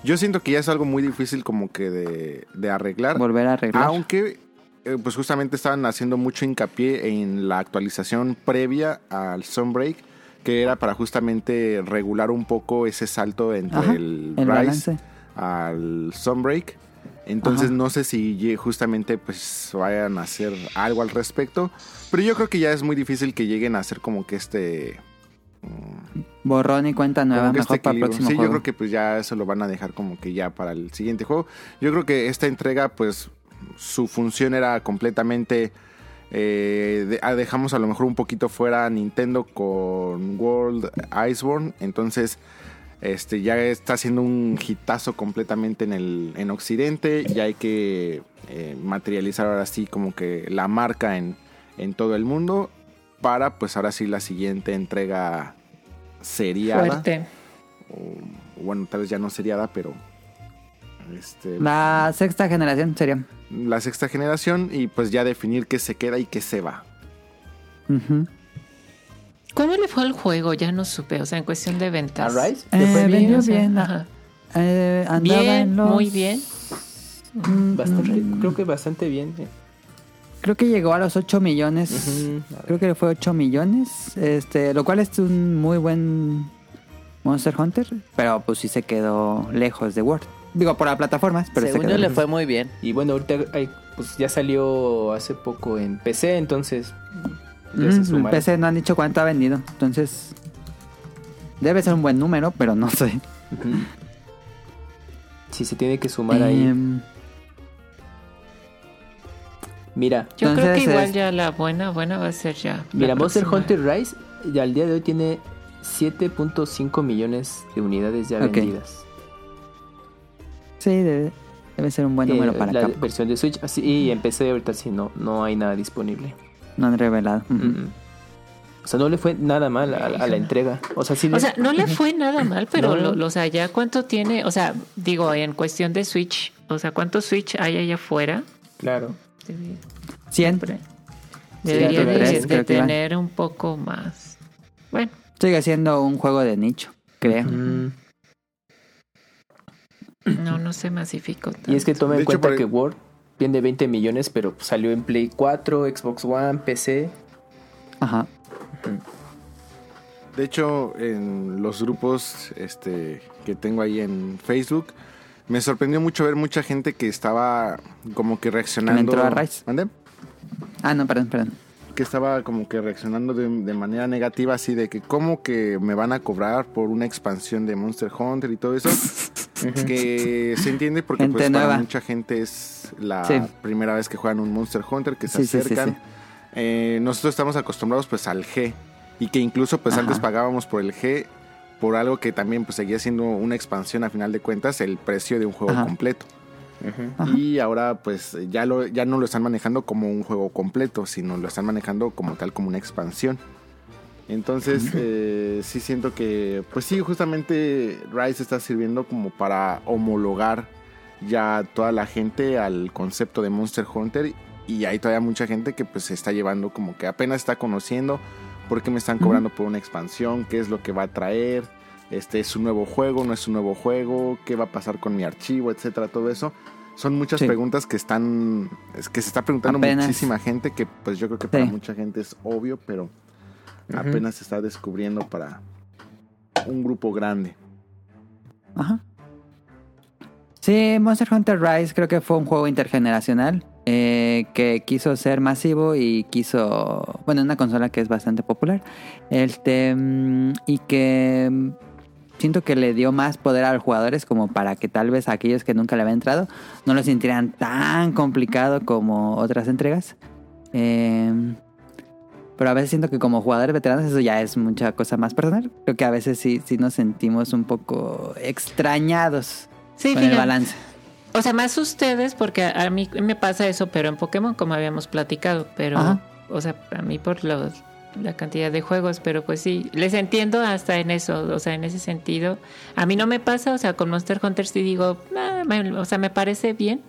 yo siento que ya es algo muy difícil como que de, de arreglar.
Volver a arreglar.
Aunque, eh, pues justamente estaban haciendo mucho hincapié en la actualización previa al Sunbreak, que era para justamente regular un poco ese salto entre
Ajá,
el,
el
Rise
balance.
al Sunbreak. Entonces
Ajá.
no sé si lle- justamente pues vayan a hacer algo al respecto, pero yo creo que ya es muy difícil que lleguen a hacer como que este
Borrón y cuenta nueva.
como que
Mejor
este
para el
equilibrio.
próximo
sí,
juego.
yo creo que pues ya eso lo van a dejar como que ya para el siguiente juego. Yo creo que esta entrega, pues, su función era completamente. eh, de- ah, dejamos a lo mejor un poquito fuera a Nintendo con World Iceborne. Entonces. Este ya está haciendo un hitazo completamente en el en Occidente. Ya hay que eh, materializar ahora sí como que la marca en, en todo el mundo. Para pues ahora sí la siguiente entrega seriada
Fuerte.
o bueno, tal vez ya no seriada, pero este, la...
La sexta generación sería.
sexta generación y pues ya definir qué se queda y qué se va.
Ujú.
¿Cómo le fue al juego? Ya no supe, o sea, en cuestión de
¿A
ventas.
Rise?
Eh,
¿Le fue bien?
vendió
O sea,
bien.
ajá.
Eh, andaba
Bien,
en los-
muy bien.
Mm,
Bastante,
mm,
creo que bastante bien. eh.
Creo que llegó a los 8 millones.
Ujú. A ver.
Creo que fue 8 millones. Este, lo cual es un muy buen Monster Hunter. Pero pues sí se quedó lejos de Word. Digo, por las plataformas, pero se
Según
quedó
yo le
lejos.
fue muy bien.
Y bueno, ahorita hay- pues ya salió hace poco en PC, entonces ya se
Ujú, en
sumaron.
PC no han dicho cuánto ha vendido. Entonces. Debe ser un buen número, pero no sé.
Ujú. Sí, se tiene que sumar ahí.
Em,
Mira,
Yo creo que
Entonces,
igual
es-
ya la buena, buena va a ser ya. la
mira, Monster
próxima.
Hunter Rise ya al día de hoy tiene 7.5 millones de unidades ya
Ok.
vendidas.
sí, debe, debe ser un buen
Eh,
número para
la
Capcom.
versión de Switch. Así, y en PC ahorita sí, no, no hay nada disponible.
No han revelado. Ujú.
Mm, mm. O sea, no le fue nada mal a, a la entrega. O sea, sí le-
O sea, no le fue nada mal, pero
No.
lo, lo- o sea, ya cuánto tiene, o sea, digo, en cuestión de Switch, o sea, ¿cuántos Switch hay allá afuera?
Claro.
100.
Siempre.
Sí,
Debería
creo que
de-
tres,
de,
creo que van.
tener un poco más. Bueno,
Sigue siendo un juego de nicho, creo.
Mm.
No, no se masificó.
Y es que tomen
De
en
hecho,
cuenta
por-
que Word tiene 20 millones, pero pues, salió en Play 4, Xbox One, PC.
Ajá.
De hecho, en los grupos este, que tengo ahí en Facebook, me sorprendió mucho ver mucha gente que estaba como que reaccionando.
entró a Rise.
¿Mande?
Ah, no, perdón, perdón.
Que estaba como que reaccionando de, de manera negativa, así de que cómo que me van a cobrar por una expansión de Monster Hunter y todo eso. que se entiende porque
Gente
pues, para
nueva.
mucha gente es la
Sí.
primera vez que juegan un Monster Hunter, que se
Sí, sí, sí,
acercan.
sí.
Eh, nosotros estamos acostumbrados pues al G y que incluso pues
Ajá.
antes pagábamos por el G por algo que también pues seguía siendo una expansión a final de cuentas el precio de un juego
Ajá.
completo.
Ajá.
Y ahora pues ya lo ya no lo están manejando como un juego completo, sino lo están manejando como tal como una expansión. Entonces eh, sí siento que pues sí justamente Rise está sirviendo como para homologar ya toda la gente al concepto de Monster Hunter y hay todavía mucha gente que pues se está llevando como que apenas está conociendo por qué me están cobrando por una expansión, qué es lo que va a traer, este es un nuevo juego, no es un nuevo juego, qué va a pasar con mi archivo, etcétera, todo eso. Son muchas
Sí.
preguntas que están es que se está preguntando
Apenas.
muchísima gente que pues yo creo que para
Sí.
mucha gente es obvio, pero apenas se está descubriendo para un grupo grande.
Ajá. Sí, Monster Hunter Rise creo que fue un juego intergeneracional eh, que quiso ser masivo y quiso, bueno, una consola que es bastante popular, este mm, y que mm, siento que le dio más poder a los jugadores como para que tal vez aquellos que nunca le habían entrado no lo sintieran tan complicado como otras entregas. Eh, pero a veces siento que como jugadores veteranos eso ya es mucha cosa más personal. Creo que a veces sí, sí nos sentimos un poco extrañados
Sí,
con el
fíjate.
balance.
O sea, más ustedes, porque a, a mí me pasa eso, pero en Pokémon, como habíamos platicado, pero,
Ajá.
o sea, a mí por los- la cantidad de juegos, pero pues sí, les entiendo hasta en eso, o sea, en ese sentido. A mí no me pasa, o sea, con Monster Hunter sí digo, "Ah, me- o sea, me parece bien,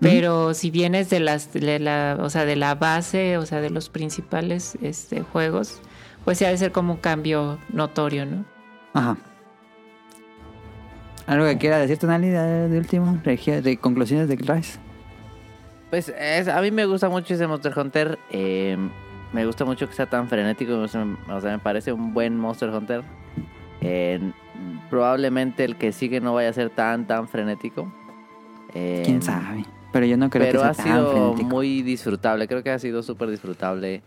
pero si vienes de las, de la, o sea, de la base, o sea, de los principales este, juegos, pues sí ha de ser como un cambio notorio, ¿no?
Ajá. ¿Algo que quiera decir, Tonali, de, de último? Regia- de conclusiones de Rise.
Pues es- a mí me gusta mucho ese Monster Hunter. eh, me gusta mucho que sea tan frenético. O sea, me- o sea, me parece un buen Monster Hunter. Eh, probablemente el que sigue no vaya a ser tan, tan frenético. Eh,
¿Quién sabe? Pero yo no creo
Pero
que
ha
sea tan
sido
frenético.
muy disfrutable. Creo que ha sido súper disfrutable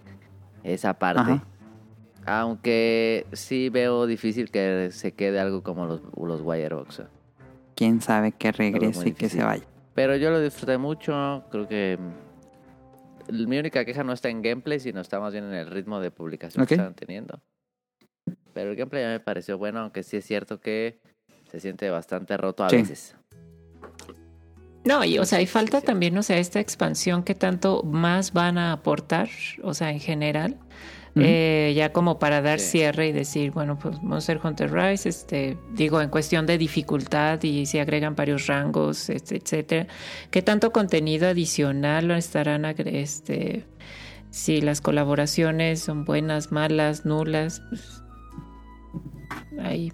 esa parte.
Ajá.
Aunque sí veo difícil que se quede algo como los, los Wirebox.
¿Quién sabe que
muy
regrese y que se
difícil.
vaya?
Pero yo lo disfruté mucho, creo que mm, mi única queja no está en gameplay, sino está más bien en el ritmo de publicación
Ok.
que están teniendo. Pero el gameplay ya me pareció bueno, aunque sí es cierto que se siente bastante roto a
Sí.
veces.
No, y o sea, y falta también, o sea, esta expansión que tanto más van a aportar, o sea, en general,
Ujú.
eh, ya como para dar
Sí.
cierre y decir, bueno, pues Monster Hunter Rise, este, digo, en cuestión de dificultad y si agregan varios rangos, este, etcétera, ¿qué tanto contenido adicional estarán, agre- este, si las colaboraciones son buenas, malas, nulas? Pues, ahí.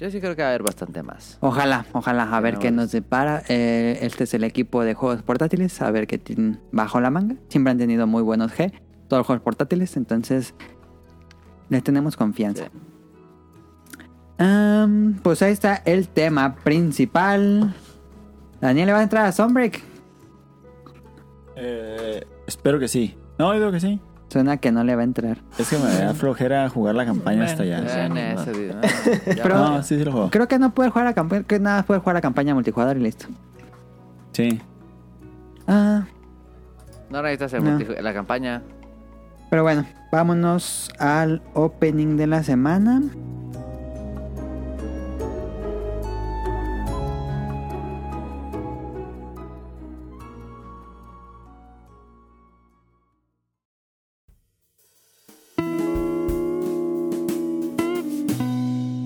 Yo sí creo que va a haber bastante más.
Ojalá, ojalá, a
Que
ver
no
qué
es-
nos depara. Eh, este es el equipo de juegos portátiles, a ver qué tienen bajo la manga. Siempre han tenido muy buenos G, todos los juegos portátiles, entonces les tenemos confianza. Am, pues ahí está el tema principal. Daniel le va a entrar a Sunbreak. Eh,
Espero que sí. No, yo digo que sí.
Suena que no le va a entrar.
Es que me da flojera jugar la campaña hasta allá.
Eh,
sí,
no,
no.
ese di- no, ya
Pero-
va.
No, sí, sí lo juego.
Creo que no puede jugar a campaña, que nada más puede jugar a campaña multijugador y listo.
Sí.
Ah,
No necesitas el
No.
multi- la campaña.
Pero bueno, vámonos al opening de la semana.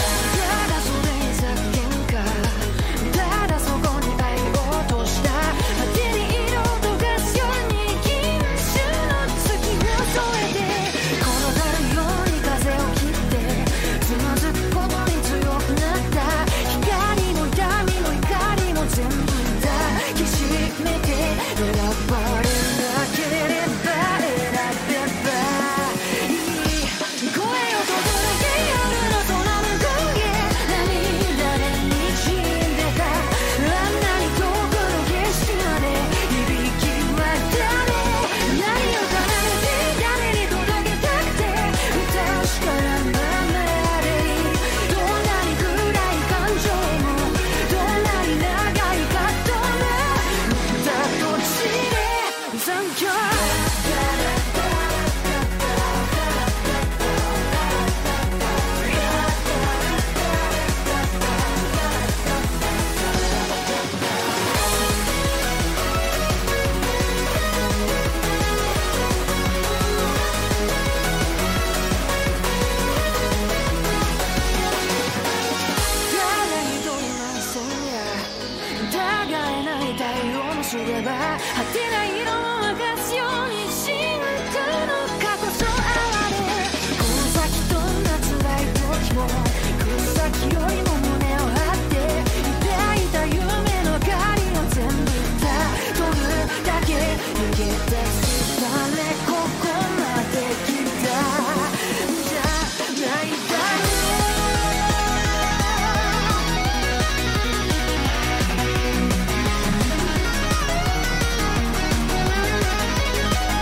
Yo
果てな色を明かすように進化の過去と哀れこの先どんな辛い時も行く先よりも胸を張って抱いた夢の狩りを全部たどるだけ逃げ出すまでここまで来たんじゃないだろう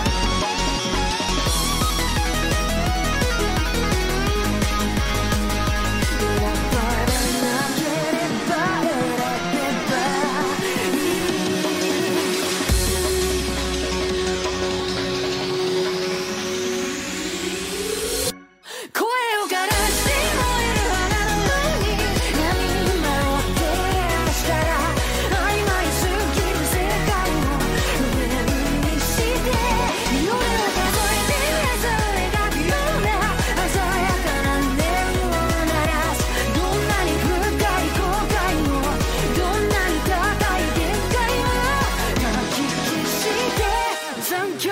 「選ばれなければ選べばいい声を枯らして燃える花のように波に回って明日から曖昧すぎる世界を無限にして夜を数えて夜空描くような鮮やかな音を鳴らすどんなに深い後悔もどんなに高い限界もかき消して残響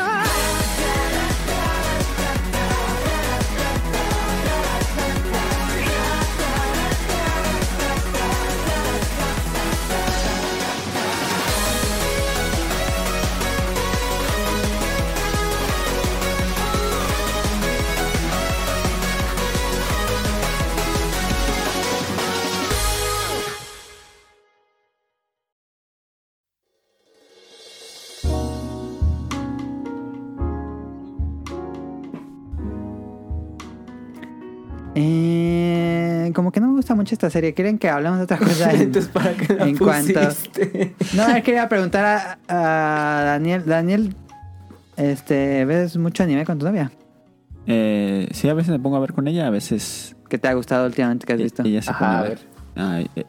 Eh, como que no me gusta mucho esta serie. ¿Quieren que hablemos de otra cosa? en-
Entonces, ¿para qué la
en cuanto-
pusiste?
No, él quería preguntar a, a Daniel. Daniel, este, ¿ves mucho anime con tu novia?
Eh, sí, a veces me pongo a ver con ella, a veces
¿Qué te ha gustado últimamente que has
e-
visto?
ella se
Ajá,
pone a
a
ver. Ay, eh,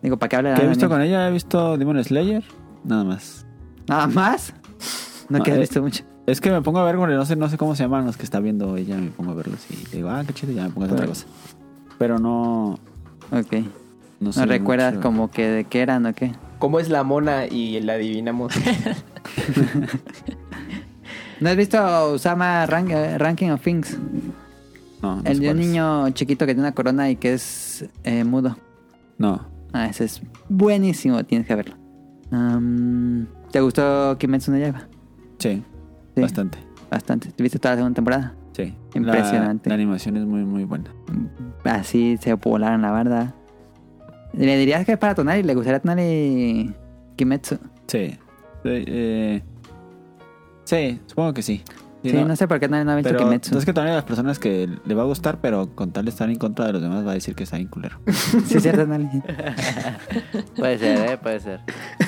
Digo, ¿para qué habla
¿Qué he
Daniel?
visto con ella? He visto Demon Slayer, nada más.
¿Nada más? No, que
Ah,
has
eh.
visto mucho.
Es que me pongo a ver, bueno, no sé, no sé cómo se llaman los que está viendo ella, me pongo a verlos y digo, ah, qué chido, ya me pongo a hacer otra cosa. Pero no,
Ok.
no sé.
¿No recuerdas
mucho.
como que de qué eran o qué?
¿Cómo es la mona? Y la adivinamos.
¿No has visto Usama Rank- eh, Ranking of Things?
No, no sé
El de un
cuál es.
niño chiquito que tiene una corona y que es eh, mudo.
No,
Ah, ese es buenísimo, tienes que verlo. Am, ¿Te gustó Kimetsu no Yaiba?
sí,
Sí.
bastante.
Bastante. ¿Te viste toda la segunda temporada?
Sí.
Impresionante.
La, la animación es muy, muy buena.
Así se volaron la verdad. ¿Le dirías que es para Tonali? ¿Le gustaría a Tonali Kimetsu?
Sí. Sí, eh, sí, supongo que sí.
Sí, no, sé por qué Tonali no ha visto
pero
Kimetsu.
es que también a las personas que le va a gustar, pero con tal de estar en contra de los demás va a decir que está bien culero.
Sí, es cierto, Tonali.
Puede ser, ¿eh? Puede ser.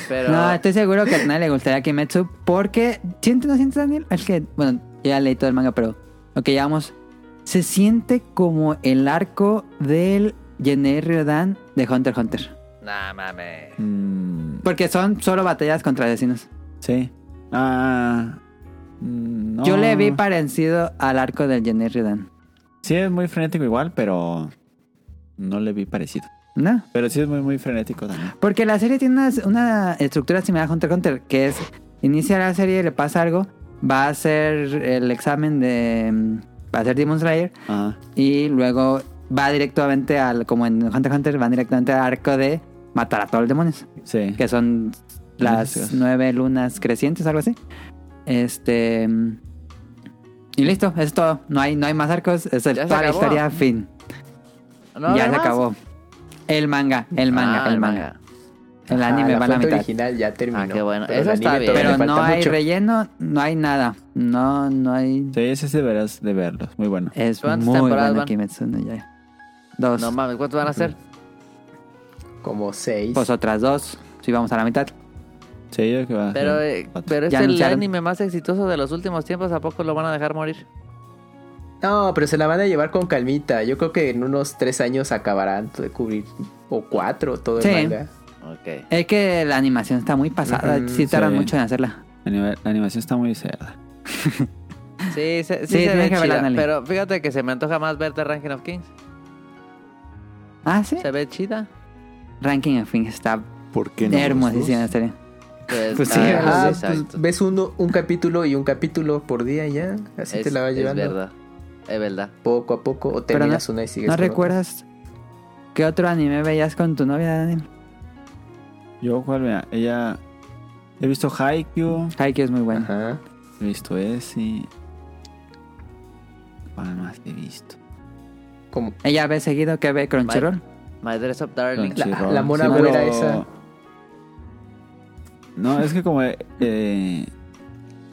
Pero...
No, estoy seguro que a Tonali le gustaría Kimetsu porque... ¿Sientes no sientes, Daniel? Es que, bueno, ya leí todo el manga, pero... Ok, ya vamos. Se siente como el arco del Jenner Ryodan de Hunter x Hunter.
Nah, mames.
Mm,
Porque son solo batallas contra vecinos.
sí. Ah, mm, no.
Yo le vi parecido al arco del Jenner Ryodan.
Sí, es muy frenético igual, pero no le vi parecido.
¿No?
Pero sí es muy, muy frenético también.
Porque la serie tiene una, una estructura similar a Hunter x Hunter, que es, inicia la serie, le pasa algo, va a hacer el examen de... mm, va a hacer Demon Slayer
Ajá.
y luego va directamente al... como en Hunter x Hunter, van directamente al arco de matar a todos los demonios,
Sí.
que son las
Gracias.
nueve lunas crecientes, algo así. Este... mm, Y listo, eso es todo. No hay, no hay más arcos, es el-
¿Ya se
toda la
acabó?
historia, fin.
¿No
ya
hay
se
más?
acabó. El manga, el manga,
Ah,
el manga. El anime
Ah, la
va a la
fuente
mitad.
original ya terminó.
Ah, qué bueno.
Pero el
Eso está
anime
bien.
todavía
Pero
le
no
falta
hay
mucho.
relleno, no hay nada. No, no hay.
Sí, ese es de veras de verlos. Muy bueno.
Es
¿Cuántas
muy
temporadas
bueno
van?
Kimetsu no Yaiba. Dos.
No mames, ¿cuánto van a hacer?
Como seis.
pues otras dos. Si vamos a la mitad.
Sí, yo creo que va a
Pero,
ser
eh,
cuatro.
pero es
Ya
el
anunciaron.
anime más exitoso de los últimos tiempos. ¿A poco lo van a dejar morir?
No, pero se la van a llevar con calmita. Yo creo que en unos tres años acabarán de cubrir. O cuatro, todo el
Sí.
manga.
Ok.
Es que la animación está muy pasada.
Ujú,
sí tardan
sí.
mucho en hacerla.
Anima- la animación está muy cerda.
Sí, se, sí,
Sí,
se
tienes
ve
que verla,
chida,
Nelly.
Pero fíjate que se me antoja más verte Ranking of Kings.
Ah, sí.
Se ve chida.
Ah, Ranking, en fin, está
¿Por qué no? los
hermosísima la
dos?
serie.
Pues,
Pues sí,
ah,
Ajá,
pues,
pues,
exacto.
ves uno, un capítulo y un capítulo por día y ya. Así te
Es-
la va llevando
Es verdad. Es verdad.
poco a poco. O
Pero no,
terminas una y
este
sigues
¿no
con otra.
recuerdas qué otro anime veías con tu novia, Daniel?
Yo, ¿cuál? Mira, ella... He visto Haikyuu,
Haikyuu es muy bueno.
Ajá.
he visto ese... ¿Cuál más he visto?
Como
¿Ella ve seguido que ve Crunchyroll?
My Dress Up Darling.
La-
Crunchyroll.
la mona
Sí,
güera
pero-
esa.
No, es que como... eh,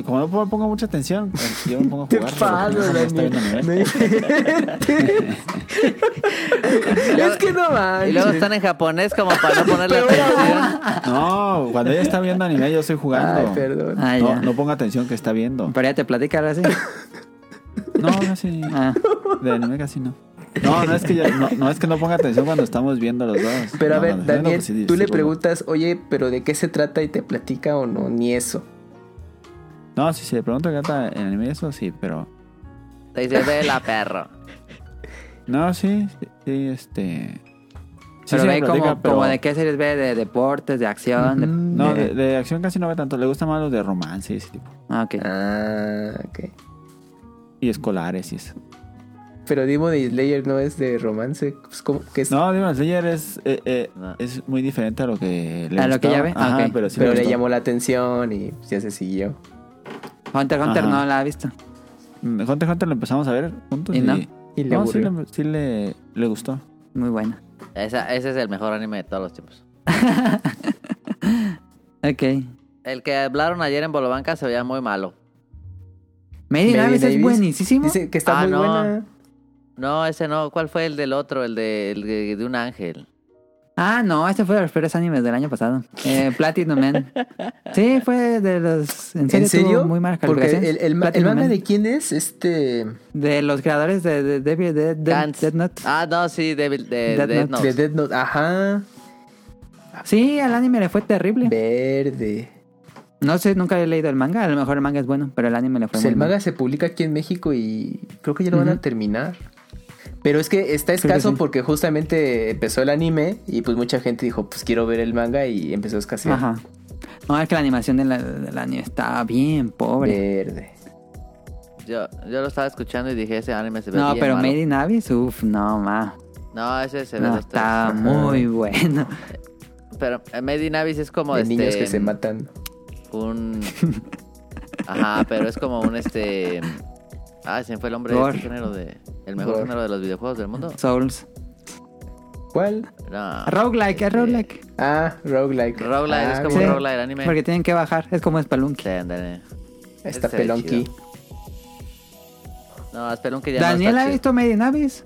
como no pongo mucha atención, pues, yo me pongo a
Te
jugar.
paso,
porque no está
Daniel.
viendo anime.
No inventes. es que no va.
Y luego están en japonés como para no ponerle atención.
No, cuando ella está viendo anime, yo estoy jugando.
Ay, perdón.
Ah,
no,
ya.
no ponga atención que está viendo.
Pero ya te platica ahora sí.
No, casi.
Ah,
De anime casi no. No, no es que yo- no, no es que no ponga atención cuando estamos viendo los dos.
Pero a
No,
ver,
no, no,
Daniel,
pues sí,
tú
sí
le
pongo.
preguntas, oye, pero ¿de qué se trata? Y te platica o no, ni eso.
No, si se le pregunto que está en anime eso sí, pero
Te dice, vela, perro.
no, sí, sí, sí, este. sí,
pero
sí me
ve como,
platica, pero-
como de qué series ve, de deportes, de acción. de-
No,
de-
de, de acción casi no ve tanto. Le gusta más los de romance y ese tipo.
Ah, ok.
Ah, ok.
Y escolares y eso.
Pero Demon Slayer no es de romance. Pues, ¿cómo? ¿Qué es?
No, Demon Slayer es, eh, eh,
No.
es muy diferente a lo que le
A lo que
gustaba.
ya ve, ah,
Ajá,
ok.
pero sí
pero le
gustó.
llamó la atención y pues, ya se siguió.
Hunter x Hunter
Ajá.
no la ha visto.
Mm, Hunter x Hunter lo empezamos a ver juntos
¿Y
y,
no?
Y le
no, sí,
aburrió.
le, sí le- le gustó.
Muy buena.
Esa- ese es el mejor anime de todos los tiempos.
Ok.
El que hablaron ayer en Bolobanca se veía muy malo.
Made in
Made in
Abyss es
Abyss.
buenísimo.
Dice que está
Ah,
muy
no.
buena.
No, ese no. ¿Cuál fue el del otro? El de, el de, de un ángel.
Ah, no, este fue de los peores animes del año pasado. Eh, Platinum Man. Sí, fue de los. ¿En serio?
¿En serio?
tuvo Muy malas
Porque el,
calificaciones.
el, el ma- el
Platinum
manga
Man.
de quién es, este...
De los creadores de, de, de, de, de- de-
Gantz.
Death Note.
Ah, no, sí, de, de,
Death
Death
Note.
De
Note.
Dead Note. Ajá.
Sí, al anime le fue terrible.
Verde.
No sé, nunca he leído el manga. A lo mejor el manga es bueno, pero el anime le fue
Pues
Ah, muy
el
mal.
manga se publica aquí en México y creo que ya lo van
Ujú.
a terminar. Pero es que está
que
escaso
sí.
porque justamente empezó el anime y pues mucha gente dijo, pues quiero ver el manga y empezó a escasear.
Ajá. No, es que la animación del, del anime está bien pobre.
Verde.
Yo, yo lo estaba escuchando y dije, ese anime se veía
No, pero
malo.
Made in Abyss, uff, no, ma.
No, ese se ve
No,
los tres.
está muy bueno.
Pero eh, Made in Abyss es como
de
este...
niños que se matan.
Un... Ajá, pero es como un este... Ah, se me fue el hombre de
Gore.
este género de... El mejor
Gore.
género de los videojuegos del mundo.
Souls.
¿Cuál?
No.
Roguelike, es
este,
roguelike.
Ah, roguelike.
Roguelike,
Ah,
es como
sí.
un
mira,
roguelike el anime.
Porque tienen que bajar, es como Spelunky.
Sí, ándale.
Está
Ese se ve
pelonqui.
chido. No, espera un que ya
¿Daniel
no
ha
está
visto Made in Abyss?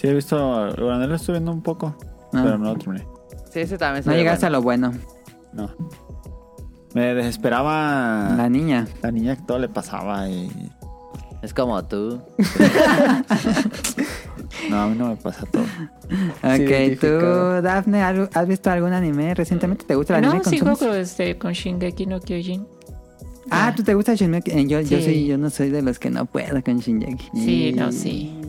Sí, he visto. Bueno, lo estuve viendo un poco,
Ah.
pero no lo terminé.
chido. Sí, ese también se
No
ve
llegaste
bueno.
a lo bueno.
No. Me desesperaba
La
la,
niña.
niña que todo le pasaba y.
Es como tú.
No, a mí no me pasa todo.
Ok,
identificado.
tú, Dafne, ¿algo- ¿has visto algún anime recientemente? ¿Te gusta el anime?
No, sigo
¿Consumes?
con, este, con Shingeki no Kyojin.
Ah, ¿tú te gusta Shingeki? Eh, Yo, yo,
Sí.
soy, yo no soy de los que no puedo con Shingeki.
Sí,
Y-
no, sí.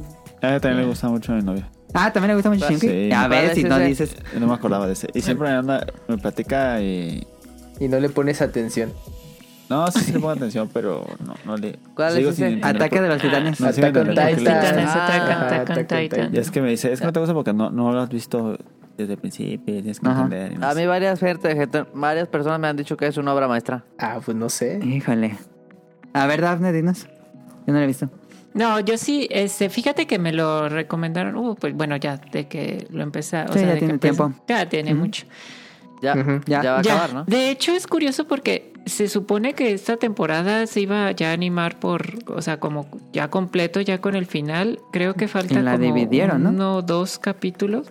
A ella también le gusta mucho a mi novia.
Ah, ¿también le gusta mucho
Sí.
Shingeki? A ver,
Parece
si no
ese-
dices...
No me acordaba de ese. Y siempre me, anda, me platica y.
Y no le pones atención.
No, sí, sí le pongo atención, pero no, no le.
¿Cuál es
sigo
ese?
sin entender
Ataque
por-
de los titanes.
No, sí me
Attack on
entendí por qué le
Titan.
gusta.
Titanes,
Ah,
Attack, Attack on
Attack on
Titan.
Y es que me dice, es que no te gusta porque no, no lo has visto desde el principio, tienes que
Ajá.
entender. y no
A
sé.
mí varias gente, gente- varias personas me han dicho que es una obra maestra.
Ah, pues no sé.
Híjole. A ver, Dafne, dinos. Yo no lo he visto.
No, yo sí, este, fíjate que me lo recomendaron, uh, pues bueno, ya de que lo empecé, a- o
Sí,
sea,
ya
de
tiene
que empecé-
tiempo.
Ya tiene mucho.
Ya,
Ujú.
ya,
Ya.
va a
Ya.
acabar, ¿no?
De hecho es curioso porque se supone que esta temporada se iba ya a animar por, o sea, como ya completo, ya con el final. Creo que falta
la
como
dividieron, ¿no?
uno o dos capítulos.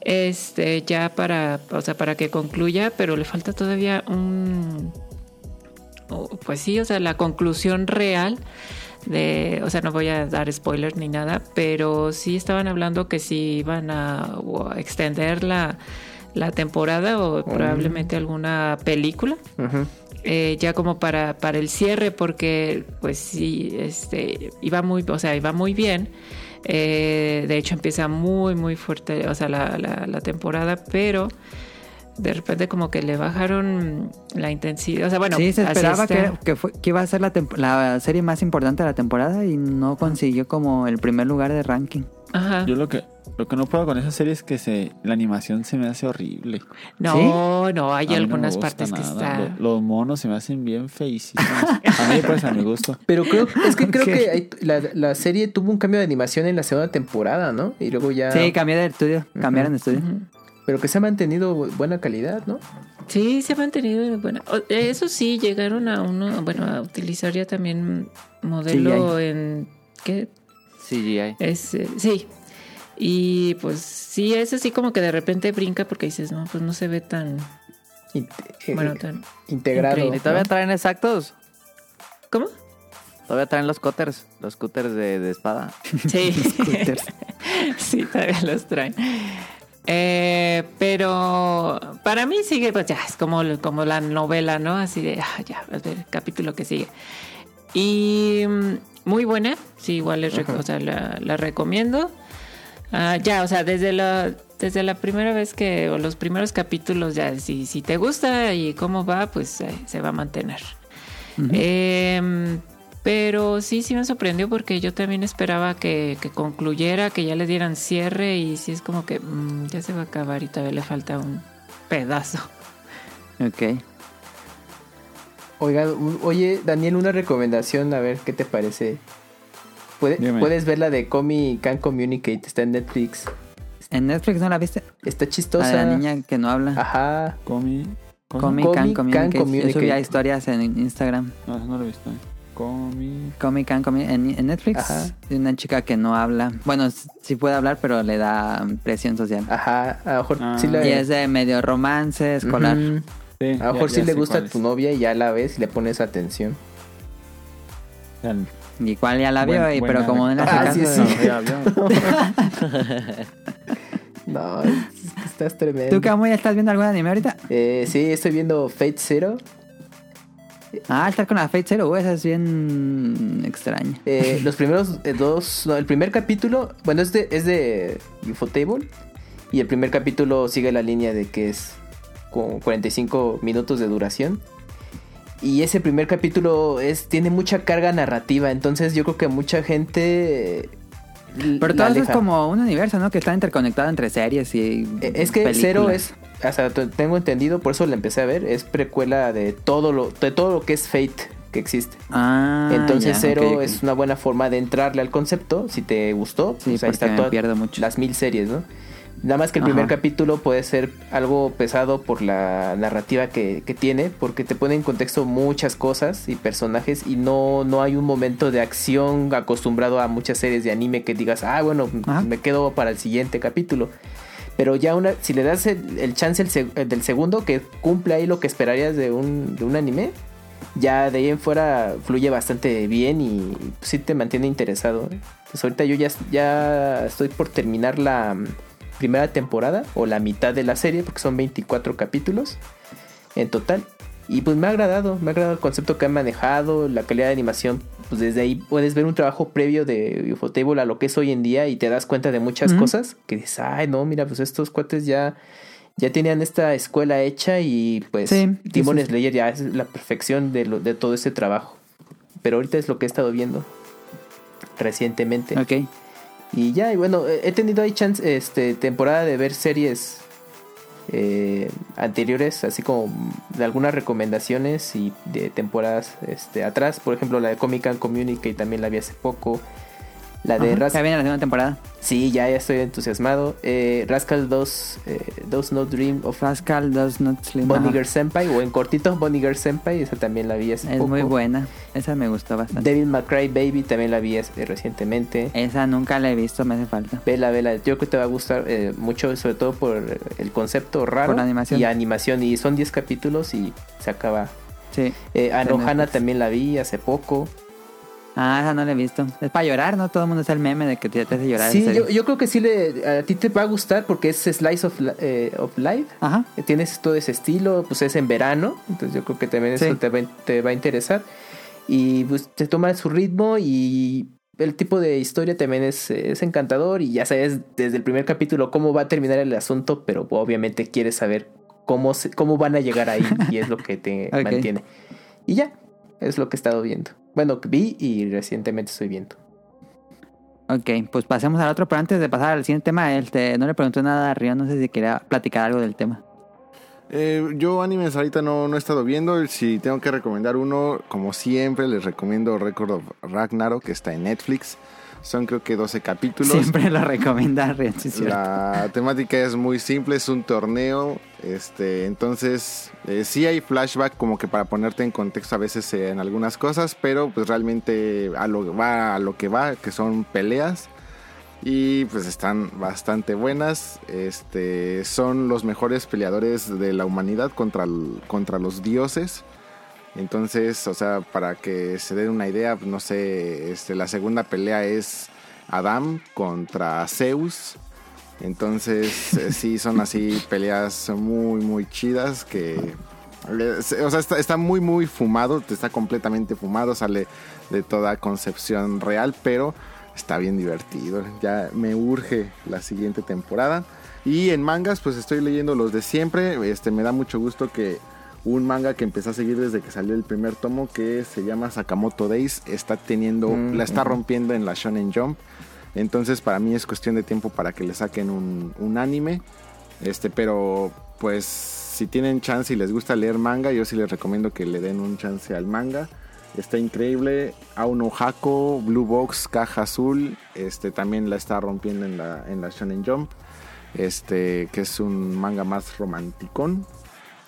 Este, ya para, o sea, para que concluya, pero le falta todavía un o- pues sí, o sea, la conclusión real de, o sea, no voy a dar spoiler ni nada, pero sí estaban hablando que si iban a, o a extender la, la temporada o probablemente alguna película.
Ujú.
eh, ya como para, para el cierre, porque pues sí, este, iba muy, o sea, iba muy bien. Eh, de hecho, empieza muy, muy fuerte, o sea, la, la- la temporada, pero de repente como que le bajaron la intensidad. O sea, bueno,
sí, se
así
esperaba
está.
que, que fue- que iba a ser la, temp- la serie más importante de la temporada y no consiguió como el primer lugar de ranking.
Ajá.
Yo lo que, lo que no puedo con esa serie es que se, la animación se me hace horrible.
No, no, hay
A mí no me
algunas
gusta
partes que
nada.
está.
Lo- los monos se me hacen bien feísimos. a mí, pues, a mi gusto.
Pero creo, es que creo
Ok.
que hay- la, la serie tuvo un cambio de animación en la segunda temporada, ¿no? Y luego ya...
Sí, cambié de estudio, cambiaron de estudio.
Pero que se ha mantenido buena calidad, ¿no?
Sí, se ha mantenido buena. o- eh, Eso sí, llegaron a uno, bueno, a utilizar ya también modelo en ¿qué?
CGI.
Es, eh, sí. Y pues sí, es así como que de repente brinca porque dices, no, pues no se ve tan,
Int- eh,
bueno, tan...
integrado.
increíble.
¿Y todavía
¿no?
traen exactos?
¿Cómo?
Todavía traen los cutters, los cutters de, de espada.
Sí. sí, todavía los traen. Eh, pero para mí sigue, pues ya, es como, como la novela, ¿no? Así de, ah, ya, a ver, capítulo que sigue. Y mm, muy buena, sí, igual les rec- o sea, la, la recomiendo. Ah, ya, o sea, desde la, desde la primera vez que, o los primeros capítulos, ya, si, si te gusta y cómo va, pues eh, se va a mantener. Eh, pero sí, sí me sorprendió porque yo también esperaba que, que concluyera, que ya le dieran cierre y sí es como que mm, ya se va a acabar y todavía le falta un pedazo.
Ok.
Oiga, u- oye, Daniel, una recomendación, a ver qué te parece. Puede-
Dime.
Puedes ver la de Comi Can Communicate, está en Netflix.
¿En Netflix no la viste?
Está
La
chistosa.
de Ah, la niña que no habla.
Ajá.
Comi. Comi.
Comic Can
Ah, Comic Can
Communicate. Yo
Communicate.
subía historias en Instagram.
No, eso no lo he visto. eh. Comi.
Comic Can Commu- en, en Netflix.
Ajá.
de Una chica que no habla. Bueno, s- sí puede hablar, pero le da mm, presión social.
Ajá. A lo mejor
Ah.
sí la
Y es de medio romance escolar.
Ujú.
Sí,
A lo mejor sí le gusta a tu novia y ya la ves y le pones atención.
Y cual ya la vio,
Buen-
y-
buena
pero como no le hace
Ah,
caso,
sí, sí.
novia.
No, es- es que estás tremendo.
¿Tú, Camu, ya estás viendo algún anime ahorita?
Eh, sí, estoy viendo Fate Zero.
Ah, estar con la Fate Zero, uh, esa es bien extraña.
Eh, los primeros eh, dos, no, el primer capítulo, bueno, es de, es de Infotable. Y el primer capítulo sigue la línea de que es con 45 minutos de duración. Y ese primer capítulo es, tiene mucha carga narrativa, entonces yo creo que mucha gente... eh, l-
Pero
la
todo eso es
aleja.
como un universo, ¿no? Que está interconectado entre series y.
Eh, Es que
películas.
Cero es, hasta t- tengo entendido, por eso la empecé a ver, es precuela de todo lo, de todo lo que es Fate que existe.
Ah,
Entonces
ya,
Cero
ok, ok.
es una buena forma de entrarle al concepto. Si te gustó,
Sí,
pues ahí
porque
está
me
todas
pierdo mucho.
las mil series, ¿no? Nada más que el
Ajá.
primer capítulo puede ser algo pesado por la narrativa que, que tiene, porque te pone en contexto muchas cosas y personajes y no, no hay un momento de acción acostumbrado a muchas series de anime que digas, ah, bueno,
Ajá.
me quedo para el siguiente capítulo. Pero ya una, si le das el, el chance el seg- el del segundo, que cumple ahí lo que esperarías de un, de un anime, ya de ahí en fuera fluye bastante bien y pues, sí te mantiene interesado. ¿eh? Entonces ahorita yo ya, ya estoy por terminar la mm, primera temporada o la mitad de la serie, porque son 24 capítulos en total. Y pues me ha agradado, me ha agradado el concepto que han manejado, la calidad de animación. Pues desde ahí puedes ver un trabajo previo de Ufotable a lo que es hoy en día y te das cuenta de muchas
Ujú.
cosas que dices, ay, no, mira, pues estos cuates ya, ya tenían esta escuela hecha y pues
Sí, sí,
Demon
sí, sí.
Slayer ya es la perfección de, lo- de todo este trabajo. Pero ahorita es lo que he estado viendo recientemente.
Ok.
Y ya, y bueno, eh, he tenido ahí chance, este, temporada de ver series eh, anteriores, así como de algunas recomendaciones y de temporadas este, atrás. Por ejemplo, la de Comic Con Communicate también la vi hace poco. La de
Ajá,
Ras-
Ya viene la segunda temporada.
Sí, ya, ya estoy entusiasmado. Eh, Rascal 2, eh, Those No Dream of
Pascal Does Not Sleep.
Bonnie
Ajá.
Girl Senpai, o en cortito Bonnie Girl Senpai, esa también la vi hace
Es
poco.
muy buena. Esa me gustó bastante.
Devil McCray Baby también la vi hace- recientemente.
Esa nunca la he visto, me hace falta.
Vela, vela. Yo creo que te va a gustar eh, mucho, sobre todo por el concepto raro.
Por la animación.
Y animación. Y son 10 capítulos y se acaba.
Sí.
Eh, Anohana
Netflix.
también la vi hace poco.
Ah, esa no la he visto. Es para llorar, ¿no? Todo el mundo está el meme de que te te hace llorar. en
sí,
serio.
yo, yo creo que sí le, a ti te va a gustar porque es Slice of, li- eh, of Life.
Ajá.
Tienes todo ese estilo, pues es en verano. Entonces yo creo que también
Sí.
eso te va, a in- te va a interesar. Y pues te toma su ritmo y el tipo de historia también es, eh, es encantador y ya sabes desde el primer capítulo cómo va a terminar el asunto, pero obviamente quieres saber cómo, se- cómo van a llegar ahí y es lo que te
Ok.
mantiene. Y ya, es lo que he estado viendo. Bueno, que vi y recientemente estoy viendo.
Ok, pues pasemos al otro, pero antes de pasar al siguiente tema, este, no le pregunté nada a Río, no sé si quería platicar algo del tema.
Eh, yo animes ahorita no, no he estado viendo. Si tengo que recomendar uno, como siempre, les recomiendo Record of Ragnarok, que está en Netflix. Son creo que 12 capítulos.
Siempre lo recomienda Río, sí, es cierto.
La temática es muy simple, es un torneo. Este, entonces, eh, sí hay flashback como que para ponerte en contexto a veces eh, en algunas cosas, pero pues realmente a lo, va a lo que va, que son peleas. Y pues están bastante buenas. Este, son los mejores peleadores de la humanidad contra, el- contra los dioses. Entonces, o sea, para que se den una idea, no sé, este, la segunda pelea es Adam contra Zeus. Entonces, eh, sí, son así peleas muy, muy chidas que... eh, O sea, está, está muy, muy fumado, está completamente fumado, sale de toda concepción real, pero está bien divertido. Ya me urge la siguiente temporada. Y en mangas, pues estoy leyendo los de siempre. Este, me da mucho gusto que un manga que empecé a seguir desde que salió el primer tomo, que se llama Sakamoto Days, está teniendo,
Mm,
la está rompiendo en la Shonen Jump. Entonces para mí es cuestión de tiempo para que le saquen un, un anime. Este, pero pues si tienen chance y les gusta leer manga, yo sí les recomiendo que le den un chance al manga. Está increíble. Auno Hako, Blue Box, Caja Azul. Este también la está rompiendo en la, en la Shonen Jump. Este, que es un manga más romanticón.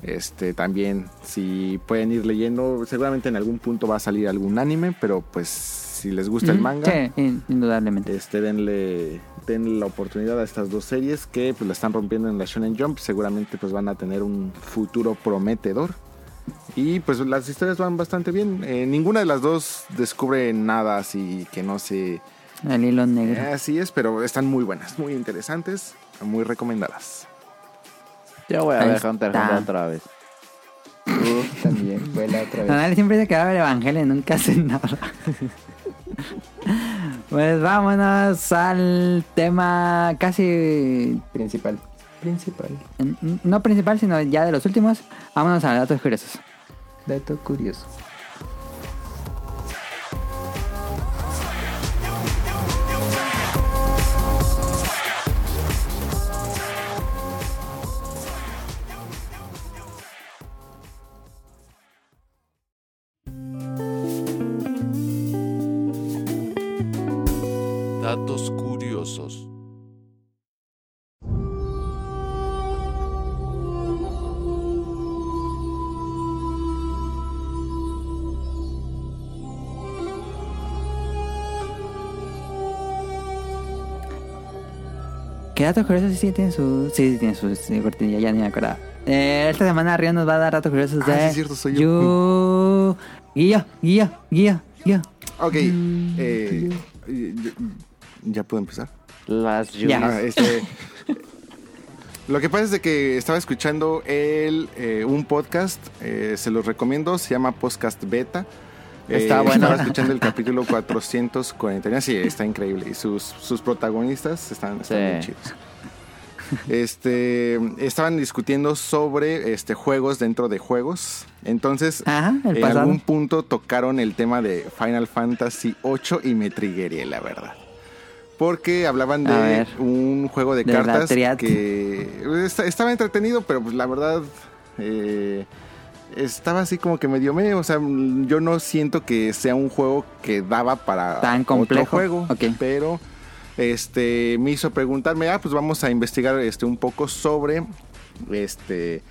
Este, también, si pueden ir leyendo, seguramente en algún punto va a salir algún anime, pero pues si les gusta el
Ujú,
manga,
Sí, in- indudablemente.
este, denle, denle la oportunidad a estas dos series que pues, la están rompiendo en la Shonen Jump. Seguramente pues, van a tener un futuro prometedor. Y pues las historias van bastante bien. Eh, ninguna de las dos descubre nada así que no se...
El hilo
Eh,
negro.
así es, pero están muy buenas, muy interesantes, muy recomendadas.
Yo voy a
Ahí
ver Hunter x
está.
Hunter otra vez.
Uf, también, vela otra
Pues.
vez.
Anali siempre se quedaba el evangelio y nunca hace nada. pues vámonos al tema casi.
Principal. Principal.
n- No principal, sino ya de los últimos. Vámonos a datos curiosos.
Dato curioso.
Datos curiosos.
¿Qué datos curiosos sí tiene su. Sí, sí tiene su sí, cortinilla, ya ni me acordaba. Eh, esta semana Río nos va a dar datos curiosos
Ah,
de.
sí es cierto, soy yo.
yo. Guillo, guillo, guillo, guillo.
Ok, eh, ¿ya- ¿ya puedo empezar?
Las
Ya.
Ah, este, lo que pasa es de que estaba escuchando el, eh, un podcast, eh, se los recomiendo, se llama Podcast Beta. Eh,
Está bueno.
Estaba escuchando el capítulo 449, sí, está increíble. Y sus, sus protagonistas están, están
Sí.
bien chidos. Este, estaban discutiendo sobre este, juegos dentro de juegos. Entonces,
Ajá, el
en
pasado.
Eh, algún punto tocaron el tema de Final Fantasy VIII y me trigueré, la verdad. Porque hablaban
A
de
ver.
un juego de,
De la
cartas
triad.
que est- estaba entretenido, pero pues la verdad eh, estaba así como que medio medio. O sea, mm, yo no siento que sea un juego que daba para
Tan complejo.
otro juego,
Ok.
pero este me hizo preguntarme, ah, pues vamos a investigar este un poco sobre este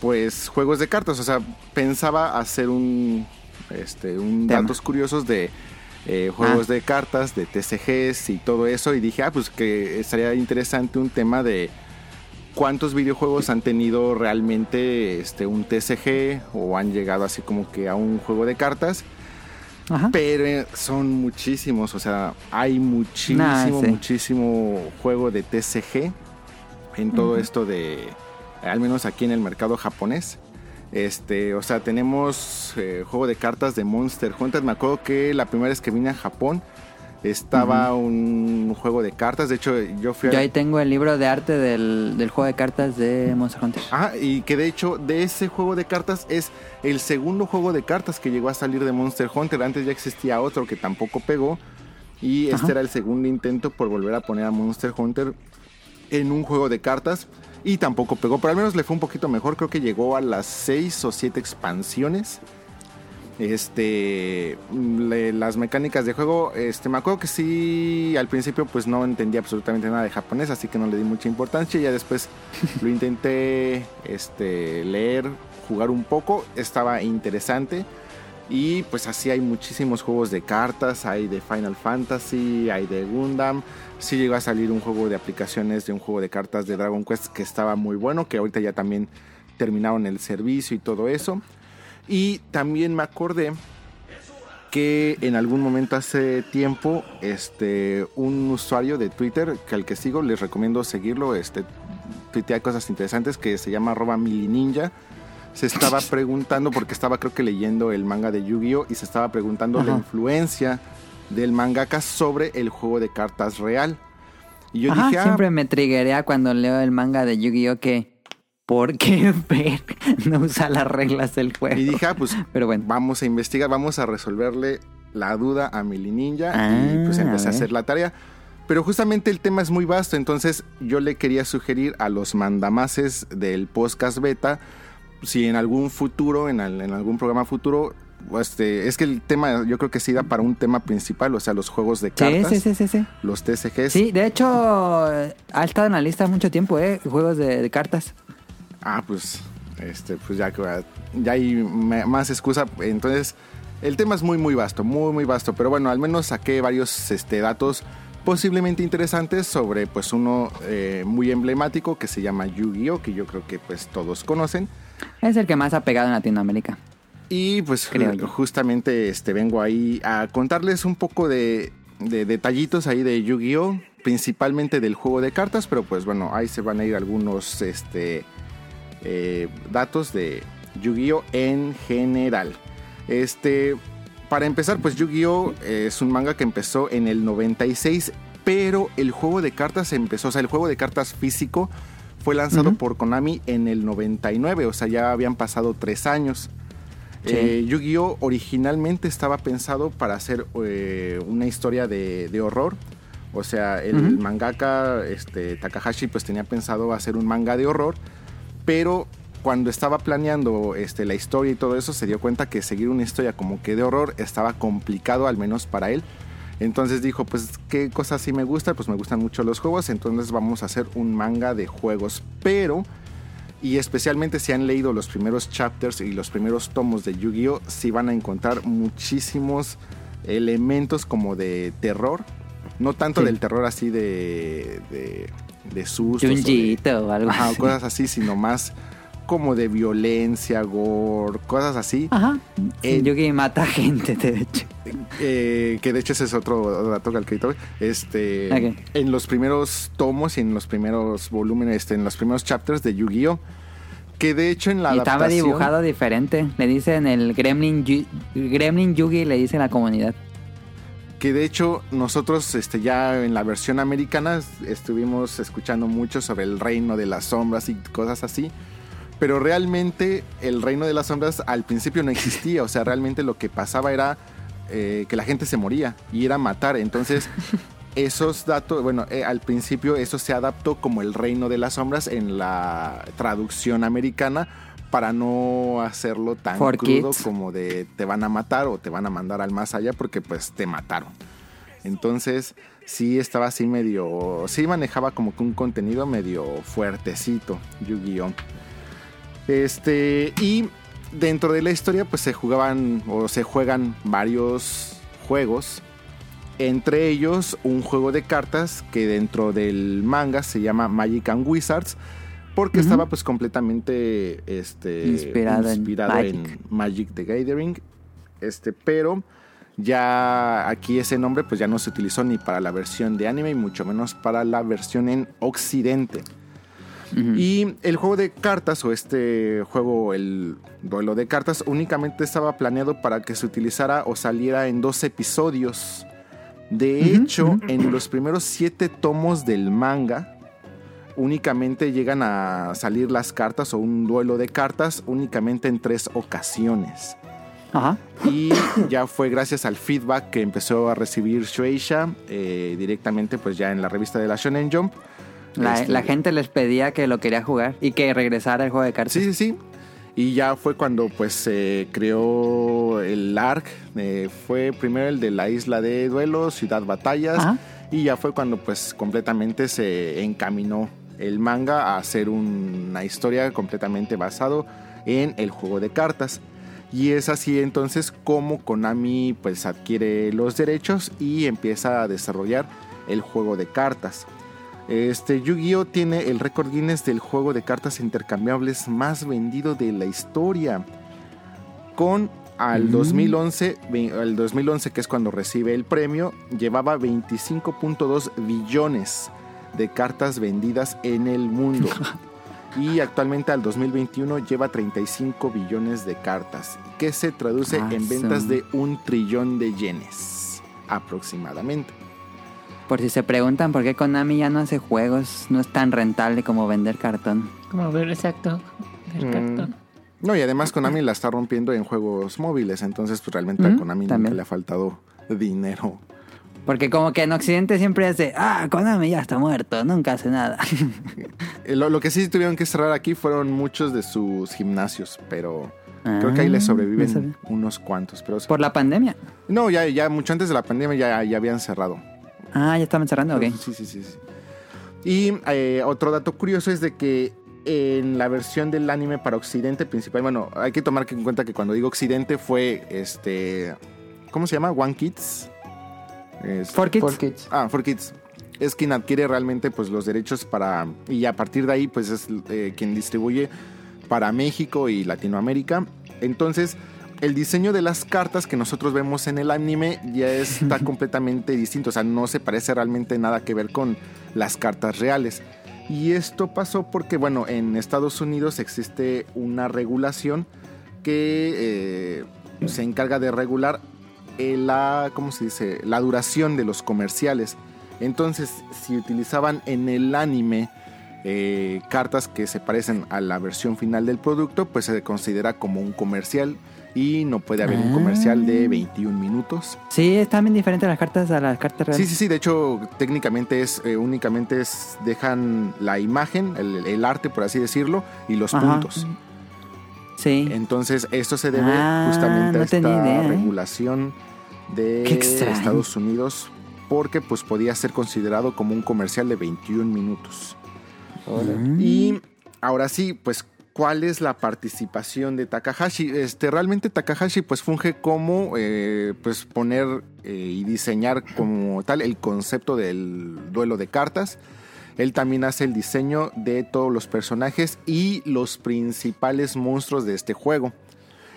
pues juegos de cartas, o sea, pensaba hacer un este un
Tema.
datos curiosos de eh, juegos de cartas, de TCGs y todo eso y dije, ah, pues que estaría interesante un tema de cuántos videojuegos han tenido realmente este un TCG o han llegado así como que a un juego de cartas
Ajá.
pero eh, son muchísimos, o sea, hay muchísimo,
Nah, sí.
muchísimo juego de TCG en todo esto de, al menos aquí en el mercado japonés. Este, o sea, tenemos eh, juego de cartas de Monster Hunter. Me acuerdo que la primera vez que vine a Japón, Estaba un juego de cartas. De hecho, yo fui a-
Yo ahí tengo el libro de arte del, del juego de cartas de Monster Hunter.
Ah, y que de hecho de ese juego de cartas es el segundo juego de cartas que llegó a salir de Monster Hunter. Antes ya existía otro que tampoco pegó. Y este
Ajá.
era el segundo intento por volver a poner a Monster Hunter en un juego de cartas. Y tampoco pegó, pero al menos le fue un poquito mejor. Creo que llegó a las 6 o 7 expansiones. Este, le- las mecánicas de juego, este, me acuerdo que sí, al principio pues no entendía absolutamente nada de japonés, así que no le di mucha importancia. Ya después lo intenté este, leer, jugar un poco, estaba interesante. Y pues así hay muchísimos juegos de cartas, hay de Final Fantasy, hay de Gundam. Sí llegó a salir un juego de aplicaciones de un juego de cartas de Dragon Quest que estaba muy bueno, que ahorita ya también terminaron el servicio y todo eso. Y también me acordé que en algún momento hace tiempo, este, un usuario de Twitter, que al que sigo, les recomiendo seguirlo, este, tuitea cosas interesantes, que se llama arroba milininja, se estaba preguntando, porque estaba creo que leyendo el manga de Yu-Gi-Oh! y se estaba preguntando la
Ajá.
influencia del mangaka sobre el juego de cartas real. Y yo
Ajá,
dije, ah,
siempre me triguea cuando leo el manga de Yu-Gi-Oh! que ¿por qué ver no usa las reglas del juego?
Y dije, ah, pues
Pero bueno.
vamos a investigar, vamos a resolverle la duda a Mili Ninja. y
Ah,
pues empecé a,
a ver.
hacer la tarea. Pero justamente el tema es muy vasto, entonces yo le quería sugerir a los mandamases del podcast beta si en algún futuro, en, al- en algún programa futuro, este, es que el tema yo creo que sí da para un tema principal, o sea, los juegos de
Sí,
cartas,
sí, sí, sí, sí.
los TCGs.
Sí, de hecho, ha estado en la lista mucho tiempo, ¿eh? Juegos de, de cartas.
Ah, pues, este, pues ya que va- ya hay me- más excusa. Entonces, el tema es muy, muy vasto, muy, muy vasto. Pero bueno, al menos saqué varios este, datos posiblemente interesantes sobre, pues, uno eh, muy emblemático que se llama Yu-Gi-Oh, que yo creo que, pues, todos conocen.
Es el que más ha pegado en Latinoamérica.
Y pues ju-
Creo yo.
justamente este, vengo ahí a contarles un poco de, de detallitos ahí de Yu-Gi-Oh! Principalmente del juego de cartas, pero pues bueno, ahí se van a ir algunos este, eh, datos de Yu-Gi-Oh! en general. Este, para empezar, pues Yu-Gi-Oh! es un manga que empezó en el 96, pero el juego de cartas empezó, o sea, el juego de cartas físico fue lanzado por Konami en el 99, o sea, ya habían pasado tres años.
Sí.
Eh, Yu-Gi-Oh! originalmente estaba pensado para hacer eh, una historia de, de horror. O sea, el
Ujú.
mangaka este, Takahashi pues tenía pensado hacer un manga de horror, pero cuando estaba planeando este, la historia y todo eso, se dio cuenta que seguir una historia como que de horror estaba complicado, al menos para él. Entonces dijo, pues, ¿qué cosa sí me gusta? Pues me gustan mucho los juegos, entonces vamos a hacer un manga de juegos. Pero, y especialmente si han leído los primeros chapters y los primeros tomos de Yu-Gi-Oh, sí van a encontrar muchísimos elementos como de terror. No tanto
Sí.
del terror así de, de, de sustos. o de-
Junjito o algo
Ajá, o
así.
cosas así, sino más como de violencia, gore, cosas así.
Ajá.
Eh,
Yugi mata gente, de hecho.
Eh, que de hecho ese es otro dato que al que ahorita voy. Este,
Ok.
En los primeros tomos y en los primeros volúmenes, este, en los primeros chapters de Yu-Gi-Oh! Que de hecho en la
Y estaba
adaptación-
dibujado diferente. Le dicen el Gremlin, Yu- Gremlin Yugi, le dice la comunidad.
que de hecho nosotros este, ya en la versión americana es- estuvimos escuchando mucho sobre el reino de las sombras y cosas así. Pero realmente el reino de las sombras al principio no existía. O sea, realmente lo que pasaba era eh, que la gente se moría y era matar. Entonces, esos datos, bueno, eh, al principio eso se adaptó como el reino de las sombras en la traducción americana para no hacerlo tan
For
crudo
kids.
como de te van a matar o te van a mandar al más allá porque pues te mataron. Entonces, sí estaba así medio. Sí manejaba como que un contenido medio fuertecito, Yu-Gi-Oh! Este. Y dentro de la historia, pues se jugaban o se juegan varios juegos. Entre ellos, un juego de cartas que dentro del manga se llama Magic and Wizards. Porque
Ujú.
estaba pues completamente este,
Inspirado en
inspirado en
Magic.
Magic the Gathering. Este, pero ya aquí ese nombre pues ya no se utilizó ni para la versión de anime y mucho menos para la versión en occidente.
Ujú.
Y el juego de cartas o este juego, el duelo de cartas, únicamente estaba planeado para que se utilizara o saliera en dos episodios. De hecho, en los primeros siete tomos del manga, únicamente llegan a salir las cartas o un duelo de cartas únicamente en tres ocasiones.
Ajá.
Y ya fue gracias al feedback que empezó a recibir Shueisha eh, directamente pues ya en la revista de la Shonen Jump.
La,
Este,
la gente les pedía que lo quería jugar y que regresara el juego de cartas.
Sí, sí, sí. Y ya fue cuando pues se creó el ARC. eh, fue primero el de la isla de duelo, ciudad batallas.
Ajá.
Y ya fue cuando pues completamente se encaminó el manga a hacer una historia completamente basado en el juego de cartas. Y es así entonces como Konami pues adquiere los derechos y empieza a desarrollar el juego de cartas. Este Yu-Gi-Oh tiene el récord Guinness del juego de cartas intercambiables más vendido de la historia. Con al
Mm.
2011, ve- al 2011 que es cuando recibe el premio, llevaba 25.2 billones de cartas vendidas en el mundo. Y actualmente al 2021 lleva 35 billones de cartas, que se traduce
Ah,
en
su-
ventas de un trillón de yenes aproximadamente.
Por si se preguntan por qué Konami ya no hace juegos, no es tan rentable como vender cartón.
Como ver, exacto. Ver
Mm.
cartón.
No, y además Konami la está rompiendo en juegos móviles, entonces pues realmente a
Ujú,
Konami nunca
también.
le ha faltado dinero.
Porque como que en Occidente siempre es de, ah, Konami ya está muerto, nunca hace nada.
Eh, Lo, lo que sí tuvieron que cerrar aquí fueron muchos de sus gimnasios, pero creo que ahí les
no
sobreviven
sabía.
unos cuantos. Pero sí.
Ah, Por la pandemia.
No, ya, ya mucho antes de la pandemia ya, ya habían cerrado.
Ah, ya estaban cerrando, ok.
Sí, sí, sí. sí. Y eh, otro dato curioso es de que en la versión del anime para Occidente principal, bueno, hay que tomar en cuenta que cuando digo Occidente fue este, ¿cómo se llama? One Kids. Es-
For Kids.
Porque
Ah, For Kids. Es quien adquiere realmente pues, los derechos para... Y a partir de ahí, pues es eh, quien distribuye para México y Latinoamérica. Entonces, el diseño de las cartas que nosotros vemos en el anime ya está completamente distinto. O sea, no se parece realmente nada que ver con las cartas reales. Y esto pasó porque, bueno, en Estados Unidos existe una regulación que eh, se encarga de regular eh, la, ¿cómo se dice? la duración de los comerciales. Entonces, si utilizaban en el anime eh, cartas que se parecen a la versión final del producto, pues se considera como un comercial y no puede haber un
Ah.
comercial de 21 minutos.
Sí, están bien diferentes las cartas a las cartas
Sí,
reales.
sí, sí, de hecho técnicamente es, eh, únicamente es, dejan la imagen, el, el arte por así decirlo, y los
Ajá.
puntos.
Sí.
Entonces, esto se debe
Ah,
justamente a
no
esta
tenía idea, ¿eh?
regulación de
Qué extraño.
Estados Unidos, porque pues podía ser considerado como un comercial de 21 minutos. Y ahora sí, pues, ¿cuál es la participación de Takahashi? Este, realmente Takahashi pues funge como eh, pues poner eh, y diseñar como tal el concepto del duelo de cartas. Él también hace el diseño de todos los personajes y los principales monstruos de este juego.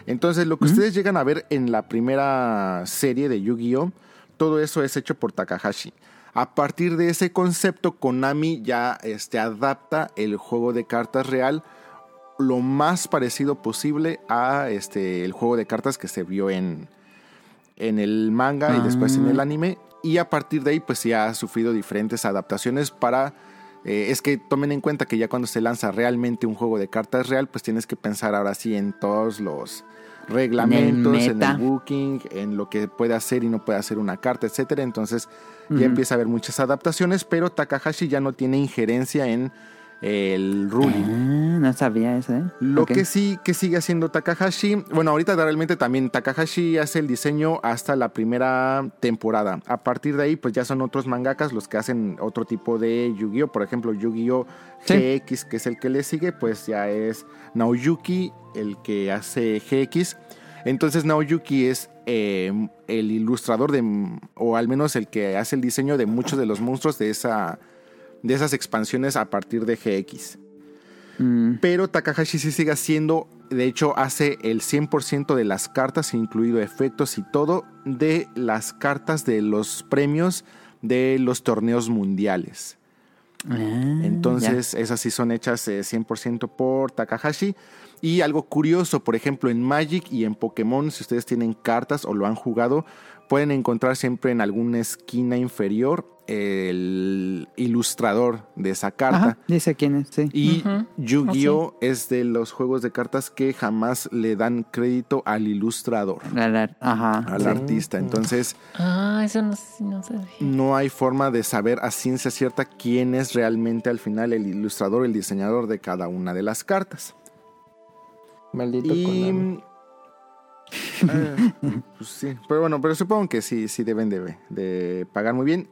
Entonces, lo que ustedes llegan a ver en la primera serie de Yu-Gi-Oh, todo eso es hecho por Takahashi. A partir de ese concepto, Konami ya este, adapta el juego de cartas real lo más parecido posible a este, el juego de cartas que se vio en, en el manga y después en el anime. Y a partir de ahí, pues ya ha sufrido diferentes adaptaciones para... eh, es que tomen en cuenta que ya cuando se lanza realmente un juego de cartas real, pues tienes que pensar ahora sí en todos los reglamentos, en el,
meta.
booking, en lo que puede hacer y no puede hacer una carta, etcétera. Entonces ya empieza a haber muchas adaptaciones, pero Takahashi ya no tiene injerencia en el ruling.
Ah, no sabía eso, ¿eh?
Lo
Ok.
que sí que sigue haciendo Takahashi, bueno, ahorita realmente también Takahashi hace el diseño hasta la primera temporada. A partir de ahí, pues ya son otros mangakas los que hacen otro tipo de Yu-Gi-Oh, por ejemplo, Yu-Gi-Oh
Sí.
GX, que es el que le sigue, pues ya es Naoyuki el que hace GX. Entonces Naoyuki es eh, el ilustrador de, o al menos el que hace el diseño de muchos de los monstruos de esa de esas expansiones a partir de GX.
Mm,
Pero Takahashi sí sigue haciendo, de hecho hace el 100% de las cartas, incluido efectos y todo, de las cartas de los premios de los torneos mundiales.
ah,
Entonces esas sí son hechas eh, 100% por Takahashi. Y algo curioso, por ejemplo, en Magic y en Pokémon, si ustedes tienen cartas o lo han jugado, pueden encontrar siempre en alguna esquina inferior el ilustrador de esa carta.
Ajá, dice quién es, sí.
Y
Ujú.
Yu-Gi-Oh es de los juegos de cartas que jamás le dan crédito al ilustrador,
La- la- ajá.
al artista. Entonces,
Ah, eso no, sé- no sabía.
no hay forma de saber a ciencia cierta quién es realmente al final el ilustrador, el diseñador de cada una de las cartas.
Maldito Konami.
Y mm, eh, pues sí, pero bueno, pero supongo que sí, sí deben de, de pagar muy bien.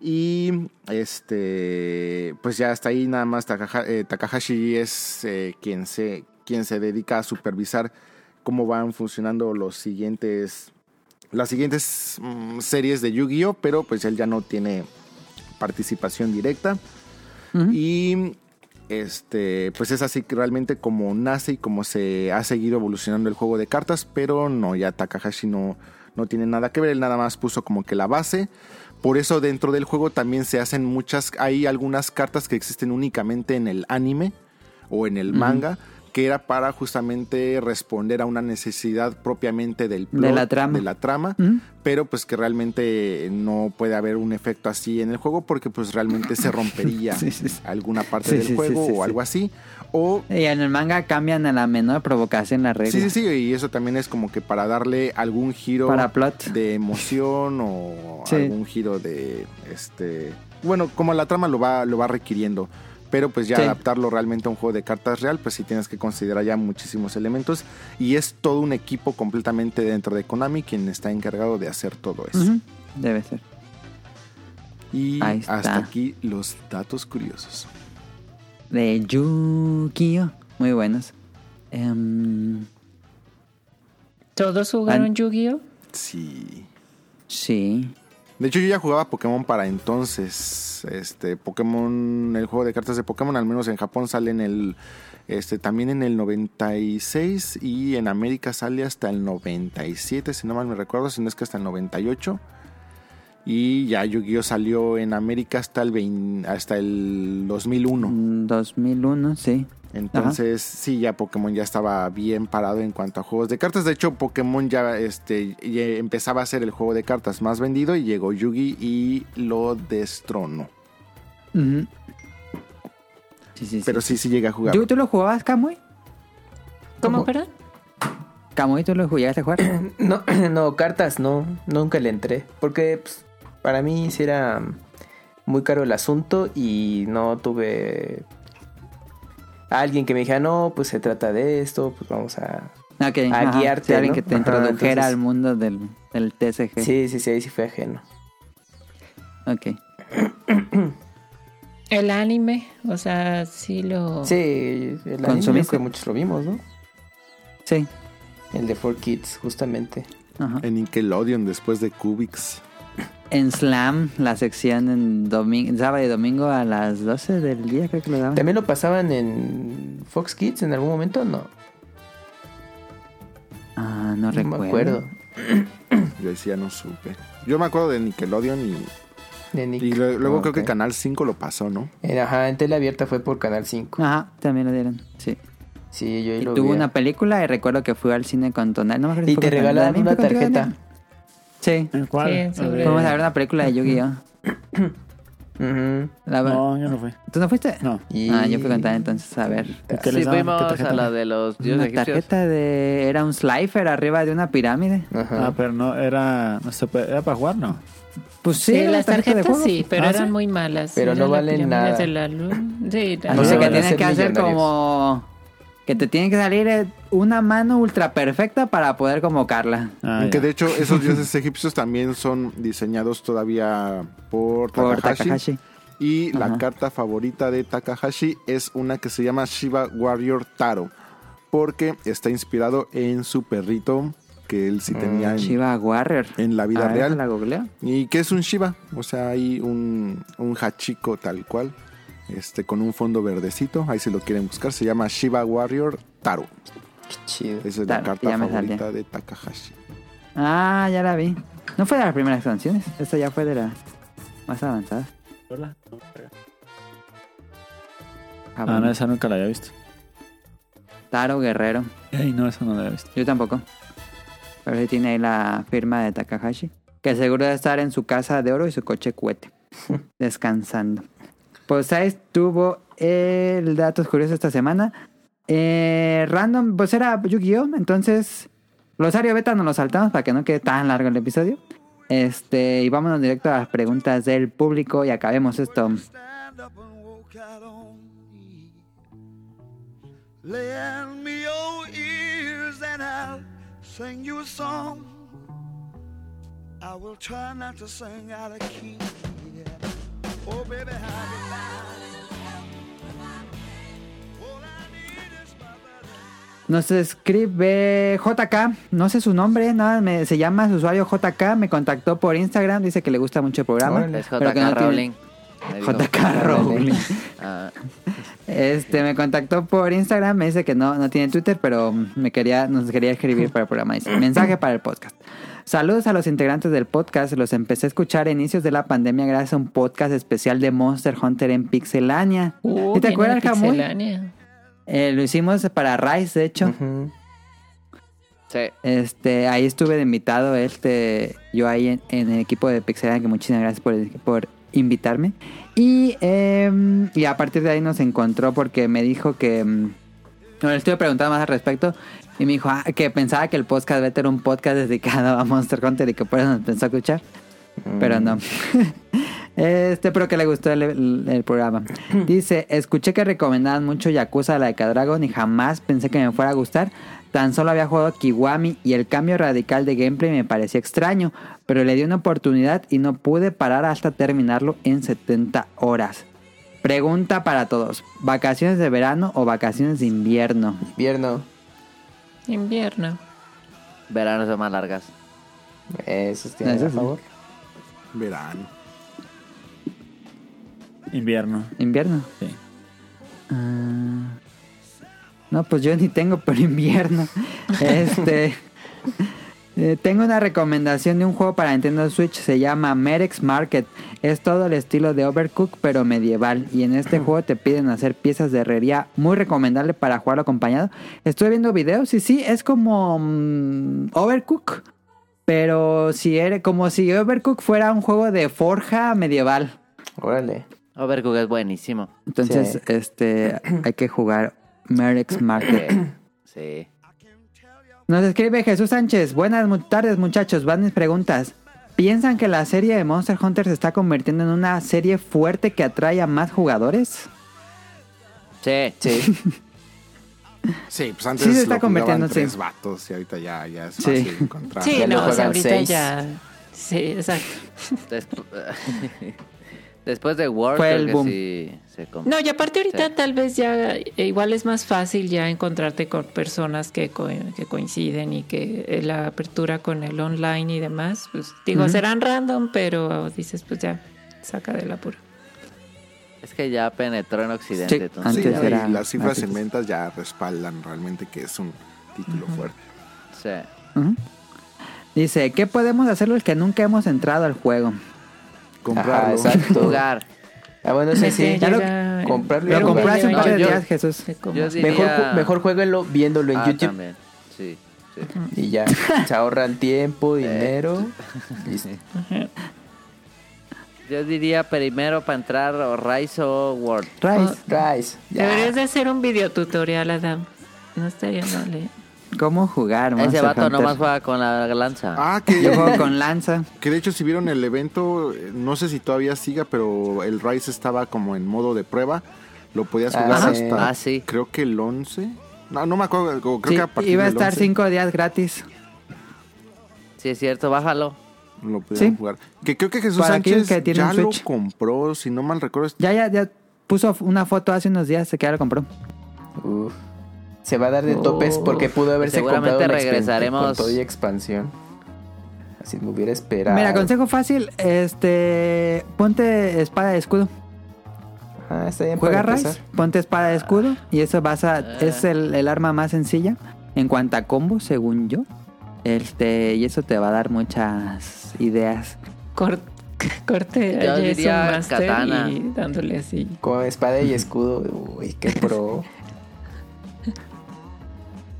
Y este, pues ya hasta ahí nada más Takaha- eh, Takahashi es eh, quien se quien se dedica a supervisar cómo van funcionando los siguientes las siguientes mm, series de Yu-Gi-Oh, pero pues él ya no tiene participación directa.
Ujú.
Y este, pues es así que realmente como nace y como se ha seguido evolucionando el juego de cartas, pero no, ya Takahashi no, no tiene nada que ver, él nada más puso como que la base. Por eso dentro del juego también se hacen muchas, hay algunas cartas que existen únicamente en el anime o en el manga, que era para justamente responder a una necesidad propiamente del
De la
plot,
trama.
de la trama
Ujú.
pero pues que realmente no puede haber un efecto así en el juego porque pues realmente se rompería
Sí, sí, sí.
alguna parte
Sí,
del
sí, sí,
juego
sí,
o
sí.
algo así. O
Y en el manga cambian a la menor provocación la regla.
sí, sí, sí, y eso también es como que para darle algún giro
Para plot.
de emoción o
Sí.
algún giro de este, bueno, como la trama lo va lo va requiriendo. Pero pues ya
Sí.
adaptarlo realmente a un juego de cartas real, pues sí tienes que considerar ya muchísimos elementos. Y es todo un equipo completamente dentro de Konami quien está encargado de hacer todo eso.
Ujú, Debe ser.
Y
Ahí está.
hasta aquí los datos curiosos.
De Yu-Gi-Oh. Muy buenos. Em,
¿Todos jugaron
An-
Yu-Gi-Oh?
Sí.
sí.
De hecho, yo ya jugaba Pokémon para entonces. Este, Pokémon, el juego de cartas de Pokémon, al menos en Japón sale en el. Este, también en el 96 y en América sale hasta el 97, si no mal me recuerdo, si no es que hasta el 98. Y ya Yu-Gi-Oh salió en América hasta el 20 hasta el 2001.
Mm, 2001, sí.
Entonces, sí, ya Pokémon ya estaba bien parado en cuanto a juegos de cartas. De hecho, Pokémon ya, este, ya empezaba a ser el juego de cartas más vendido y llegó Yugi y lo destronó.
Ujú. Sí, sí, sí.
Pero sí, sí llega a jugar.
¿Tú, tú lo jugabas, Kamui?
¿Cómo,
¿Cómo?
perdón?
Kamui, ¿tú lo jugaste a jugar?
No, no, cartas no, nunca le entré. Porque pues, para mí sí era muy caro el asunto y no tuve a alguien que me dijera, no, pues se trata de esto, pues vamos a...
Ah, que-
A
ajá,
guiarte,
sí, alguien
¿no?
que te
Ajá,
introdujera
entonces-
al mundo del, del TCG.
Sí, sí, sí, ahí sí fue ajeno.
Ok.
El anime, o sea, sí lo...
Sí, el anime
Oh. Consumiste.
que muchos lo vimos, ¿no?
Sí.
El de 4 Kids, justamente.
Ajá.
En Nickelodeon, después de Cubix.
En Slam, la sección en domingo, sábado y domingo a las 12 del día, creo que lo daban.
¿También lo pasaban en Fox Kids en algún momento? No,
Ah, no,
no
recuerdo.
me acuerdo.
Yo ahí sí ya no supe. Yo me acuerdo de Nickelodeon y,
De Nick.
y lo- luego
Ok.
creo que Canal 5 lo pasó, ¿no?
Eh, Ajá, en tele abierta fue por Canal 5.
Ajá, también lo dieron. Sí.
Sí, yo ahí
Ah. Y
lo
tuvo
vi.
una película y recuerdo que fui al cine con Tonal. No me acuerdo si
Y
fue
te
con Tonal,
regalaban
fue
una
contigo,
tarjeta. Eh,
Daniel. Sí.
¿En cuál?
Sí, sobre-
Fuimos a ver una película de Yu-Gi-Oh!
Ujú.
La ver-
No, yo no fui.
¿Tú no fuiste?
No.
Y-
Ah, yo fui con Tonal entonces, a ver.
¿Qué
Sí,
les daban? ¿Qué
fuimos
tarjeta?
a la de los dioses
Una
egipcios.
tarjeta de... Era un slifer arriba de una pirámide.
Ajá.
Ah, pero no, era, no sé, ¿era para jugar, no?
Pues sí,
Sí,
era
las
tarjeta de
tarjetas
juego.
sí, pero
Ah,
eran
¿sí?
muy malas.
Pero
Era
no
la
valen
pirámide
nada.
de la luz. Sí,
Así
se
Ah, que
van a
tienes
hacer
que hacer
millonarios.
como... Que te tiene que salir eh, una mano ultra perfecta para poder convocarla.
Ah,
que
ya.
de hecho esos dioses egipcios también son diseñados todavía por
Por
Takahashi.
Takahashi.
Y
Ajá.
la carta favorita de Takahashi es una que se llama Shiva Warrior Taro. Porque está inspirado en su perrito que él sí
Mm,
tenía en,
Shiva Warrior.
en la vida
A ver,
real.
¿La googleo?
Y que es un Shiva. O sea, hay un, un hachiko tal cual. Este, con un fondo verdecito. Ahí si lo quieren buscar. Se llama Shiva Warrior Taro.
Qué chido.
Esa es
Taro,
la
ya
carta
me
favorita
salía.
de Takahashi.
Ah, ya la vi. No fue de las primeras canciones. Esta ya fue de las más avanzadas.
Ah, no, esa nunca la había visto.
Ah, Taro Guerrero.
Ey, no, eso no lo he visto.
Yo tampoco. Pero sí tiene ahí la firma de Takahashi. Que seguro debe estar en su casa de oro y su coche cohete. descansando. Pues ahí estuvo el Datos Curiosos esta semana. Eh, random, pues era Yu-Gi-Oh! Entonces, Rosario Beta nos lo saltamos para que no quede tan largo el episodio. Este, y vámonos directo a las preguntas del público y acabemos esto.
Stand up and walk out on me. Lend me your ears and I'll sing you a song. I will try not to sing out of key. yeah. Oh, baby, how you like? All I need is my baby.
Nos escribe JK, no sé su nombre, nada, me- se llama su usuario JK, me contactó por Instagram, dice que le gusta mucho el programa.
Órale.
Es
pero que no
JK
tiene-
Rowling. Ahí digo,
JK Rowling.
Ah,
Este, me contactó por Instagram, me dice que no, no tiene Twitter, pero me quería, nos quería escribir para el programa. Dice, mensaje para el podcast. Saludos a los integrantes del podcast, los empecé a escuchar a inicios de la pandemia gracias a un podcast especial de Monster Hunter en Pixelania.
Uh,
¿Y te
viene
acuerdas,
la
Camuy?
pixelania.
Eh, lo hicimos para Rice, de hecho.
Ujú.
sí.
Este, ahí estuve de invitado, este, yo ahí en, en el equipo de Pixelania, que muchísimas gracias por, por invitarme. Y, em, y a partir de ahí nos encontró porque me dijo que... em, Bueno, le estuve preguntando más al respecto y me dijo ah, que pensaba que el podcast Beta era un podcast dedicado a Monster Hunter y que por eso nos pensó escuchar, pero no. Este, pero que le gustó el, el- el programa. Dice, escuché que recomendaban mucho Yakuza la de K-Dragon y jamás pensé que me fuera a gustar. Tan solo había jugado Kiwami y el cambio radical de gameplay me parecía extraño, pero le di una oportunidad y no pude parar hasta terminarlo en 70 horas. Pregunta para todos, ¿vacaciones de verano o vacaciones de invierno?
Invierno.
Invierno.
Veranos son más largas.
Eso tiene
Eso
a
sí.
favor.
Verano.
Invierno.
¿Invierno?
Sí.
Ah. no, pues yo ni tengo, pero invierno. Este. eh, tengo una recomendación de un juego para Nintendo Switch, se llama Merex Market. Es todo el estilo de Overcook, pero medieval. Y en este juego te piden hacer piezas de herrería, muy recomendable para jugarlo acompañado. Estuve viendo videos y sí, es como mm, Overcook, pero si eres, como si Overcook fuera un juego de forja medieval.
Órale.
Overcook es buenísimo.
Entonces, este, hay que jugar Merex Market.
Sí.
Nos escribe Jesús Sánchez. Buenas mu- tardes, muchachos. Van mis preguntas. ¿Piensan que la serie de Monster Hunter se está convirtiendo en una serie fuerte que atrae a más jugadores?
Sí.
Sí.
Sí, pues antes
Sí, se
se
está
está
convirtiendo,
convirtiendo
sí.
tres vatos y ahorita ya, ya es
Sí.
fácil encontrar.
Sí,
Ya lo
no, o sea,
juegan
ahorita
seis.
ya. Sí, exacto.
Desp- Después de World,
Fue
creo
el
que
boom.
sí se com-
No, y aparte ahorita
Sí.
tal vez ya eh, igual es más fácil ya encontrarte con personas que, co- que coinciden y que eh, la apertura con el online y demás, pues digo,
Ujú.
serán random, pero dices, pues ya, saca del apuro.
Es que ya penetró en Occidente.
Sí,
entonces
Sí,
antes
ya,
ya-
y
era-
las cifras
antes.
en ventas ya respaldan realmente que es un título fuerte.
sí.
Ujú. Dice, ¿qué podemos hacer los que nunca hemos entrado al juego?
Ajá,
Comprarlo.
exacto.
Jugar.
Ah, bueno, sí, sí.
Este,
ya lo-
llega-
comprarlo y
Lo
Pero
compré hace un
No,
par de
yo-
días, Jesús.
se como-
Yo diría...
Mejor, ju- mejor jueguenlo viéndolo en
Ah,
YouTube.
también. Sí, sí.
Y ya. Se ahorran tiempo, dinero.
Eh.
Listo.
Yo diría primero para entrar o Rise o World.
Rice,
Rice. Ya.
Deberías de hacer un videotutorial, Adam. No estaría mal, ¿eh?
¿cómo jugar?
Oh. Ese
Monster
vato
Hunter?
nomás juega con la lanza.
Ah, que,
Yo juego con lanza.
que de hecho si vieron el evento, eh, no sé si todavía siga, pero el Rise estaba como en modo de prueba. Lo podías
Ah,
jugar
sí.
hasta
Ah, sí.
creo que el 11. No, no me acuerdo, creo
Sí,
que a partir
iba a
del
estar
11
cinco días gratis.
Sí, es cierto, bájalo.
lo pudieron
Sí.
jugar. Que creo que Jesús
Para aquellos
Sánchez
que tienen
ya lo
Switch.
compró, si no mal recuerdo.
Ya, ya, ya puso una foto hace unos días, se que ya lo compró.
Uf. Se va a dar
Oh,
de topes porque pudo haberse
Seguramente
comprado una expen-
regresaremos.
con todo y expansión. Así me hubiera esperado.
Mira, consejo fácil, este, ponte espada de escudo.
Ah, está bien
Juega
para
Rice,
empezar.
ponte espada de escudo y eso vas
Ah.
a, es el, el arma más sencilla en cuanto a combo, según yo. Este, y eso te va a dar muchas ideas.
Cor- corte
Yo
a Jason
diría
Master
katana.
y dándole así.
Con espada y escudo. Uy, qué pro.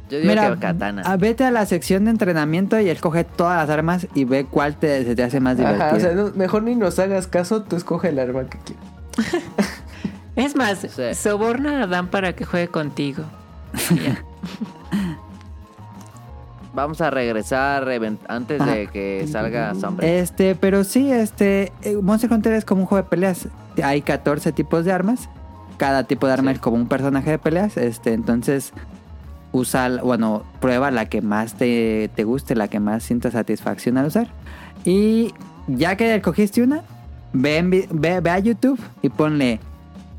Yo digo
Mira,
que katana.
a- vete a la sección de entrenamiento y escoge todas las armas y ve cuál te, se te hace más divertida.
Ajá, o sea, no- mejor ni nos hagas caso, tú escoge el arma que quieras.
Es más,
Sí.
soborna a Adán para que juegue contigo.
Vamos a regresar reven- antes de que salga Sombra.
Este, pero sí, este, eh, Monster Hunter es como un juego de peleas. Hay 14 tipos de armas. Cada tipo de arma es como un personaje de peleas. Este, entonces, usa, bueno, prueba la que más te, te guste, la que más sientas satisfacción al usar. Y ya que cogiste una, ve, en vi- ve, ve a YouTube y ponle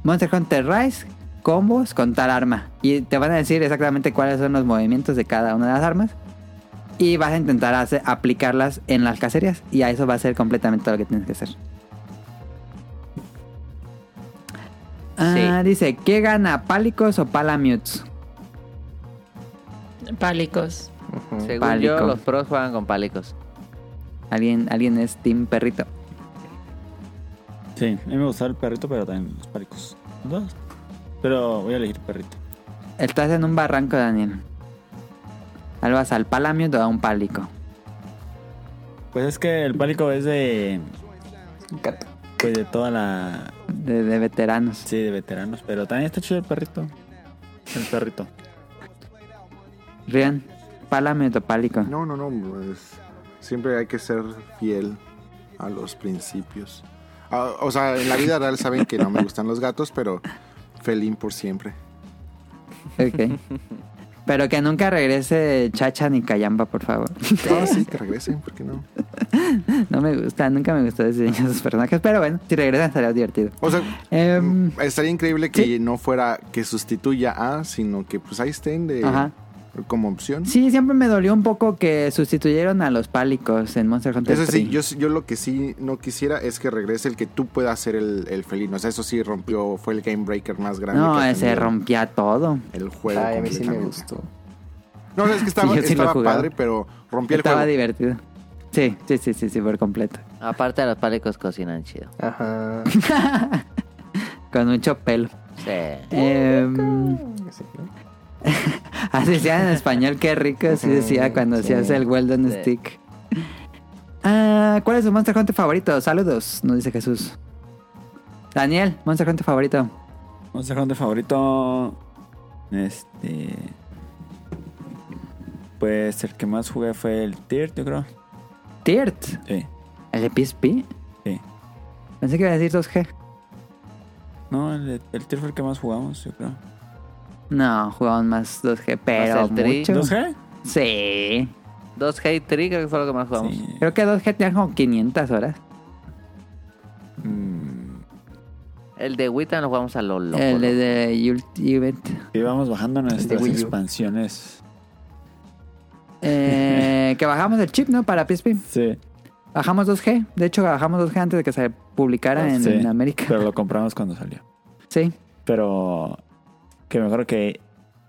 Monster Hunter Rise combos con tal arma. Y te van a decir exactamente cuáles son los movimientos de cada una de las armas. Y vas a intentar hacer- aplicarlas en las cacerías. Y a eso va a ser completamente lo que tienes que hacer. Ah, dice, ¿qué gana? ¿Pálicos o Palamutes?
Pálicos.
Según
Pálico.
yo, los pros juegan con pálicos.
¿Alguien, alguien es Team Perrito.
Sí, a mí me gustaba el perrito, pero también los pálicos. Los dos. Pero voy a elegir perrito.
Estás en un barranco, Daniel. Albas al Palamute o a un pálico.
Pues es que el pálico es de.
Gato.
Pues de toda la.
De, de veteranos.
Sí, de veteranos. Pero también está chido el perrito. El perrito.
Rian, Palamute o pálico.
No, no, no. es- siempre hay que ser fiel a los principios. Ah, o sea, en la vida real saben que no me gustan los gatos, pero felín por siempre.
Ok. Pero que nunca regrese Chacha ni Cayamba, por favor.
No, Ah, sí, que regresen, ¿por qué no?
No me gusta, nunca me gustó ese diseño de esos personajes. Pero bueno, si regresan estaría divertido.
O sea,
Em,
estaría increíble que no fuera que sustituya a, sino que pues ahí estén de,
Ajá.
como opción.
Sí, siempre me dolió un poco que sustituyeron a los pálicos en Monster Hunter.
Eso sí,
3.
yo, yo lo que sí no quisiera es que regrese el que tú puedas ser el, el felino. O sea, eso sí rompió, fue el game breaker más grande.
No,
que ha
ese
tenido
rompía todo.
El juego.
Ay, a mí sí me
completamente.
gustó.
No, no, es que estaba,
Sí, yo sí lo
estaba
jugaba.
padre, pero rompía el
Estaba
juego.
divertido. Sí, sí, sí, sí, sí, por completo.
Aparte, los pálicos cocinan chido.
Ajá.
Con mucho pelo.
Sí.
Em,
Sí, ¿no?
Así Ah, decía en español, qué rico. Así decía cuando se hace el Golden
Sí.
Stick. Ah, ¿Cuál es su Monster Hunter favorito? Saludos, nos dice Jesús. Daniel, Monster Hunter favorito.
Monster Hunter favorito. Este. Pues el que más jugué fue el Tier, yo creo.
Tirt,
Sí,
el de PSP.
sí.
Pensé que iba a decir 2G.
No, el, de- el Tier fue el que más jugamos, yo creo.
No, jugamos más 2G, pero
el tri.
mucho.
¿2G?
Sí.
Dos hate tree, creo que fue lo que más jugamos.
Sí.
Creo que 2G tenían como 500 horas.
Mm,
El de Wittan lo jugamos a lo loco.
el de,
loco.
de Ultimate.
íbamos bajando nuestras
Wii U.
expansiones.
Eh, que bajamos el chip, ¿no? Para PSP.
Sí,
Bajamos 2G. De hecho, bajamos 2G antes de que se publicara en,
Sí.
en América.
pero lo compramos cuando salió.
Sí.
Pero que me acuerdo que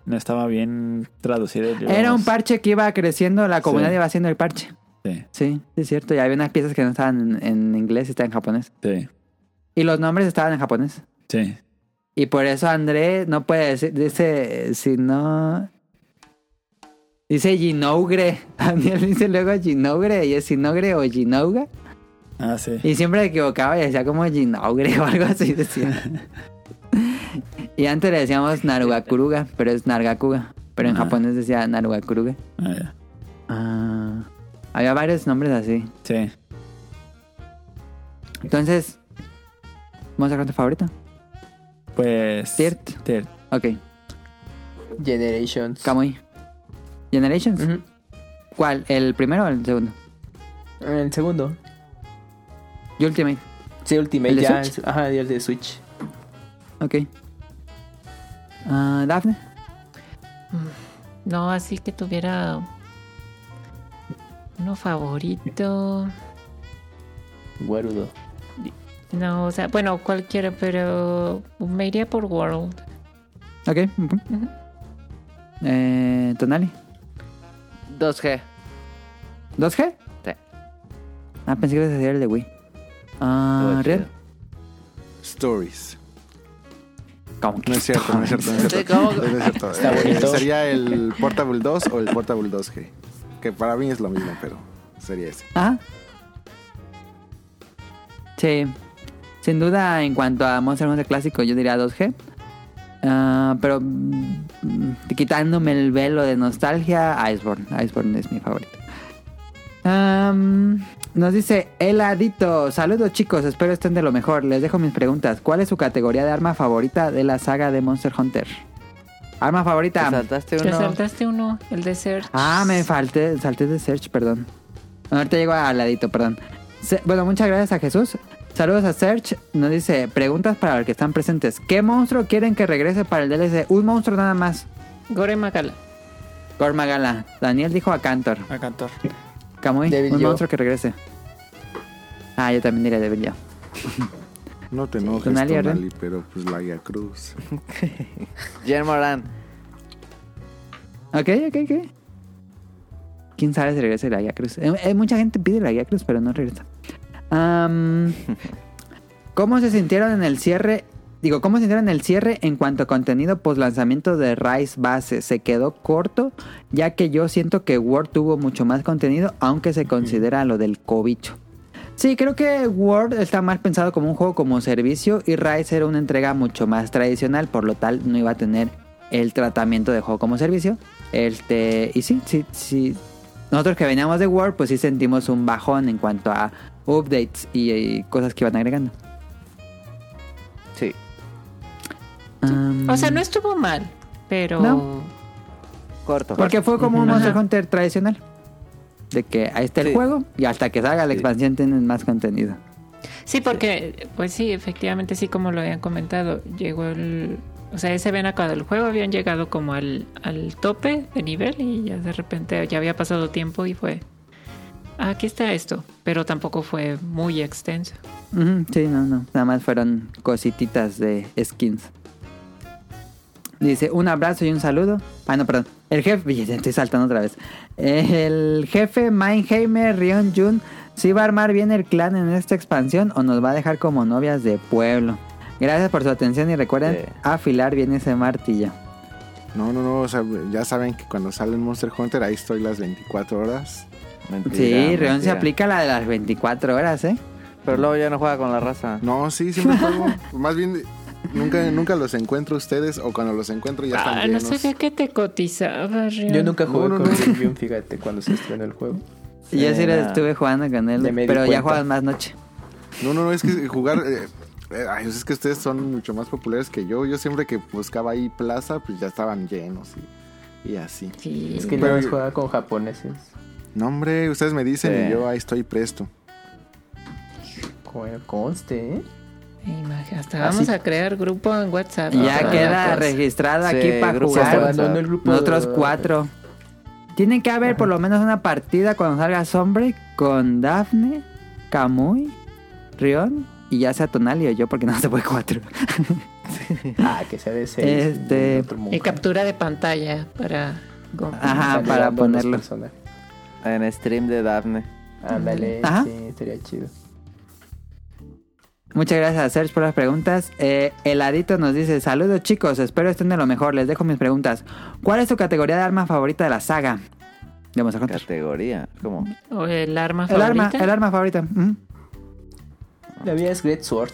no estaba bien traducido.
Era un
par
parche que iba creciendo, la comunidad
Sí.
iba haciendo el parche.
Sí,
Sí, sí, es cierto. Y había unas piezas que no estaban en, en inglés y estaban en japonés.
sí,
Y los nombres estaban en japonés.
sí.
Y por eso André no puede decir, dice, si no... Dice Ginougre. Daniel dice luego Ginougre y es Sinogre o Ginouga.
Ah, sí.
Y siempre me equivocaba y decía como Ginougre o algo así decía. y antes le decíamos Narugakuruga, pero es Nargakuga. Pero en
Ajá.
japonés decía Narugakuruga.
Ah, ya.
Ah, había varios nombres así.
Sí.
Entonces, ¿Monster Hunter favorito?
Pues.
Tirt.
Tirt.
Ok,
Generations.
Kamui. ¿Generations?
Ujú.
¿Cuál? ¿El primero o el segundo?
El segundo.
Y Ultimate.
Sí, Ultimate.
¿El de
ya,
Switch?
Ajá, y el de Switch.
Ok. Ah, Dafne.
No, así que tuviera uno favorito.
Guarudo.
No, o sea, bueno, cualquiera, pero me iría por World.
Ok. ujú. eh, Tonali.
2G.
¿2G?
Sí.
Ah, pensé que ibas a decir el de Wii.
Estuvo
Ah,
chido.
Riel.
Stories. No es cierto, no es cierto. No es
Sí,
cierto.
¿cómo?
No es cierto.
Está
Eh,
bonito.
sería el Portable 2 o el Portable 2G. Que para mí es lo mismo, pero sería ese.
Ajá. ¿Ah? Sí. Sin duda, en cuanto a Monster Hunter Clásico, yo diría 2G. Ah, pero mm, quitándome el velo de nostalgia, Iceborne. Iceborne es mi favorito. Am, nos dice Heladito. Saludos chicos, espero estén de lo mejor. Les dejo mis preguntas. ¿Cuál es su categoría de arma favorita de la saga de Monster Hunter? Arma
Te
favorita.
Pues saltaste
Te
uno.
saltaste uno, el de Search.
Ah, me falté, salté de search, perdón. Ahorita llego al ladito, perdón. Se- bueno, muchas gracias a Jesús. Saludos a Search. Nos dice, preguntas para los que están presentes. ¿Qué monstruo quieren que regrese para el DLC? Un monstruo nada más.
Gore Macala.
Gormagala. Daniel dijo a Cantor.
A Cantor.
Camuy,
Devil
un
Joe.
monstruo que regrese. Ah, yo también diré Devil Joe.
No te enojes,
Tonali, ¿verdad?
Tonali, pero pues Laia Cruz.
Jen Moran.
Ok, ok, ok. ¿Quién sabe si regresa la Guía Cruz? Eh, eh, mucha gente pide la Guía Cruz, pero no regresa. Am, ¿Cómo se sintieron en el cierre? Digo, ¿cómo se sintieron en el cierre en cuanto a contenido post lanzamiento de Rise Base? ¿Se quedó corto? Ya que yo siento que Word tuvo mucho más contenido, aunque se considera lo del cobicho. Sí, creo que Word está más pensado como un juego como servicio y Rise era una entrega mucho más tradicional, por lo tal no iba a tener el tratamiento de juego como servicio. Este, y sí, sí, sí. Nosotros que veníamos de Word, pues sí sentimos un bajón en cuanto a updates y, y cosas que iban agregando.
Sí.
Um,
O sea, no estuvo mal, pero...
No.
Corto.
Porque fue como un
Ujú.
Monster
Ajá.
Hunter tradicional. De que ahí está el
Sí.
juego y hasta que salga la expansión tienen más contenido.
Sí, porque, pues sí, efectivamente, sí, como lo habían comentado, llegó el... O sea, ese habían acabado el juego, habían llegado como al, al tope de nivel y ya de repente ya había pasado tiempo y fue... "Ah, Aquí está esto, pero tampoco fue muy extenso.
Ujú, sí, no, no. Nada más fueron cosititas de skins. Dice, un abrazo y un saludo. Ah, no, perdón. El jefe, ya estoy saltando otra vez. El jefe Mindheimer Rion Jun, ¿sí va a armar bien el clan en esta expansión o nos va a dejar como novias de pueblo? Gracias por su atención y recuerden
Sí.
afilar bien ese martillo.
No, no, no. O sea, ya saben que cuando sale el Monster Hunter, ahí estoy las 24 horas.
Mentira,
Sí, Rion se
mentira.
aplica la de las 24 horas, ¿eh?
Pero luego ya no juega con la raza.
No, sí, siempre juego. Más bien, nunca, nunca los encuentro ustedes o cuando los encuentro ya están
Ah, no
llenos.
sabía que te cotizaba, Rion.
Yo nunca jugué
No, no,
con
no.
Rivium, fíjate, cuando se estrenó el juego.
Y yo sí lo
Era-
estuve jugando con él,
Ya me di
pero ya
cuenta.
juegan más noche.
No, no, no, es que jugar... eh, eh, ay, pues es que ustedes son mucho más populares que yo. Yo siempre que buscaba ahí plaza, pues ya estaban llenos y, y así.
Sí.
Es que
Pero-
nada más jugaba con japoneses.
No, hombre, ustedes me dicen
Sí.
y yo ahí estoy presto.
Co- Conste, ¿eh?
Imagi- Hasta vamos
Así-
a crear grupo en WhatsApp.
Ah,
Ah, pues,
Ya
Otra
queda
cosa.
registrado
Sí,
aquí para
grupo
Se está
jugar.
cerrado.
abandonando el grupo.
Nosotros cuatro. Tiene que haber por lo menos una partida cuando salga Sombre con Dafne, Kamui, Rion y ya sea Tonali o yo porque no se puede cuatro.
Ah, que sea de seis.
Este,
y otro monje.
Y captura de pantalla para...
Ajá,
Saludando
para
a los
ponerlo.
personajes.
En stream de Daphne.
Ándale,
Ajá.
sí, estaría chido.
Muchas gracias a Serge por las preguntas. Eh, Heladito nos dice, saludos chicos, espero estén de lo mejor, les dejo mis preguntas. ¿Cuál es tu categoría de arma favorita de la saga? De Monster Hunter.
Categoría. ¿Cómo?
O el arma
El arma,
favorita.
el arma favorita. ujú.
La mía es Great Sword.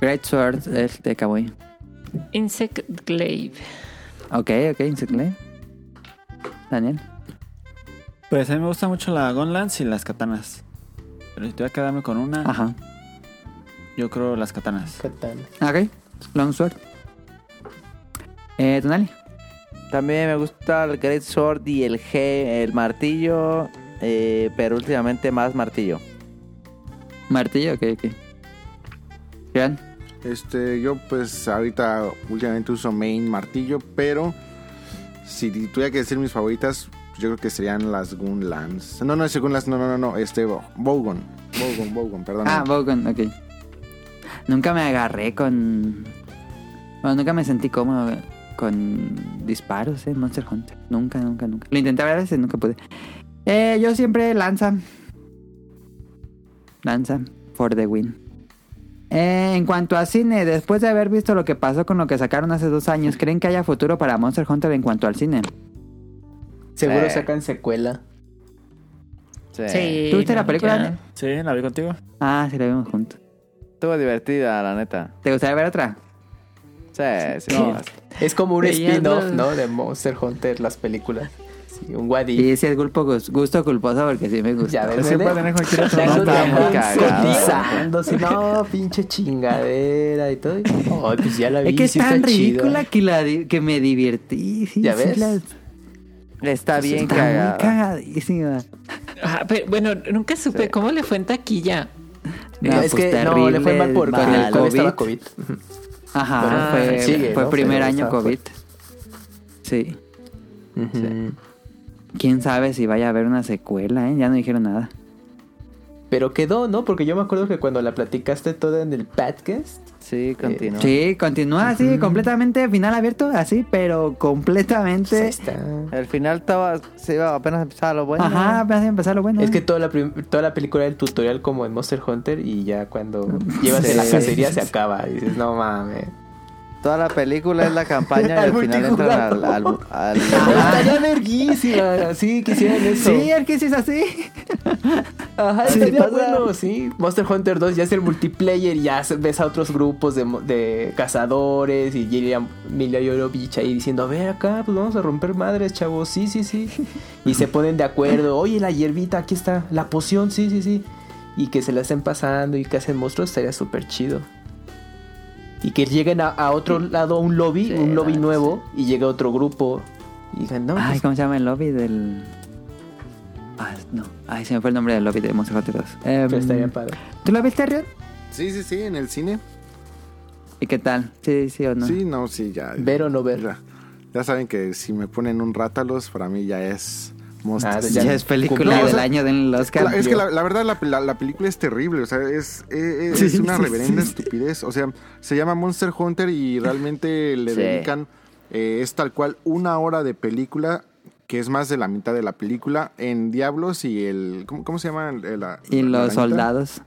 Great Sword, este Kamui.
Insect Glaive.
Ok, ok, Insect Glaive. Daniel.
Pues a mí me gusta mucho la Gunlance y las katanas. Pero si tuviera que quedarme con una,
Ajá.
yo creo las katanas.
Katana.
Ok, Longsword. Eh, Tonali.
También me gusta el Great Sword y el G, el martillo. eh, pero últimamente más martillo.
Martillo, ok, ok. Rian.
Este, yo pues ahorita últimamente uso main martillo, pero si tuviera que decir mis favoritas, yo creo que serían las Gunlans. No, no, es Gunlans, no, no, no, no, este, Bo- Bogon. Bogon, Bogon, perdón.
Ah, Bogon, ok. Nunca me agarré con. Bueno, nunca me sentí cómodo con disparos, eh, Monster Hunter. Nunca, nunca, nunca. Lo intenté varias veces, nunca pude. Eh, yo siempre lanza. Lanza, for the win. Eh, en cuanto a cine, después de haber visto lo que pasó con lo que sacaron hace dos años, ¿creen que haya futuro para Monster Hunter en cuanto al cine?
Seguro
Eh.
sacan secuela.
Sí.
Sí,
¿Tuviste la
no,
película,
ya.
Ale?
Sí, la vi contigo.
Ah, sí, la vimos juntos.
Estuvo divertida, la neta.
¿Te gustaría ver otra?
Sí, sí.
No.
sí.
Es como un
Veías
spin-off,
los-
¿no? De Monster Hunter, las películas. Sí, pues, un Wadi.
Y sí, es culpo, gusto culposo porque sí me gusta.
Ya ves,
Siempre
¿verdad?
tenés cualquier
Ya
otra
No,
lo
nota.
está muy
dejan
cagado.
cotizándose, no, pinche chingadera y todo. Ay, pues ya la vi,
es que es
sí
tan
está chido.
ridícula que, la di- que me divertí. Sí,
¿Ya
sí,
ves?
la-
Está bien
está
cagada.
muy cagadísima.
Ah, pero, bueno, nunca supe cómo le fue en taquilla.
No,
Ah,
es
pues
que no, le fue
terrible,
mal por
mal.
con el COVID.
COVID.
Estaba COVID.
Ajá,
Bueno,
fue,
sigue,
fue
¿no?
primer
Pero
año
está
COVID. Sí.
Ujú.
Quién sabe si vaya a haber una secuela, ¿eh? Ya no dijeron nada.
Pero quedó, ¿no? Porque yo me acuerdo que cuando la platicaste toda en el podcast,
Sí, continúa.
Sí, continúa así, completamente final abierto, así, pero
pues ahí
completamente.
está.
El final estaba, se iba apenas empezaba lo bueno.
Ajá, apenas empezar lo bueno.
Es que toda la, prim- toda la película del tutorial como en Monster Hunter y ya cuando llevas en la cacería se acaba. Y dices, no mames.
Toda la película es la campaña y al final entran al, al, al-
Estaría verguísima. Sí, quisieran eso.
Sí, el que sí es así.
Ajá,
Sí,
estaría
pasa.
bueno, sí. Monster Hunter 2 ya es el multiplayer, ya se- ves a otros grupos de, mo- de cazadores y Julia Mila Jovovich ahí diciendo, a ver acá, pues vamos a romper madres, chavos, sí, sí, sí. Y se ponen de acuerdo, oye, la hierbita, aquí está, la poción, sí, sí, sí. Y que se la estén pasando y que hacen monstruos, estaría súper chido. Y que lleguen a, a otro lado, a un lobby,
Sí,
un
la
lobby
neta,
nuevo, y llega otro grupo. Y digan,
Ah,
no,
Ay,
pues,
¿cómo se llama el lobby del. Ah, no. Ay, se me fue el nombre del lobby de Monster Hunter 2. Em,
pero estaría padre.
¿Tú lo viste, Rion?
Sí, sí, sí, en el cine.
¿Y qué tal? ¿Sí, sí o no?
Sí, no, sí, ya.
Ver o no ver.
Ya, ya saben que si me ponen un rátalos, para mí ya es monstruo.
Ah,
Ya es película
No, o
del
sea,
año del Oscar.
La- es que la, la verdad la, la- la película es terrible, o sea, es, es-
Sí,
es una
sí,
reverenda
sí.
estupidez. O sea, se llama Monster Hunter y realmente le
Sí.
dedican, eh, es tal cual, una hora de película, que es más de la mitad de la película, en Diablos y el... ¿Cómo, cómo se llama? el- el- la-
Y
la
los
arañita? Ah,
soldados.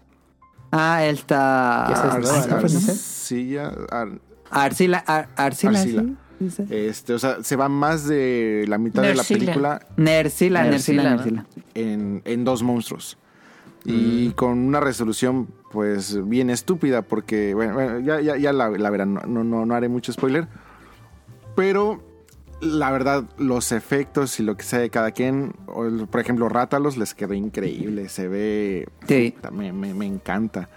Ah, él está.
Ya sabes,
Ars-
¿no?
¿cómo se llama?
Arcilla, Ar-
Arcila. Ar- Arcila.
Arcila.
¿sí? ¿Sí se-
este, o sea, se va más de la mitad de la
Nercila.
película
Nercila, Nercila,
Nercila, ¿no?
Nercila.
en, en dos monstruos. Y con una resolución, pues, bien estúpida, porque, bueno, bueno, ya, ya, ya la, la verán, no, no, no haré mucho spoiler. Pero, la verdad, los efectos y lo que sea de cada quien, o el- por ejemplo, Rátalos les quedó increíble, se ve...
Sí.
puta, Me, me- me encanta.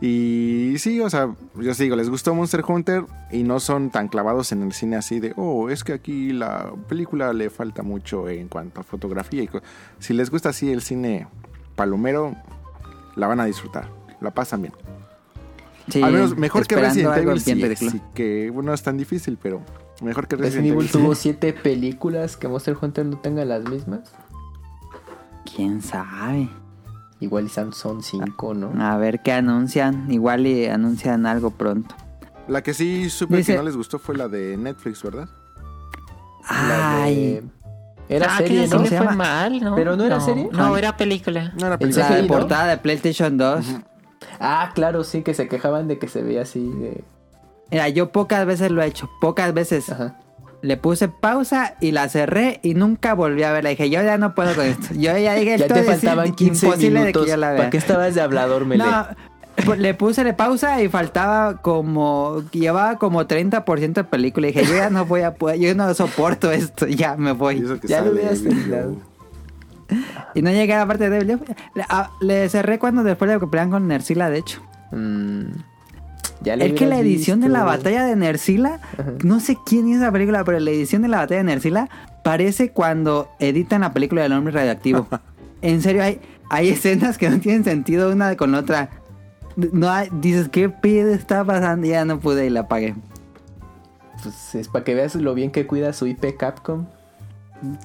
Y sí, o sea, yo os digo, les gustó Monster Hunter y no son tan clavados en el cine así de, oh, es que aquí la película le falta mucho en cuanto a fotografía. y co-". Si les gusta así el cine palomero, la van a disfrutar, la pasan bien.
Sí,
Al menos mejor que
esperando
Resident
algo
Evil,
bien
sí,
ridículo.
sí que bueno, no es tan difícil, pero mejor que Resident
Resident Evil
Evil.
tuvo siete películas que Monster Hunter no tenga las mismas.
¿Quién sabe?
Igual y Samsung 5, ¿no?
A ver qué anuncian. Igual y anuncian algo pronto.
La que sí supe
Dice-
que no les gustó fue la de Netflix, ¿verdad?
La
Ay.
de- Era
ah,
serie,
que
¿no?
¿cómo
le
se
fue
llama?
mal, ¿no?
¿Pero no era serie?
No, era película.
No era
El
película.
La
CGI, ¿no?
portada de PlayStation 2.
Ah, claro, sí, que se quejaban de que se veía así de...
Mira, yo pocas veces lo he hecho. Pocas veces.
Ajá.
Le puse pausa y la cerré y nunca volví a verla. Dije, yo ya no puedo con esto. Yo ya dije,
Ya
esto
te
es
faltaban 15
imposible de
minutos.
que yo la
¿Para
vea.
qué estabas de hablador, Mele?
No, pu- le puse le pausa y faltaba como. Llevaba como 30% de película. Y dije, yo ya no voy a poder, yo no soporto esto, ya me
Y
voy.
eso que
Ya lo
sale
hubieras
Evil
terminado.
Joe.
Y no llegué a la parte de Devil. Le, a- le cerré cuando después de que pelean con Nercila, de hecho.
Mm, ya lo
Es que la
hubieras
edición de la
visto.
batalla de Nercila, no sé quién hizo la película, pero la edición de la batalla de Nercila parece cuando editan la película del hombre radioactivo. en serio, hay, hay escenas que no tienen sentido una con la otra. No hay- dices, ¿qué pedo está pasando? Ya no pude y la apagué.
Pues es para que veas lo bien que cuida su IP Capcom.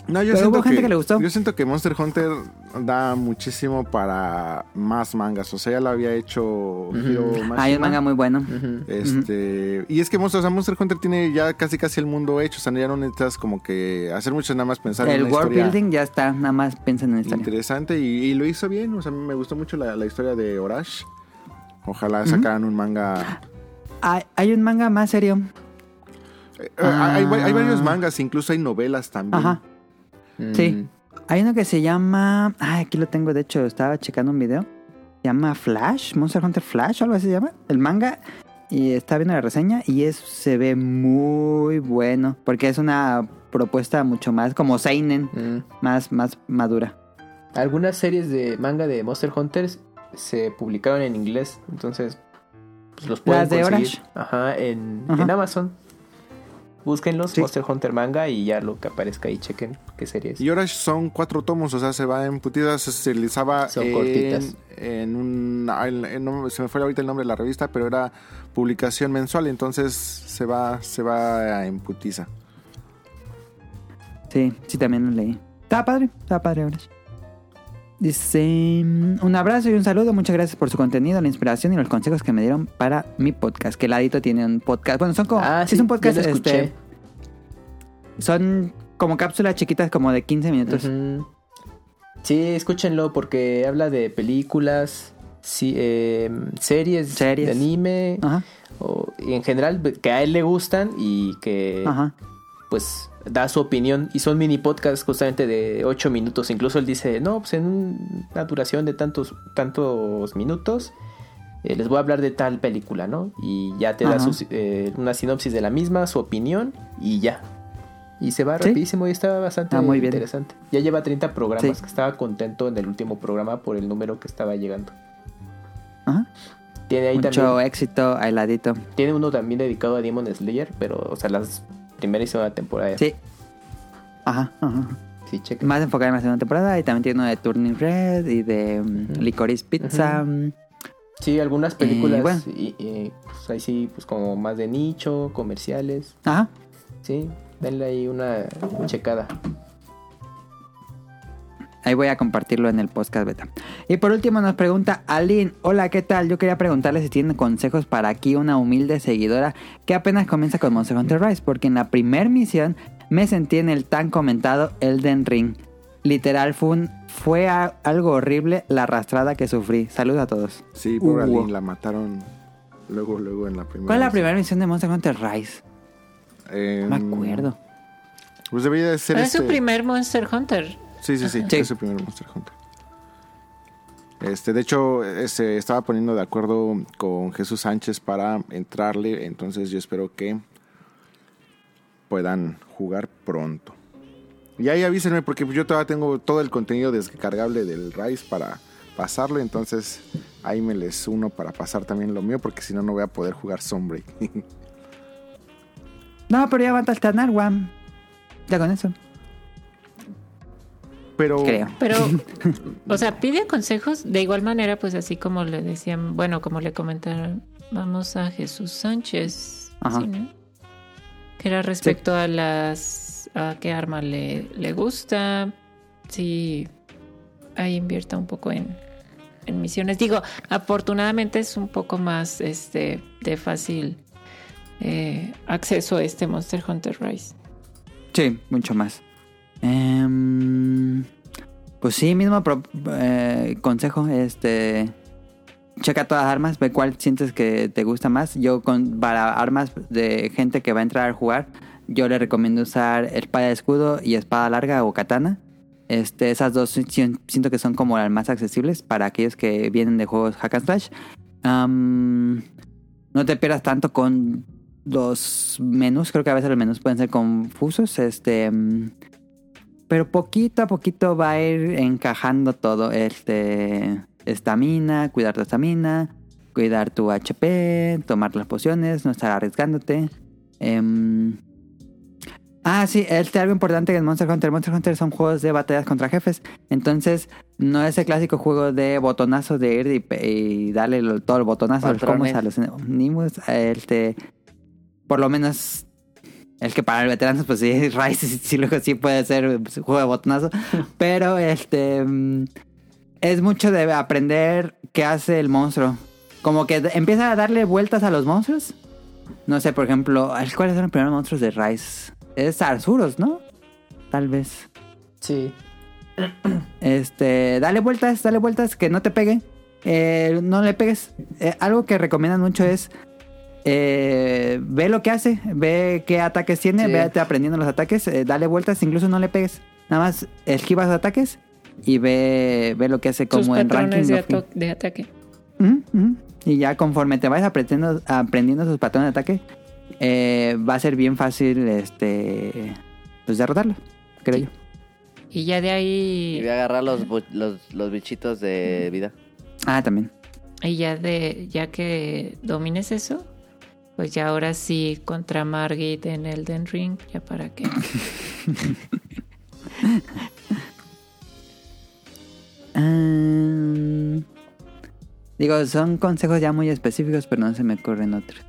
No, yo
Pero
siento
hubo gente que le gustó.
Yo siento que Monster Hunter da muchísimo para más mangas. O sea, ya lo había hecho Hiro
Hay un
Mashima.
manga muy bueno.
Este, Y es que Monster, o sea, Monster Hunter tiene ya casi casi el mundo hecho. O sea, ya no necesitas como que hacer mucho, nada más pensar en
El
una
world
historia
building ya está, nada más piensen en la historia.
interesante. Y, y lo hizo bien. O sea, me gustó mucho la, la historia de Orash. Ojalá sacaran un manga.
Hay, hay un manga más serio.
Eh, hay, hay- hay varios mangas, incluso hay novelas también.
Ah. Ajá.
Mm,
Sí. Hay uno que se llama. Ah, aquí lo tengo, de hecho, estaba checando un video. Se llama Flash, Monster Hunter Flash, o algo así se llama. El manga. Y está viendo la reseña y es, se ve muy bueno. Porque es una propuesta mucho más como Seinen,
Mm.
más, más madura.
Algunas series de manga de Monster Hunters se publicaron en inglés, entonces pues, los pueden
Las de
conseguir.
Orange.
Ajá, en,
Ajá.
en Amazon. Búsquenlos,
Sí.
Monster Hunter manga, y ya lo que aparezca ahí chequen qué serie es.
Y ahora son cuatro tomos, o sea, se va en putidas, se realizaba
Son
en,
cortitas.
en un... en- en- no, se me fue ahorita el nombre de la revista, pero era publicación mensual, entonces se va, se va en putiza.
Sí, sí, también lo leí. Está padre, está padre ahora. Dice, mm, un abrazo y un saludo, muchas gracias por su contenido, la inspiración y los consejos que me dieron para mi podcast, que el Adito tiene un podcast, bueno, son como, sí, es un podcast,
Ah, ya lo
este,
escuché.
son como cápsulas chiquitas como de 15 minutos.
Ujú. Sí, escúchenlo porque habla de películas, sí, eh, series,
Series. Ah.
de anime,
Ajá,
o- y en general que a él le gustan y que
ajá.
pues da su opinión y son mini podcasts justamente de 8 minutos. Incluso él dice, no, pues en un- una duración de tantos, tantos minutos eh, les voy a hablar de tal película, ¿no? Y ya te da
Ajá.
sus, eh, una sinopsis de la misma, su opinión y ya. Y se va
Sí.
rapidísimo y está bastante
Ah, muy bien.
interesante. Ya lleva 30 programas,
Sí.
que estaba contento en el último programa por el número que estaba llegando.
ajá.
Tiene ahí
Mucho eh.
también,
éxito a Heladito.
tiene uno también dedicado a Demon Slayer, pero o sea, las primera y segunda temporada.
Sí. Ajá, ajá.
sí chequen.
Más enfocada en la segunda temporada y también tiene uno de Turning Red y de mm, Licorice Pizza.
Sí, algunas películas.
Eh, bueno.
y, eh, pues ahí sí, pues como más de nicho, comerciales.
Ajá.
Sí, denle ahí una checada.
Ahí voy a compartirlo en el podcast beta. Y por último nos pregunta Aline, hola, ¿qué tal? Yo quería preguntarle si tienen consejos para aquí una humilde seguidora que apenas comienza con Monster Hunter Rise, porque en la primer misión me sentí en el tan comentado Elden Ring. Literal fue, un- fue a- algo horrible la arrastrada que sufrí. Saludos a todos.
Sí, por
Hugo.
la mataron luego, luego en la primera.
¿Cuál es la
vez.
primera misión de Monster Hunter Rise?
Eh,
No me acuerdo.
Pues debería de ser
Ah, Es
este...
su primer Monster Hunter.
Sí, sí, sí,
Sí.
es su primer Monster Hunter. Este, de hecho, eh, se estaba poniendo de acuerdo con Jesús Sánchez para entrarle, entonces yo espero que puedan jugar pronto. Y ahí avísenme porque yo todavía tengo todo el contenido descargable del Rise para pasarle, entonces ahí me les uno para pasar también lo mío porque si no no voy a poder jugar Sunbreak.
No, pero ya va a taltanar, Juan. Ya con eso.
Pero
Creo.
Pero, o sea, pide consejos de igual manera, pues así como le decían, bueno, como le comentaron, vamos a Jesús Sánchez,
Ajá.
¿sí, no? que era respecto a las, a qué arma le, le gusta, si ahí invierta un poco en, en misiones. Digo, afortunadamente es un poco más este de fácil eh, acceso a este Monster Hunter Rise.
Sí, mucho más. Em, pues sí, mismo pro- eh, consejo, este... Checa todas las armas, ve cuál sientes que te gusta más. Yo con, para armas de gente que va a entrar a jugar, yo le recomiendo usar espada de escudo y espada larga o katana. Este, esas dos si- si- siento que son como las más accesibles para aquellos que vienen de juegos hack and slash. Am, no te pierdas tanto con los menús. Creo que a veces los menús pueden ser confusos. Este. mm, Pero poquito a poquito va a ir encajando todo. Este. Estamina, cuidar tu estamina, cuidar tu HP, tomar las pociones, no estar arriesgándote. Em, ah, sí, este algo importante en Monster Hunter. Monster Hunter son juegos de batallas contra jefes. Entonces, no es el clásico juego de botonazo de ir y, pe- y darle lo- todo el botonazo
Patrones.
a los combos, a los enemigos. Este, por lo menos el que para el veterano, pues sí, Rice sí, sí, luego sí puede ser pues, juego de botonazo. pero este mm, es mucho de aprender qué hace el monstruo. Como que d- empieza a darle vueltas a los monstruos. No sé, por ejemplo, ay, ¿cuáles son los primeros monstruos de Rice? Es Arsuros, ¿no? Tal vez.
Sí.
Este, dale vueltas, dale vueltas, que no te pegue. eh, no le pegues. Eh, algo que recomiendan mucho es eh, ve lo que hace, ve qué ataques tiene,
Sí.
véate aprendiendo los ataques, eh, dale vueltas, incluso no le pegues. Nada más esquiva sus ataques y ve, ve lo que hace
Tus
como en ranking.
patrones de,
of
ato- de ataque.
Ujú, ujú. Mm, Y ya conforme te vayas aprendiendo, aprendiendo sus patrones de ataque, eh, va a ser bien fácil este pues derrotarlo, creo yo.
Y ya de
Y
ahí.
voy a agarrar los, bu- los, los bichitos de vida.
Ah, también.
Y ya de. Ya que domines eso. Pues ya ahora sí contra Margit en Elden Ring. Ya para qué.
Ah, digo, son consejos ya muy específicos, pero no se me ocurren otros.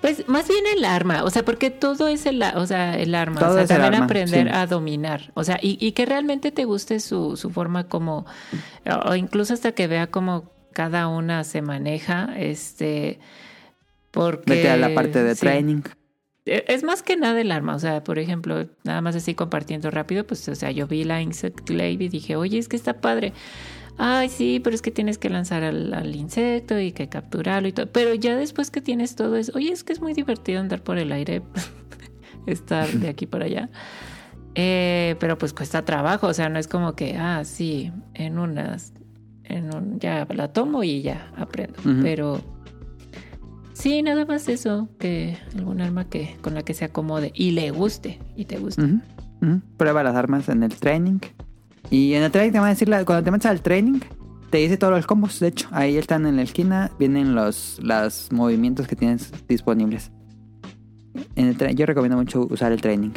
Pues más bien el arma, o sea, porque todo es el, a- o sea, el arma,
Todo
o sea,
es el
también
arma,
aprender
sí.
a dominar, o sea, y, y que realmente te guste su, su forma como, o incluso hasta que vea como cada una se maneja, este, porque...
Vete a la parte de
sí.
training.
Eh, Es más que nada el arma, o sea, por ejemplo, nada más así compartiendo rápido, pues, o sea, yo vi la Insect Glaive y dije, oye, es que está padre. Ay, sí, pero es que tienes que lanzar al, al insecto y que capturarlo y todo. Pero ya después que tienes todo eso, oye, es que es muy divertido andar por el aire, estar de aquí para allá. Eh, pero pues cuesta trabajo, o sea, no es como que, ah, sí, en unas, en un, ya la tomo y ya aprendo.
Ujú.
Pero sí, nada más eso, que algún arma que con la que se acomode y le guste y te guste.
Ujú, ujú. Prueba las armas en el training. Y en el training te van a decir, la- cuando te metes al training, te dice todos los combos. De hecho, ahí están en la esquina, vienen los, los movimientos que tienes disponibles. En el tra- yo recomiendo mucho usar el training.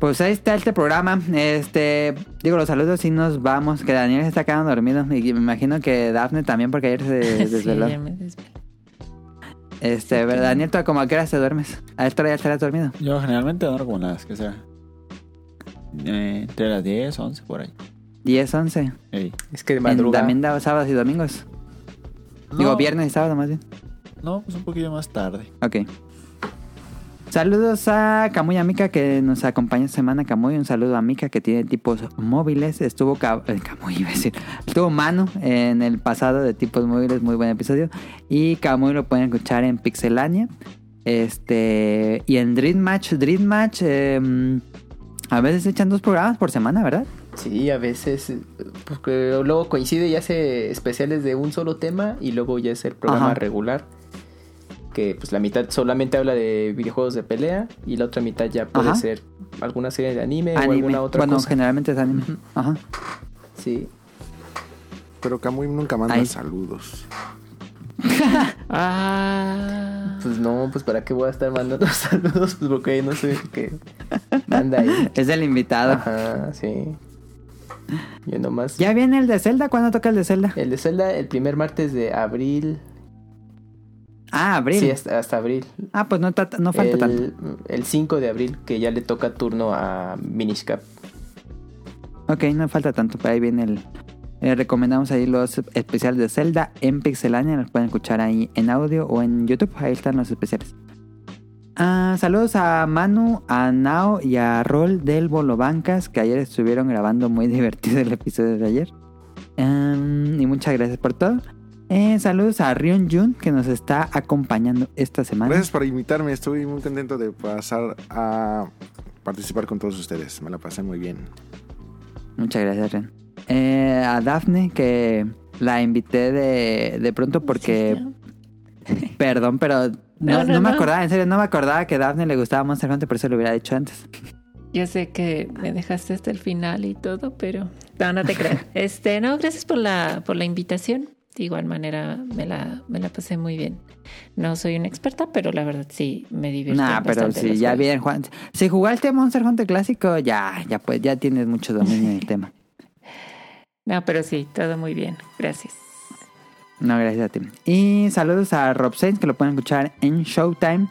Pues ahí está este programa. Este, digo, los saludos y nos vamos. Que Daniel se está quedando dormido. Y me imagino que Dafne también, porque ayer se
Sí,
desveló.
ya me desvelé.
este, ¿verdad, Daniel? ¿Tú como a qué hora te duermes? A esta hora ya estarás dormido.
Yo generalmente duermo como las que sea. Eh, entre las 10, 11, por ahí.
10, 11.
Ey.
Es que de
En-
madrugada.
También daba sábados y domingos. Digo,
No,
viernes y sábado más bien.
No, pues un poquillo más tarde.
Ok. Saludos a Camuy Amica que nos acompaña esta semana. Camuy, un saludo a Mica que tiene tipos móviles. Estuvo Ca- eh, Camuy, iba a decir. Estuvo Manu en el pasado de tipos móviles, muy buen episodio. Y Camuy lo pueden escuchar en Pixelania. Este. Y en Dream Match. Dream Match. eh, a veces echan dos programas por semana, ¿verdad?
Sí, a veces. eh, Porque luego coincide y hace especiales de un solo tema y luego ya es el programa
Ajá.
regular. Que pues la mitad solamente habla de videojuegos de pelea y la otra mitad ya puede
Ajá.
ser alguna serie de anime, o
Anime.
alguna otra
Bueno,
cosa.
generalmente es anime. Ajá.
Sí.
Pero Camuy nunca manda
Ahí.
saludos.
Ah,
Pues no, pues para qué voy a estar mandando saludos, pues porque no sé qué manda ahí.
Es del invitado.
Ajá, sí. Yo nomás.
Ya viene el de Zelda. ¿Cuándo toca el de Zelda?
El de Zelda el primer martes de abril.
Ah, abril.
Sí, hasta, hasta abril.
Ah, pues no, ta- no falta
el,
tanto.
el 5 de abril, que ya le toca turno a Minish Cap.
Ok, no falta tanto. Pero ahí viene el. eh, recomendamos ahí los especiales de Zelda en Pixelania. Los pueden escuchar ahí en audio o en YouTube. Ahí están los especiales. Ah, saludos a Manu, a Nao y a Rol del Bolobancas, que ayer estuvieron grabando muy divertido el episodio de ayer. Em, y muchas gracias por todo. Eh, saludos a Rion Jun, que nos está acompañando esta semana.
Gracias por invitarme. Estoy muy contento de pasar a participar con todos ustedes. Me la pasé muy bien.
Muchas gracias, Ren. Eh, a Dafne, que la invité de, de pronto porque. Perdón, pero. No,
No, no,
no me
no.
acordaba, en serio, no me acordaba que a Dafne le gustaba Monster Hunter, por eso lo hubiera dicho antes.
yo sé que me dejaste hasta el final y todo, pero no, no te creas. Este, no, gracias por la, por la invitación. De igual manera me la, me la pasé muy bien. No soy una experta, pero la verdad sí me divirtió.
Nah, pero
bastante
si
los
ya
juegos.
bien, Juan. Si jugaste Monster Hunter clásico, ya, ya pues, ya tienes mucho dominio en el tema.
No, pero sí, todo muy bien. Gracias.
No, gracias a ti. Y saludos a Rob Sainz, que lo pueden escuchar en Showtime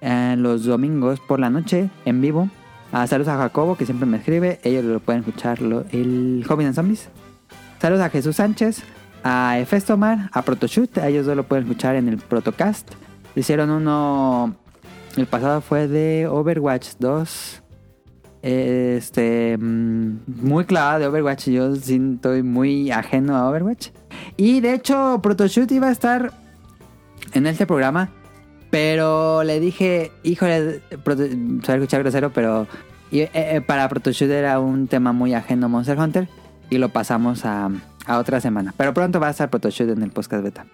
eh, los domingos por la noche, en vivo. Ah, saludos a Jacobo, que siempre me escribe. Ellos lo pueden escuchar lo- el Hobby and Zombies. Saludos a Jesús Sánchez, a Efestomar, a Protoshoot. A ellos dos lo pueden escuchar en el Protocast. Hicieron uno... El pasado fue de Overwatch 2. eh, este, mm, muy clavada de Overwatch. Yo sí estoy muy ajeno a Overwatch. Y de hecho, Protoshoot iba a estar en este programa. Pero le dije, híjole, proto- se va a escuchar grosero, pero y, eh, eh, para Protoshoot era un tema muy ajeno a Monster Hunter. Y lo pasamos a, a otra semana. Pero pronto va a estar Protoshoot en el podcast beta.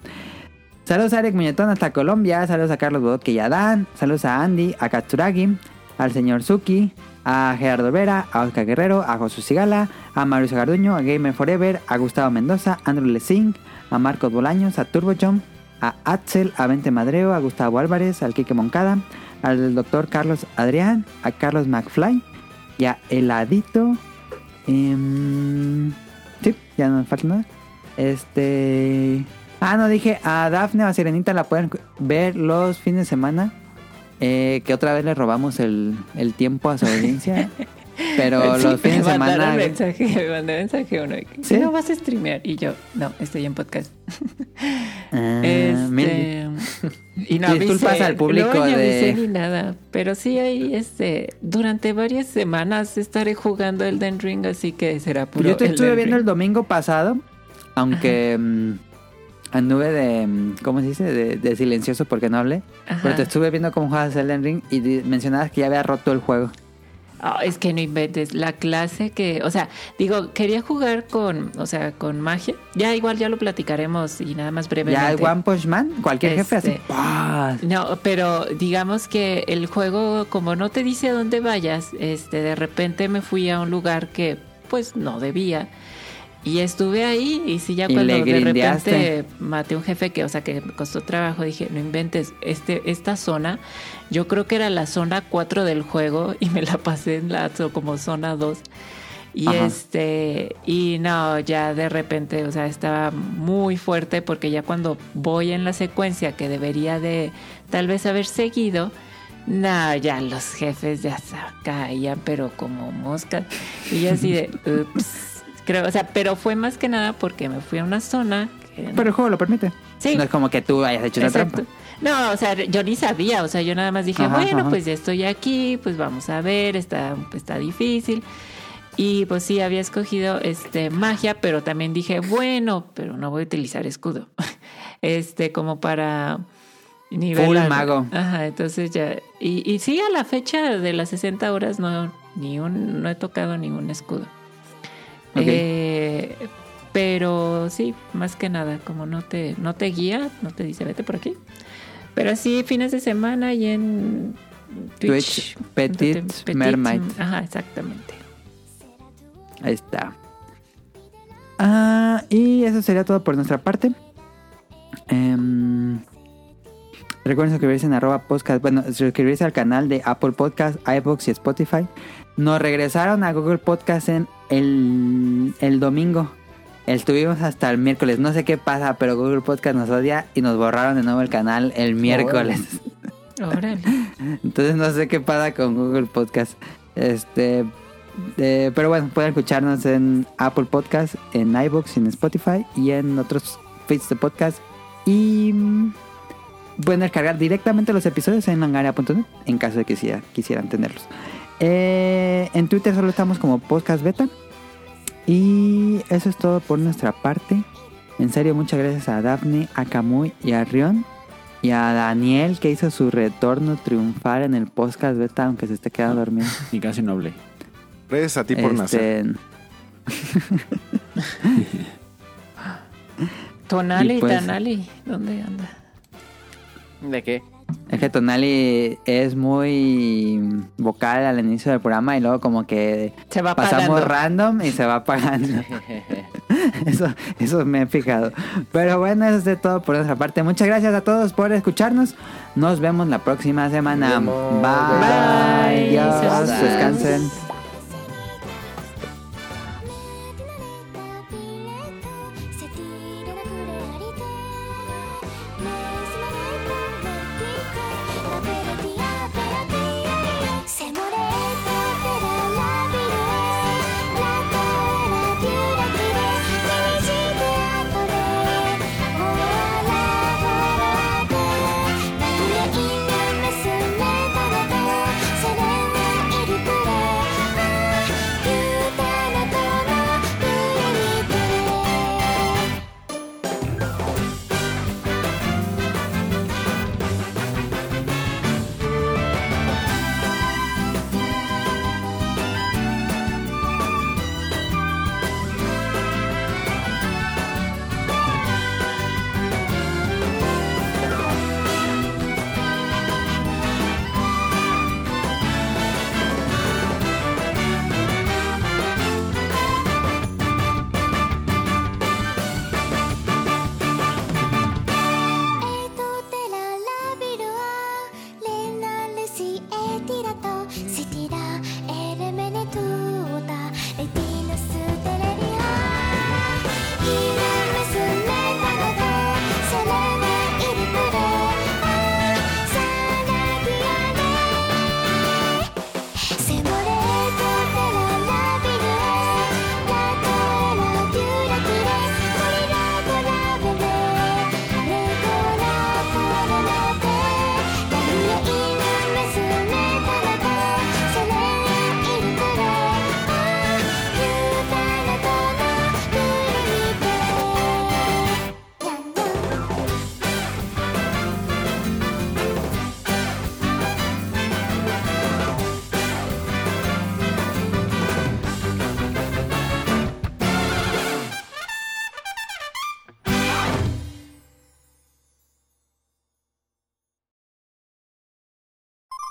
Saludos a Eric Muñetón hasta Colombia. Saludos a Carlos Bodot que ya dan. Saludos a Andy, a Katsuragi, al señor Suki, a Gerardo Vera, a Oscar Guerrero, a Josu Sigala, a Mauricio Garduño, a Gamer Forever, a Gustavo Mendoza, Andrew Lezing, a Marcos Bolaños, a Turbochom, a Axel, a Vente Madreo, a Gustavo Álvarez, al Quique Moncada, al doctor Carlos Adrián, a Carlos McFly y a Heladito. Em, sí, ya no me falta nada. Este. Ah, no, dije a Dafne o a Sirenita la pueden cu- ver los fines de semana. eh, que otra vez le robamos el, el tiempo a su audiencia. pero
Sí,
los fines de
me mandaron
semana.
mensaje, me mandó mensaje uno. de que,
¿Sí?
¿No vas a streamear? Y yo, no, estoy en podcast.
Ah,
Este,
mira,
y no
Disculpas
avisé,
al público
no, ni
de-
avisé ni nada, pero sí hay este durante varias semanas estaré jugando Elden Ring, así que será puro
Pues yo te
Elden
estuve viendo el
Ring.
domingo pasado. Aunque mm, anduve de. mm, ¿Cómo se dice? De, de silencioso porque no hablé.
Ajá.
Pero te estuve viendo cómo jugabas Elden Ring y di- mencionabas que ya había roto el juego.
Ah, es que no inventes la clase que, o sea, digo, quería jugar con, o sea, con magia. Ya igual ya lo platicaremos y nada más brevemente.
Ya el One Punch Man, cualquier jefe así.
Este,
¡pah!
No, pero digamos que el juego, como no te dice a dónde vayas, este, de repente me fui a un lugar que, pues, no debía. Y estuve ahí y sí ya
Y
cuando
le
de
grindeaste.
repente maté un jefe que, o sea, que me costó trabajo, dije, no inventes, este, esta zona, yo creo que era la zona 4 del juego y me la pasé en la zo- como zona 2. Y
Ajá.
este, y no, ya de repente, o sea, estaba muy fuerte porque ya cuando voy en la secuencia que debería de tal vez haber seguido, no, ya los jefes ya se caían, pero como moscas. Y yo así de, ups, creo, o sea, pero fue más que nada porque me fui a una zona. que-
Pero el juego lo permite.
Sí.
No es como que tú hayas hecho una
Exacto.
trampa.
No, o sea, yo ni sabía, o sea, yo nada más dije,
Ajá,
bueno,
ajá.
pues ya estoy aquí, pues vamos a ver, está, pues, está difícil. Y pues sí, había escogido este magia, pero también dije, bueno, pero no voy a utilizar escudo. Este, como para nivelar.
Full mago.
Ajá, entonces ya. Y, y sí, a la fecha de las 60 horas no, ni un, no he tocado ningún escudo.
Ok.
Eh, pero sí, más que nada, como no te, no te guía, no te dice vete por aquí. Pero sí, fines de semana y en Twitch. mm,
Twitch, Petit Mermaid.
Ajá, exactamente.
Ahí está. Ah, y eso sería todo por nuestra parte. Em, recuerden suscribirse en arroba podcast. Bueno, suscribirse al canal de Apple Podcast, iBox y Spotify. Nos regresaron a Google Podcast en el, el domingo. Estuvimos hasta el miércoles. No sé qué pasa, pero Google Podcast nos odia y nos borraron de nuevo el canal el miércoles.
Órale.
Entonces no sé qué pasa con Google Podcast. Este, eh, pero bueno, pueden escucharnos en Apple Podcast, en iBox, en Spotify y en otros feeds de podcast. Y mm, pueden descargar directamente los episodios en langaria.net en caso de que quisiera- quisieran tenerlos. Eh, en Twitter solo estamos como Podcast Beta. Y eso es todo por nuestra parte. En serio, muchas gracias a Daphne, a Camuy y a Rion. Y a Daniel que hizo su retorno triunfal en el podcast beta, aunque se esté quedando dormido.
Y casi no hablé.
Gracias a ti por nacer.
Este,
Tonali,
Y pues-
Tanali, ¿dónde anda?
¿De qué?
es que Tonali es muy vocal al inicio del programa y luego como que
Se va
pasamos
apagando.
random y se va apagando. eso, eso me he fijado. Pero bueno, eso es de todo por nuestra parte. Muchas gracias a todos por escucharnos. Nos vemos la próxima semana.
Nos vemos.
Bye.
Bye.
Adiós.
Bye.
Descansen.
セティララクレアリテメイスマライパラティカラペラティアパラティアセモレータペララビルラタラデュラキレジーブアトレオラバラベバイエイラメスメタナタセレナイルプレ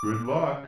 Good luck.